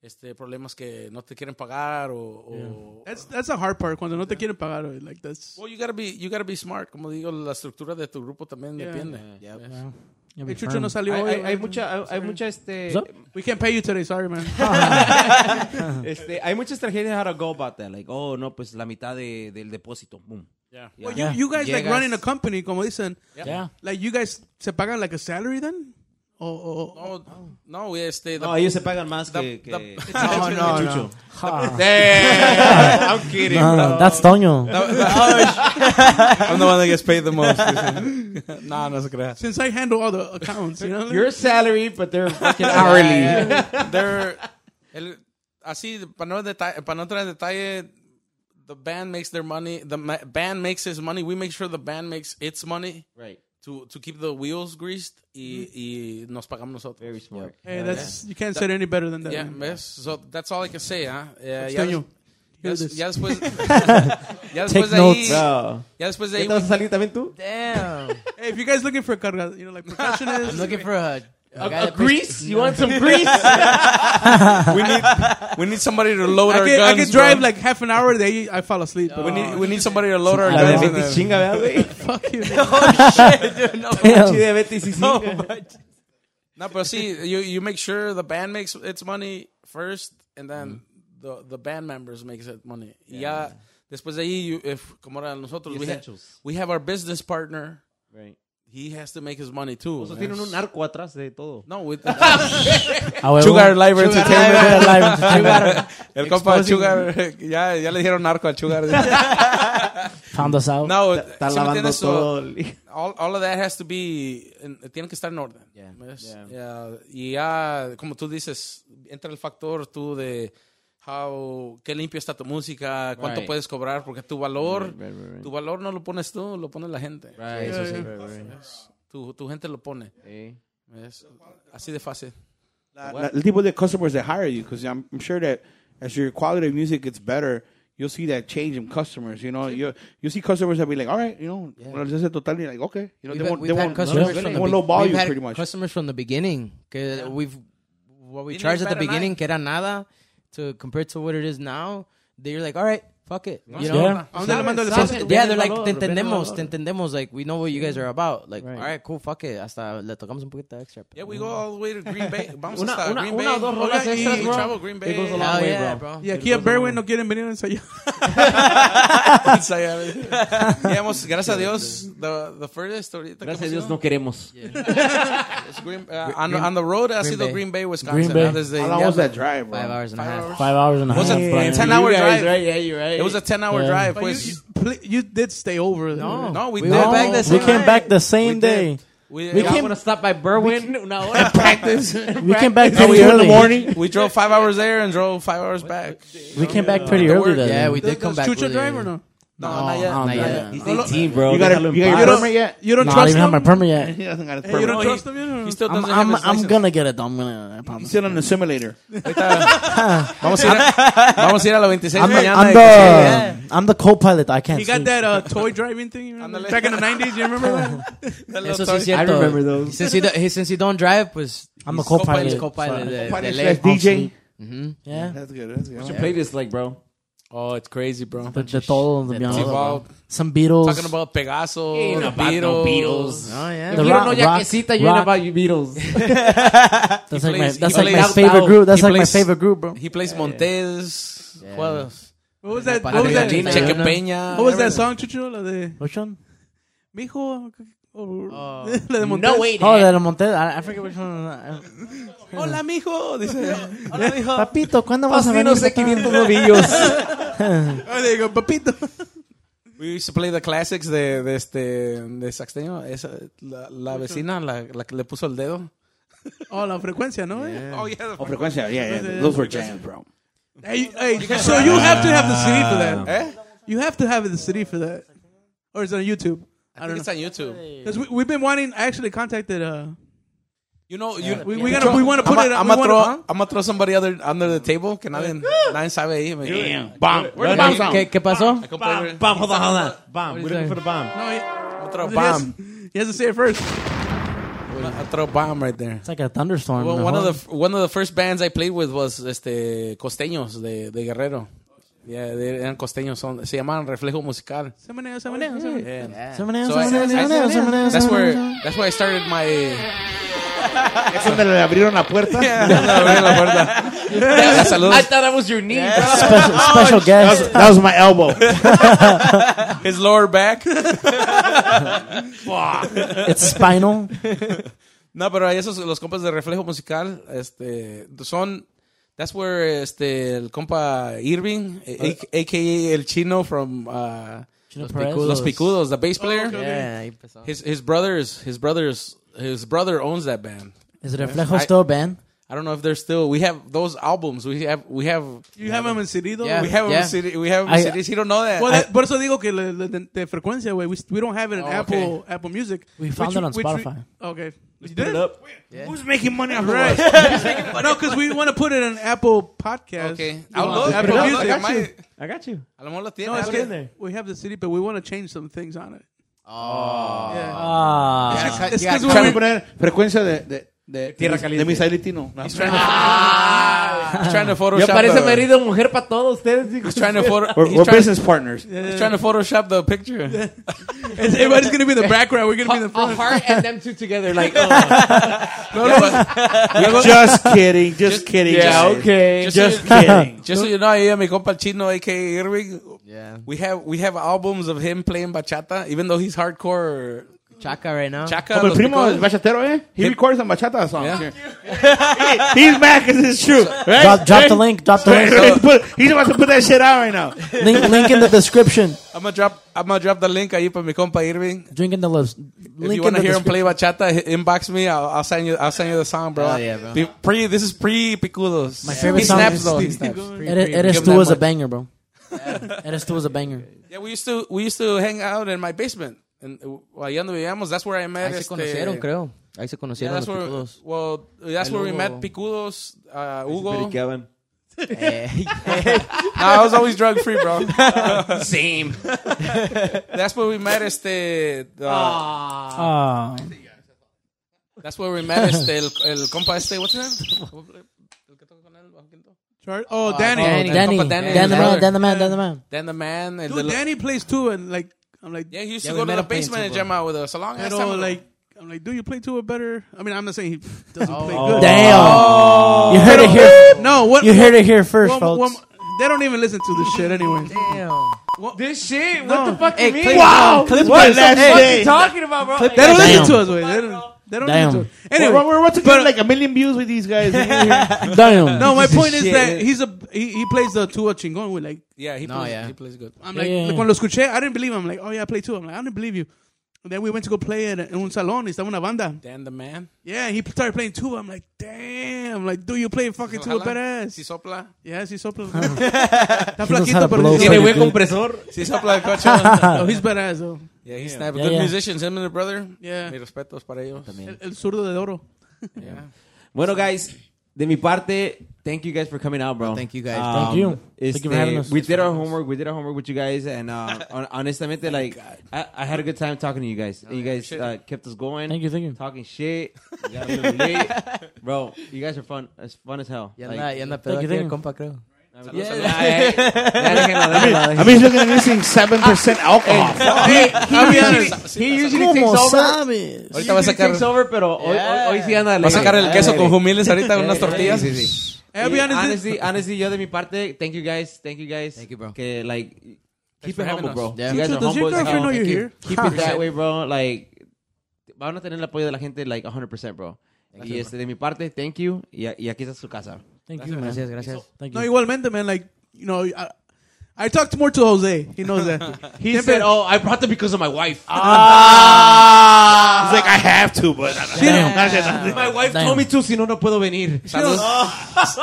S5: este, problemas que no te quieren pagar o... o-
S3: That's that's the hard part cuando no te quieren pagar. güey. Like that's
S5: Well, you gotta be, you gotta be smart. Como digo, la estructura de tu grupo también
S3: Yeah.
S5: depende.
S6: Yeah. Yeah,
S3: el
S6: be
S3: chucho
S6: firm.
S3: no salió
S1: Hay,
S3: hoy.
S1: hay- hay
S3: güey.
S1: mucha, hay, hay mucha, este,
S6: What's
S3: We can't pay you today, sorry man.
S1: este, hay muchas tragedias how to go about that. Like, oh, no, pues la mitad de, del depósito. Boom.
S3: Well, you, you guys like
S1: Llegas-
S3: running a company, como dicen.
S6: Yeah.
S3: Like you guys se pagan like a salary then? O, o, o-
S5: No, no, este...
S1: No, ellos se pagan más que, que,
S3: [LAUGHS]
S5: [LAUGHS] the-
S1: que
S5: No, no, no.
S1: Chucho.
S6: Ha.
S1: I'm kidding.
S6: No, no, that's Toño.
S5: I'm the one that gets paid the most. no, no se crea.
S3: since I handle all the accounts, you know?
S1: Your salary, but they're fucking
S6: [LAUGHS]
S1: hourly.
S5: They're- el- así, para no, deta- para no traer detalle, the band makes their money, the ma- band makes his money, we make sure the band makes its money.
S1: Right.
S5: To, to keep the wheels greased y, y nos pagamos nosotros.
S1: Very smart.
S3: hey, that's you can't say it any better than that.
S5: Yeah,
S3: man.
S5: ¿ves? So that's all I can say, ¿ah? Eh,
S3: It's
S5: ya,
S3: Toño.
S5: ya,
S3: Hear this.
S5: ya después. ya
S6: Take
S5: después de ahí.
S6: notes.
S1: No.
S5: Ya después de
S1: ¿Ya
S5: ahí.
S1: te vas a salir también tú?
S7: Damn.
S3: Hey, if you guys looking for a carga, you know, like
S7: I'm
S3: percussionists,
S7: looking for a, a, guy that picks-
S1: grease? You want some grease?
S5: We need, we need somebody to load
S3: I
S5: our
S3: can,
S5: guns.
S3: I can drive
S5: bro.
S3: like half an hour, then I fall asleep.
S5: We need, we need somebody to load our
S1: La
S5: guns.
S1: diabetes chinga, ¿verdad, güey?
S3: Fuck you.
S1: Sí,
S6: Damn.
S1: diabetes y chinga.
S5: No, but see, you, you make sure the band makes its money first, and then
S1: Mm-hmm.
S5: the, the band members makes it money. Y Ya después de ahí, you, if, como era nosotros, we have, we have our business partner.
S1: Right.
S5: He has to make his money too.
S1: Eso tienen un arco atrás de todo.
S5: no,
S1: [LAUGHS]
S5: with
S6: Ah, huevo.
S5: Sugar Live
S6: [LAUGHS]
S5: Entertainment.
S6: Live.
S5: El compa Sugar, [LAUGHS] ya, ya le dijeron narco
S1: [LAUGHS]
S5: al Sugar.
S6: Found us out.
S5: No,
S1: Está
S5: ¿sí me
S1: lavando
S5: entiendes? So,
S1: todo. el-
S5: All, all of that has to be, en- tiene que estar en orden. ¿ves? Yeah, Pues, eh, Y ya, como tú dices, entra el factor tú de how, qué limpio está tu música, cuánto
S1: Right.
S5: puedes cobrar, porque tu valor,
S1: right, right, right.
S5: tu valor no lo pones tú, lo pone la gente.
S1: Eso sí.
S5: Tu, tu gente lo pone. ¿ves? Así de fácil.
S4: La- la- el tipo de customers that hire you, because I'm, I'm sure that as your quality of music gets better, you'll see that change in customers. You know, you you see customers that be like, all right, you know, well, this is totally like okay, you know,
S7: We've,
S4: they won't
S7: we've
S4: they
S7: had
S4: won't,
S7: customers
S4: they
S7: from the
S4: won't
S7: be-
S4: low ball
S7: we've
S4: you
S7: had
S4: pretty much.
S7: customers from the beginning. Cause we've what we
S5: Didn't
S7: charged at the
S5: expect nada.
S7: beginning, que era nada, to compared to what it is now. They're like, all right, fuck it, you know.
S6: Yeah.
S3: ¿A dónde le mando el
S7: Yeah,
S3: sazón?
S7: they're like, te entendemos, te entendemos. Like, we know what you guys are about. Like, all right, cool, fuck it. Hasta le tocamos un poquito extra.
S5: Yeah, we go all the way to Green Bay. Vamos
S1: Una-
S5: hasta
S1: una-
S5: Green
S1: una
S5: Bay.
S1: o dos rolas
S5: Oiga, y
S1: extras,
S5: we
S1: bro.
S5: travel Green Bay.
S1: It goes a long
S7: Hell
S1: way,
S7: yeah,
S1: bro.
S7: bro.
S3: Y aquí a Berwin no quieren venir a ensayar. [LAUGHS]
S5: Ya hemos- gracias a Dios, the, the furthest ahorita que
S1: Gracias a
S5: hemos
S1: Dios
S5: ido
S1: no
S5: [LAUGHS]
S1: queremos.
S5: es Green- uh, on, on the road ha
S7: Green
S5: sido
S7: Bay.
S5: Green Bay, Wisconsin.
S6: Green Bay.
S5: ¿no? Desde
S4: How long
S5: ya-
S4: was that drive, bro?
S7: Five hours and a half.
S6: Five hours and a half.
S5: Was it
S6: Brian.
S5: 10 hour
S1: You guys,
S5: drive?
S1: right? Yeah, you're right.
S5: It was a 10 hour
S6: Yeah.
S5: drive.
S3: But you,
S5: Pues,
S3: you, pl- you did stay over.
S7: No.
S5: no, we,
S7: We
S5: did.
S7: went back
S6: No,
S7: the
S6: Oh, we
S7: same
S6: came
S7: night.
S6: back the same
S5: We
S6: day.
S5: did. We,
S6: We
S5: yeah,
S6: came-
S1: I'm gonna stop by Berwin una [LAUGHS] hora.
S6: We came back
S4: Are
S6: pretty
S4: we in
S6: early.
S4: the morning?
S5: we drove five hours there and drove five hours back.
S6: We came back pretty
S5: Don't
S6: early
S5: worry.
S6: that
S7: Yeah,
S6: day.
S7: we did come
S3: Does
S7: back.
S3: Chucho
S7: really
S3: drive or
S7: early.
S3: no?
S5: No,
S6: No,
S5: not yet.
S6: not
S5: Not
S6: yet.
S5: yet.
S1: He's 18, bro.
S4: You got,
S1: Déjalo
S4: a,
S1: en
S4: you got
S1: paz.
S4: your permit yet?
S3: You don't
S6: No, I don't
S3: trust
S6: even have my
S3: them?
S6: permit yet.
S4: He hasn't got his
S3: Hey, you don't
S4: permit.
S3: trust them? You don't
S5: He
S3: know.
S5: still
S6: I'm,
S5: doesn't
S6: I'm,
S5: have his
S6: I'm
S5: license.
S6: gonna get it. I'm gonna. I promise.
S4: He's still on the simulator.
S5: Vamos a ir a- vamos a ir a la 26
S6: I'm,
S5: mañana.
S6: I'm
S5: de
S6: the
S5: que
S6: I'm the co-pilot. I can't.
S3: He got
S6: sleep.
S3: that uh, toy driving thing you remember?
S5: Ándale.
S3: back in the 90s. You remember that?
S7: Eso sí es cierto. Since he, do- he- since he don't drive, pues.
S6: I'm a
S7: he's
S6: co-pilot.
S7: he's Co-pilot.
S6: Sorry.
S7: de- de
S4: Punish
S7: ley.
S4: that DJ.
S7: Mhm.
S6: Yeah.
S4: That's good. That's good.
S1: Your playlist, like, bro.
S5: Oh, it's crazy, bro.
S6: The, the todo, to be honest.
S5: Involved.
S6: Some Beatles.
S5: Talking about Pegaso,
S1: Ain't
S5: the
S1: about no
S5: Beatles.
S7: Oh, yeah.
S6: The
S1: You
S6: rock,
S1: don't know ya
S6: rock,
S1: que cita, you know
S6: rock.
S1: about you Beatles.
S6: That's like my,
S5: plays-
S6: that's
S5: he
S6: like my
S5: plays-
S6: favorite group. That's
S5: he
S6: like my
S5: plays-
S6: favorite group, bro.
S5: He plays Montez.
S7: Yeah.
S5: What else?
S3: What was that?
S7: Para
S3: What was that, uh,
S7: Argentina.
S5: Cheque
S7: Cheque
S5: Peña.
S3: what was that song, Chucho? La de...
S6: Which one?
S3: Mijo... Oh. La de Montes.
S6: Oh, that Montes. I, I forget which one. I-
S3: Hola, mijo.
S5: [LAUGHS]
S3: Dice...
S6: Papito, ¿cuándo vas a venir? papá?
S3: Oh, there you go. Papito.
S5: We used to play the classics de, de este de Saxteño, esa, la, la vecina, la, la que le puso el dedo.
S3: Oh, la frecuencia, ¿no? eh?
S5: Oh yeah,
S4: Oh, frecuencia. Yeah, yeah. Those were jams, bro.
S3: Hey, hey, so you have to have the CD for that. You have to have the CD for that. Or it's on YouTube.
S5: I, think it's on YouTube.
S3: Because we, we've been wanting, I actually contacted uh,
S5: You know, you,
S3: We, we, gotta, we want to put
S5: I'm
S3: it.
S5: I'm
S3: we wanna-
S5: gonna throw.
S3: huh?
S5: I'm gonna throw somebody other under the table. Can I? Nadie sabe ahí. man.
S4: Bomb.
S5: Where the bomb sound?
S7: ¿Qué, ¿Qué pasó?
S5: I can play with-
S1: Bomb, hold on, hold on. Bomb. We're looking for the bomb.
S3: No, he-
S5: I'll throw a
S3: he has-
S5: bomb.
S3: [LAUGHS] He has to say it first.
S5: I'll throw a bomb right there.
S6: It's like a thunderstorm.
S5: Well,
S6: in
S5: one of
S6: hole.
S5: the one of the first bands I played with was este costeños de, de Guerrero. Yeah, they eran costeños. Son, se llamaban Reflejo Musical.
S3: Semeneo, semeneo, semeneo.
S5: Yeah.
S6: Semeneo,
S5: So I-
S6: semeneo,
S5: I-
S6: semeneo, semeneo,
S5: That's where
S6: semeneo.
S5: that's where I started my.
S4: Es donde le abrieron la puerta.
S5: Yeah, [LAUGHS] saludos.
S10: Special, special guest.
S4: That was my elbow.
S5: [LAUGHS] His lower back.
S6: it's spinal.
S5: No, pero ahí esos los compas de Reflejo Musical, este, son that's where este el compa Irving, eh, a- aka el chino from uh,
S6: Chino
S5: los,
S6: Perez.
S5: picudos, los picudos, the bass player.
S7: Yeah, ahí empezó.
S5: His his brothers, his brothers, his brother owns that band.
S6: Is it Reflejo
S5: I-
S6: still banned?
S5: I don't know if they're still. We have those albums. We have we have
S3: You have him inserido.
S5: we have them
S7: yeah.
S5: in CD, we have them
S6: I-
S5: in CDs. You don't know that.
S3: Well,
S5: I-
S3: that, por eso digo que le, le, de, de frecuencia, güey. We, we don't have it in
S5: Oh,
S3: Apple Apple Music.
S6: We found it on
S3: which
S6: Spotify.
S3: We, okay. You did?
S4: Who's making money
S3: [LAUGHS]
S4: off
S3: Right.
S4: of us?
S3: no, because we want to put it in Apple Podcast.
S5: okay,
S3: I'll
S5: I'll look.
S3: Apple
S5: I'll look.
S3: Music.
S5: I might-
S1: I got you.
S5: a lo mejor lo tiene.
S3: No, it's
S5: alguien.
S3: good. We have the city, but we want to change some things on it.
S7: Oh.
S3: Yeah.
S6: Ah,
S3: it's
S5: yeah,
S3: because
S4: Trying to
S3: when we,
S4: poner frecuencia de, de, de,
S1: Tierra
S4: de,
S1: caliente.
S4: mi Misael Latino. Ah. No.
S5: He's trying to Photoshop.
S1: Ya parece
S5: the-
S1: marido mujer para todos ustedes.
S5: He's trying to photo.
S4: We're,
S5: he's
S4: we're
S5: trying to-
S4: business partners.
S5: He's trying to Photoshop
S3: [LAUGHS]
S5: the picture.
S3: it's, everybody's going to be in the background. We're going to be in the
S5: [LAUGHS]
S3: front.
S1: heart and them two together. [LAUGHS] Like,
S8: oh,
S4: just kidding. Just, kidding. guys.
S1: okay.
S5: Just,
S4: Just
S5: so you,
S4: kidding.
S5: just so you know, I am mi compa chino, aka Irving.
S7: Yeah.
S5: We have we have albums of him playing bachata, even though he's hardcore
S7: Chaca right now.
S5: chaca.
S4: Como el
S5: los
S4: primo
S5: picos.
S4: es bachatero, eh? He records on bachata songs. [LAUGHS]
S5: Yeah.
S4: here. He- he's mad because it's true. Right?
S10: Drop, drop the
S4: Right?
S10: link. Drop the
S4: Right,
S10: link.
S4: right. Put- he's about to put that shit out right now.
S10: Link, link in the description.
S5: I'm gonna drop I'm gonna drop the link ahí para mi compa Irving.
S6: drinking the lips.
S5: if
S6: Link
S5: you
S6: in
S5: want
S6: the
S5: to hear him play
S6: description.
S5: bachata, hi- inbox me. I'll, I'll send you. I'll send you the song, bro.
S7: Hell yeah, bro.
S5: Be- Pre, this is pre Picudos.
S6: My favorite
S5: he
S6: song
S5: snaps
S6: is
S5: though. He
S6: Steve
S5: snaps.
S6: Eres, Eres
S5: Give him
S6: tú
S5: that
S6: was a
S5: much.
S6: banger, bro. Eres tú was a banger.
S5: Yeah, we used to we used to hang out in my basement, and uh, allá donde vivíamos. That's where I met.
S7: Ahí se
S5: este-
S7: conocieron, creo. Ahí se
S5: Yeah,
S7: conocieron
S5: that's
S7: los
S5: where.
S7: picudos.
S5: Well, that's
S7: Ahí
S5: where we
S7: luego-
S5: met Picudos, uh, Hugo.
S1: Pretty Kevin.
S7: Eh,
S5: No, I was always drug free, bro. Same. [LAUGHS] that's where we met. Este. Uh,
S6: Ah,
S5: that's where we met. Este el, el compa este. What's his name? Ah,
S3: Chart. Oh, Danny.
S6: Danny, Danny,
S5: Compa
S6: Dan
S5: Danny,
S6: the
S5: his
S6: man,
S5: brother.
S6: Dan the man, Dan the man.
S5: Then the man. el de
S3: Dude,
S5: lo-
S3: Danny plays too, and like, I'm like,
S5: Yeah, he used
S7: Yeah,
S5: to
S7: we
S5: go to
S7: met
S5: the
S7: up playing
S5: basement and
S7: too, bro.
S5: jam out with us a long
S3: you
S5: ass
S3: know,
S5: time.
S3: like, I'm like, do you play two or better? I mean, I'm not saying he [LAUGHS] doesn't
S5: Oh.
S3: play good.
S6: Damn, you heard it here.
S3: No, what?
S10: You heard it here first,
S3: one-
S10: folks.
S3: one- they don't even listen to this shit anyway.
S1: This shit? What the fuck you mean?
S4: Wow. What last day?
S1: talking about, bro?
S3: They don't
S6: Damn.
S3: listen to us, wait. They don't, they don't
S6: Damn.
S3: listen to us.
S4: We're,
S3: Anyway,
S4: we're about to get like a million views with these guys.
S6: Damn.
S3: no, my point is that he's a he, he plays the Tua Chingon with like
S5: yeah, he
S7: No,
S5: plays.
S7: yeah.
S5: He plays good.
S3: I'm like,
S6: Yeah.
S3: like, cuando lo escuché, I didn't believe him. I'm like, oh yeah, I play too. I'm like, I didn't believe you. And then we went to go play in, in un salón. Estaba una banda.
S5: Dan the man.
S3: Yeah, he started playing two. I'm like, damn. Like, do you play fucking two
S5: Ojalá. Si
S3: badass?
S5: sopla.
S3: Yeah, sí
S6: [LAUGHS]
S3: sopla. Está
S6: knows how to
S3: flaquito,
S6: blow
S3: pero sí
S6: somebody.
S3: sopla.
S6: buen
S1: compresor.
S5: Si sopla el coche.
S3: Oh, he's badass, though.
S5: Yeah, he's snap.
S6: Yeah,
S5: good
S6: yeah.
S5: musicians. Him and the brother.
S3: Yeah.
S5: Mi respetos para ellos.
S3: El, el zurdo de oro.
S6: [LAUGHS]
S1: Bueno, guys, de mi parte, thank you guys for coming out, bro.
S7: Thank you guys.
S1: Um,
S6: Thank you.
S1: este,
S6: Thank you for having us.
S1: We did our homework. We did our homework with you guys, and uh, hon- honestamente, like, I, I had a good time talking to you guys. And you guys uh, kept us going.
S6: Thank you, thank you.
S1: Talking shit, You got a little late. bro. You guys are fun. It's fun as hell.
S7: Ya
S1: Like,
S7: anda, ya anda pedo
S6: Thank you,
S7: aquí el
S6: thank you.
S7: compa, creo.
S1: yeah, yeah,
S3: [LAUGHS]
S1: yeah, déjenlo, déjenlo,
S4: I mean, he's looking at me saying 7% alcohol.
S3: I'll be honest.
S1: déjenlo. He usually takes
S10: ¿Cómo
S1: over.
S10: sabes?
S1: He
S5: Ahorita va a
S1: usually
S5: sacar,
S1: takes over, pero hoy, hoy, hoy sí anda
S5: va a sacar el
S1: alegre.
S5: queso con
S1: Alegre.
S5: jumiles
S1: [LAUGHS]
S5: ahorita con unas tortillas.
S1: Sí, sí, sí.
S3: I'll be
S1: Yeah,
S3: honest.
S1: honestly, honestly, yo de mi parte, thank you guys, thank you guys.
S7: Thank you, bro.
S1: Que, like, keep
S5: for
S1: it
S5: having
S1: humble,
S5: us.
S1: bro.
S7: Yeah.
S1: You guys
S3: Chucho,
S1: are
S3: [LAUGHS] does
S1: humble
S3: your
S1: as hell.
S3: girlfriend know you're
S1: Thank you.
S3: here?
S1: Keep it
S3: [LAUGHS]
S1: that way, bro. Like, van a tener el apoyo de la gente, like, 100%, bro. y este, de mi parte, thank you. Y, a- y aquí está su casa.
S6: Thank you, man.
S7: Gracias, gracias.
S6: Thank
S3: No,
S6: you.
S3: igualmente, man. Like, you know, I, I talked more to Jose. He knows that.
S1: [LAUGHS] He said, oh, I brought them because of my wife.
S3: Ah.
S4: He's like, I have to, but.
S1: [LAUGHS] my wife
S6: Damn.
S1: told me to, si no, no puedo venir.
S5: Saludos.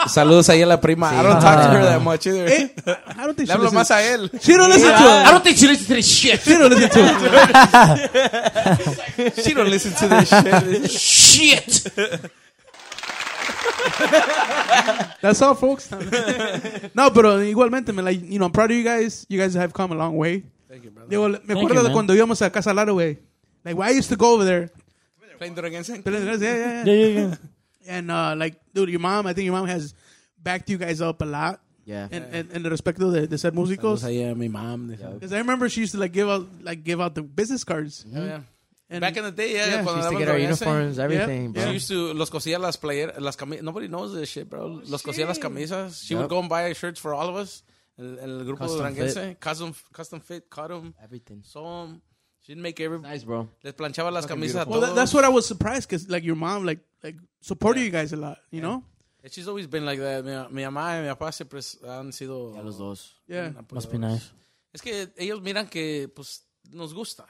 S5: Saludos ahí a la prima. I don't talk to her that much either.
S3: Eh, I don't think
S5: Le
S3: she
S5: hablo más
S3: listens.
S5: a él.
S3: She don't listen to
S1: I
S3: us.
S1: don't think she listens to this shit.
S3: She don't listen to us.
S5: She don't listen to this shit.
S7: shit.
S3: That's all, folks. no, pero igualmente, man, like, you know, I'm proud of you guys. You guys have come a long way. Thank you, brother. Digo, me
S6: you,
S3: acuerdo de
S6: man.
S3: cuando íbamos a Casa Lara, güey. Like, when I used to go over there.
S5: Playing Durangensen?
S3: Yeah, yeah, yeah.
S6: Yeah, yeah, yeah.
S3: And, uh, like, dude, your mom, I think your mom has backed you guys up a lot.
S7: Yeah.
S3: And, and, and the respect of the, the said
S5: Saludos
S3: músicos.
S5: ahí a mi mam.
S3: Because I remember she used to, like, give out, like, give out the business cards.
S5: Yeah, Oh, yeah.
S3: And
S5: Mm-hmm. Back in the day, yeah,
S3: Yeah.
S5: cuando
S7: Used to
S5: daban
S7: get our
S5: Durangensen.
S7: uniforms, everything,
S5: She
S7: bro.
S5: used to los cosía las playeras, las camisas. Nobody knows this Oh, shit, bro. los cosía las camisas. She would go and buy shirts for all of us. El, el grupo
S7: Custom
S5: duranguense. Custom, custom fit, cut 'em,
S7: Everything.
S5: sew 'em. She'd make every.
S12: Nice, bro.
S5: Les planchaba las camisas a
S3: well, that,
S5: todos.
S3: that's what I was surprised because, like, your mom, like, like supported you guys a lot, you know?
S5: And She's always been like that. Mi, mi mamá y mi papá siempre han sido. pues.
S7: Ya los dos.
S3: Yeah.
S6: Must be nice.
S5: Es que ellos miran que, pues, nos gusta.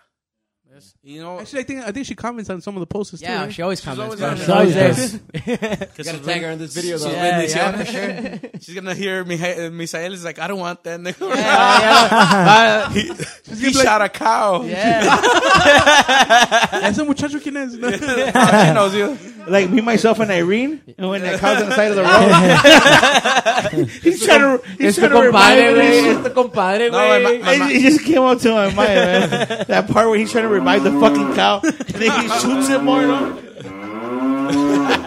S5: ¿Ves? Y no.
S3: Actually, I think I think she comments on some of the posts too.
S7: Yeah,
S3: right?
S7: she always
S5: always
S7: comments. bro.
S5: on it.
S7: She's always there.
S5: que
S12: Gotta
S5: sus
S12: tag her
S5: ben-
S12: in this video,
S5: sus
S12: though.
S5: bendiciones. [LAUGHS] She's gonna hear Mijael, eh, Misael is like, I don't want that [LAUGHS] nigga. Ah, he he shot a cow.
S3: Ese muchacho quién [LAUGHS] es? Ah, No.
S5: She knows you.
S4: Like me, myself, and Irene, and when that cow's on the side of the road.
S3: [LAUGHS]
S4: he's trying to, he's trying to
S12: Compadre,
S4: remind
S12: güey.
S4: me.
S12: Este compadre,
S5: No, my,
S12: güey.
S5: ma- my, ma-
S4: It just came up to my mind, man. [LAUGHS] That part where he's trying to revive the fucking cow, and then he shoots it more. No?
S3: [LAUGHS]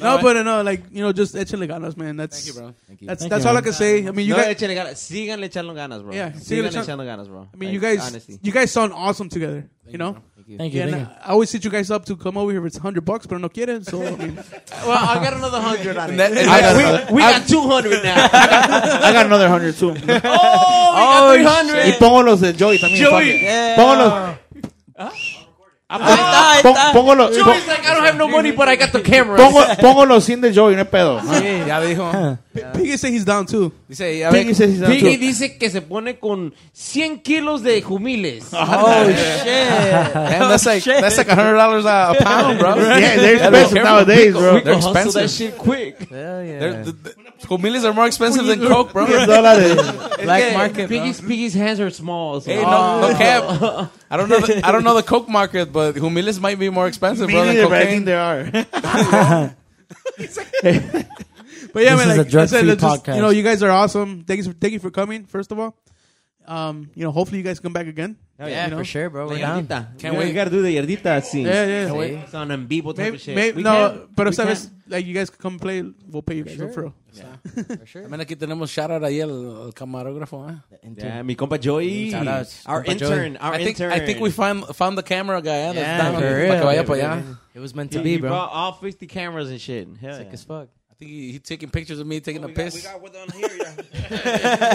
S3: no, but uh, no, like you know, just échale ganas, man. That's
S5: Thank you, bro.
S3: That's
S6: Thank
S3: that's
S6: you,
S3: all I
S6: man.
S3: can say. I mean, you
S12: No,
S3: guys,
S12: échenle ganas. Síganle echando ganas, bro.
S3: Yeah,
S12: síganle
S3: síganle echando-
S12: echando ganas, bro.
S3: I mean, you
S12: Like,
S3: guys,
S12: honestly.
S3: you guys sound awesome together. You know,
S6: Thank you.
S3: yeah, and
S6: Thank you.
S3: I, I always set you guys up to come over here. if It's hundred bucks, but no quieren. So I
S4: [LAUGHS]
S3: mean,
S12: Well, I got another hundred on
S5: and
S12: it.
S5: that- and that-
S4: I,
S12: We got two hundred now.
S4: I got another hundred too.
S12: Oh, we got three
S4: Y
S12: hundred.
S4: pongo los de Joey también. Joey. Pongo los.
S12: Ahí
S4: Pon- Pongo los. pon-
S12: Joey's like, I don't have no money, but I got the camera.
S4: Pongo, pongo los 100 de Joey, no hay pedo.
S5: ya dijo.
S3: Piggy say he's down too.
S5: Dice, ya
S4: Piggy
S5: ve.
S4: says he's not
S12: Piggy
S4: true.
S12: dice que se pone con 100 kilos de jumiles.
S5: [LAUGHS] Man, that's like that's like hundred dollars a a pound, bro. [LAUGHS]
S4: Yeah, they're expensive nowadays, bro.
S5: They're
S12: Hustle that
S5: expensive.
S12: shit quick.
S5: They're- the- the- Humiles are more expensive than coke, bro.
S4: $10.
S5: Black market. bro.
S12: Piggy's, Piggy's hands are small. So
S5: Hey, no, no cap. I don't know. The, I don't know the coke market, but humiles might be more expensive,
S4: Me
S5: bro. Than
S4: neither, but I think
S5: cocaine.
S4: there are.
S3: But yeah,
S6: This
S3: man, like
S6: is a
S3: I said,
S6: drug-free
S3: let's just,
S6: podcast.
S3: you know, you guys are awesome. Thank you, for, thank you for coming. First of all, um, you know, hopefully you guys come back again.
S7: Yeah,
S3: You know?
S7: for sure, bro. We're down.
S12: Yardita.
S5: Can't
S12: we
S5: wait.
S12: gotta do the yardita scene.
S3: Yeah, yeah.
S7: See?
S12: It's on an Bebo type
S3: Maybe,
S12: of shit.
S3: maybe
S12: We
S3: no,
S12: can.
S3: pero
S12: We
S3: sabes,
S12: can.
S3: like you guys come play, we'll pay you guys for real.
S5: También aquí tenemos shout out ahí al, al camarógrafo. ¿eh?
S12: Yeah, mi compa Joey.
S7: Shout outs.
S12: Our
S7: Compa Joey.
S12: intern. Our
S5: I think
S12: intern.
S5: I think we find, found the camera guy. ¿eh? That's
S7: Yeah,
S5: down
S7: for
S5: para
S7: real.
S5: que vaya para allá.
S7: It was meant
S12: He,
S7: to
S12: he
S7: be, bro.
S12: brought all 50 cameras and shit. Hell
S7: Sick
S12: yeah.
S7: as fuck.
S5: I think he, he taking pictures of me taking a piss.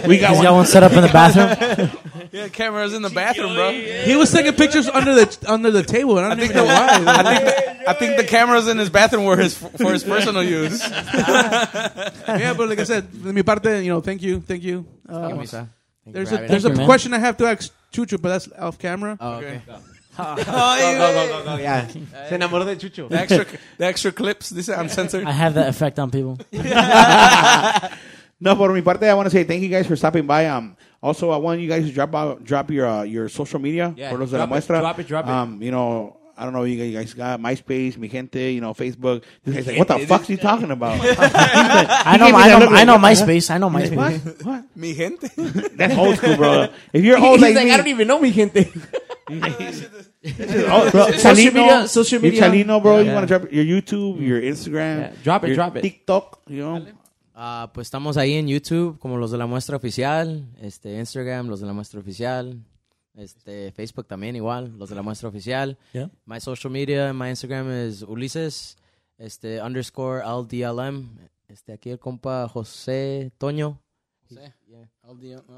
S6: We got y'all one set up in the bathroom.
S5: yeah, cameras in the bathroom, bro.
S3: He was taking pictures under the under the table, and I don't
S5: I think
S3: even
S5: the
S3: know why.
S5: I think the, I think the cameras in his bathroom were his for his personal use.
S3: yeah, but like I said, de mi parte, you know, thank you, thank you. Uh, there's a there's
S6: Thank you,
S3: a
S6: man.
S3: question I have to ask Chuchu, but that's off camera.
S7: Oh, okay.
S12: Se enamoró de Chucho.
S5: The extra the extra clips. This is uncensored.
S6: I have that effect on people.
S4: No, por mi parte, I want to say thank you guys for stopping by. Um, also, I want you guys to drop out, drop your uh, your social media
S12: Yeah,
S4: for los de la
S12: drop it,
S4: muestra.
S12: drop it, drop it.
S4: Um, you know, I don't know, you guys- you guys got MySpace, mi gente, you know, Facebook. You guys like, what the fuck are you
S12: [LAUGHS]
S4: talking about?
S6: I know,
S4: gave me
S6: I
S4: that
S6: know,
S4: look
S6: I know
S4: like,
S6: MySpace. I know
S4: what?
S6: MySpace.
S4: What?
S5: Mi gente.
S4: That's old school,
S5: [LAUGHS]
S4: bro. If you're old
S12: He's
S4: like,
S12: like, I don't
S4: me,
S12: even know mi gente.
S4: oh, bro,
S12: Social
S4: Chalino,
S12: media- social media.
S4: You're Chalino, bro. You
S12: Yeah.
S4: want to drop your YouTube, your Instagram,
S12: Yeah, drop it,
S4: your
S12: drop it.
S4: TikTok, you know.
S7: Ah, pues estamos ahí en YouTube como Los de la Muestra Oficial, este Instagram Los de la Muestra Oficial, este Facebook también igual Los de la Muestra Oficial.
S6: Yeah.
S7: My social media, my Instagram is Ulises, este underscore LDLM, este aquí el compa José Toño,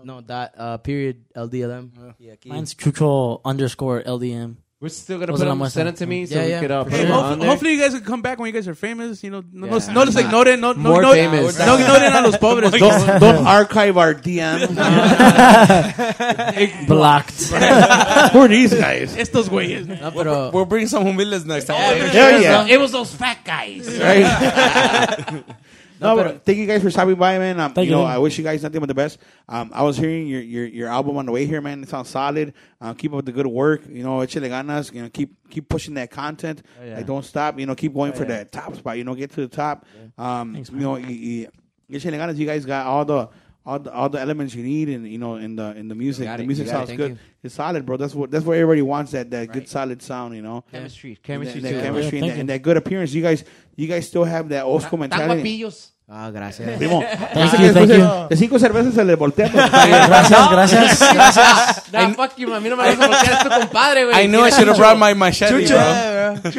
S7: no dot uh, period LDLM. Y aquí-
S6: Mine's Chucho underscore LDM.
S12: We're still gonna
S6: Was
S12: put
S6: it
S12: him
S6: on my
S12: send
S6: side?
S12: it to me so
S7: Yeah,
S12: we
S7: yeah.
S12: could uh, put
S3: Hey,
S12: him
S3: hof-
S12: on there.
S3: hopefully you guys can come back when you guys are famous. You know, no, no,
S7: Yeah.
S3: no les ignoren, no, no,
S12: More
S3: no,
S12: famous.
S3: no ignoren a los pobres.
S4: Don't, [LAUGHS] don't archive our DM.
S12: [LAUGHS]
S6: Blocked.
S4: Who are these guys?
S3: Estos güeyes. man.
S7: No, pero
S5: We'll bring some humiles next time.
S4: Hell yeah.
S12: It was those fat guys.
S4: Right? [LAUGHS] No, but thank you guys for stopping by, man. Um,
S6: Thank
S4: you know,
S6: you.
S4: I wish you guys nothing but the best. Um, I was hearing your, your your album on the way here, man. It sounds solid. Uh, keep up the good work. You know, échale ganas. You know, keep keep pushing that content. Like, don't stop. You know, keep going for that top spot. You know, get to the top. Um, you know, y, y, échale ganas. You guys got all the. All the, all the elements you need, and you know, in the in the music,
S8: got
S4: the
S8: it,
S4: music
S8: you got it,
S4: sounds
S8: thank
S4: good.
S8: you.
S4: It's solid, bro. That's what that's what everybody wants. That that good solid sound, you know.
S8: Chemistry,
S4: And that,
S8: chemistry.
S4: that
S8: too.
S4: chemistry and
S6: thank
S4: that,
S6: you.
S4: and that good appearance. You guys, you guys still have that old school
S8: Tan
S4: mentality.
S8: guapillos.
S7: Ah, gracias.
S4: Primo,
S6: Thank
S4: parece
S6: you,
S4: que después
S6: thank
S12: [LAUGHS]
S4: de- de cinco cervezas se le voltea. pero está bien.
S6: Gracias, gracias.
S8: Nah, fuck you, man. A mí no me vas a bloquear a tu compadre, güey.
S5: I knew I should have brought my machete, bro.
S8: You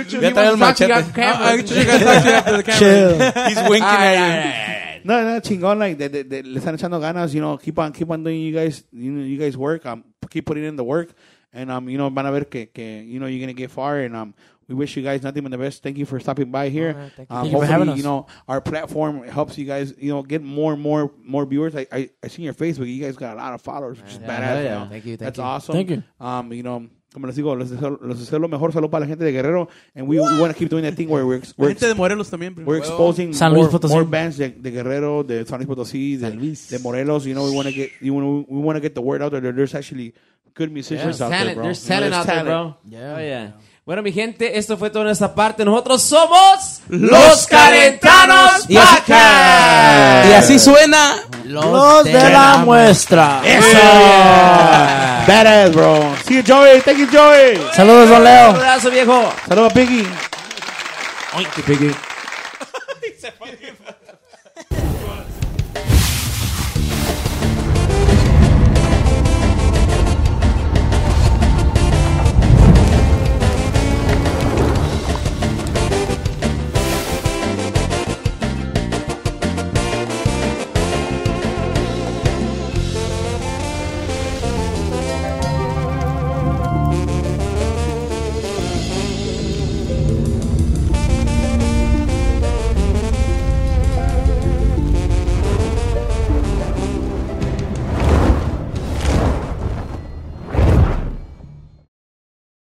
S5: traer el
S8: wanna talk to your
S5: machete. Ah,
S8: camera. Ah,
S10: Chill.
S5: He's winking at you.
S4: No, no, chingón, like, de- de- de- le están echando ganas, you know, keep on, keep on doing you guys, you know, you guys work, um, keep putting in the work, and, um, you know, van a ver que, que, you know, you're gonna get far, and, um, we wish you guys nothing but the best. Thank you for stopping by here. Um,
S6: Thank you for having
S4: hopefully, you
S6: us.
S4: know, our platform helps you guys, you know, get more and more, more viewers. I, I, I seen your Facebook. You guys got a lot of followers, which is badass. you know.
S7: Thank you, thank
S4: That's
S7: you.
S4: awesome.
S6: Thank you.
S4: Um, you know, como les digo, les deseo, les deseo lo mejor. Salud para la gente de Guerrero. And we, we want to keep doing that thing where we're,
S3: La
S4: we're
S3: gente de Morelos también, bro.
S4: We're exposing
S6: San Luis
S4: more,
S6: Potosí.
S4: more bands de, de Guerrero, de San Luis Potosí, de, de Morelos. You know, we want to get you know, we want to get the word out there. that There's actually good musicians out there,
S8: Talent,
S4: bro.
S8: there's
S4: You know,
S8: talent out there,
S4: talent.
S8: bro. Oh, yeah. Bueno, mi gente, esto fue toda nuestra parte. Nosotros somos
S3: Los Calentanos
S8: Y así-
S5: Y así suena.
S10: Los de la muestra.
S4: Yeah. Badass, bro. See you, Joey. Thank you, Joey.
S10: Saludos, don
S8: Un
S10: Leo.
S8: abrazo, viejo.
S4: Saludos, Piggy.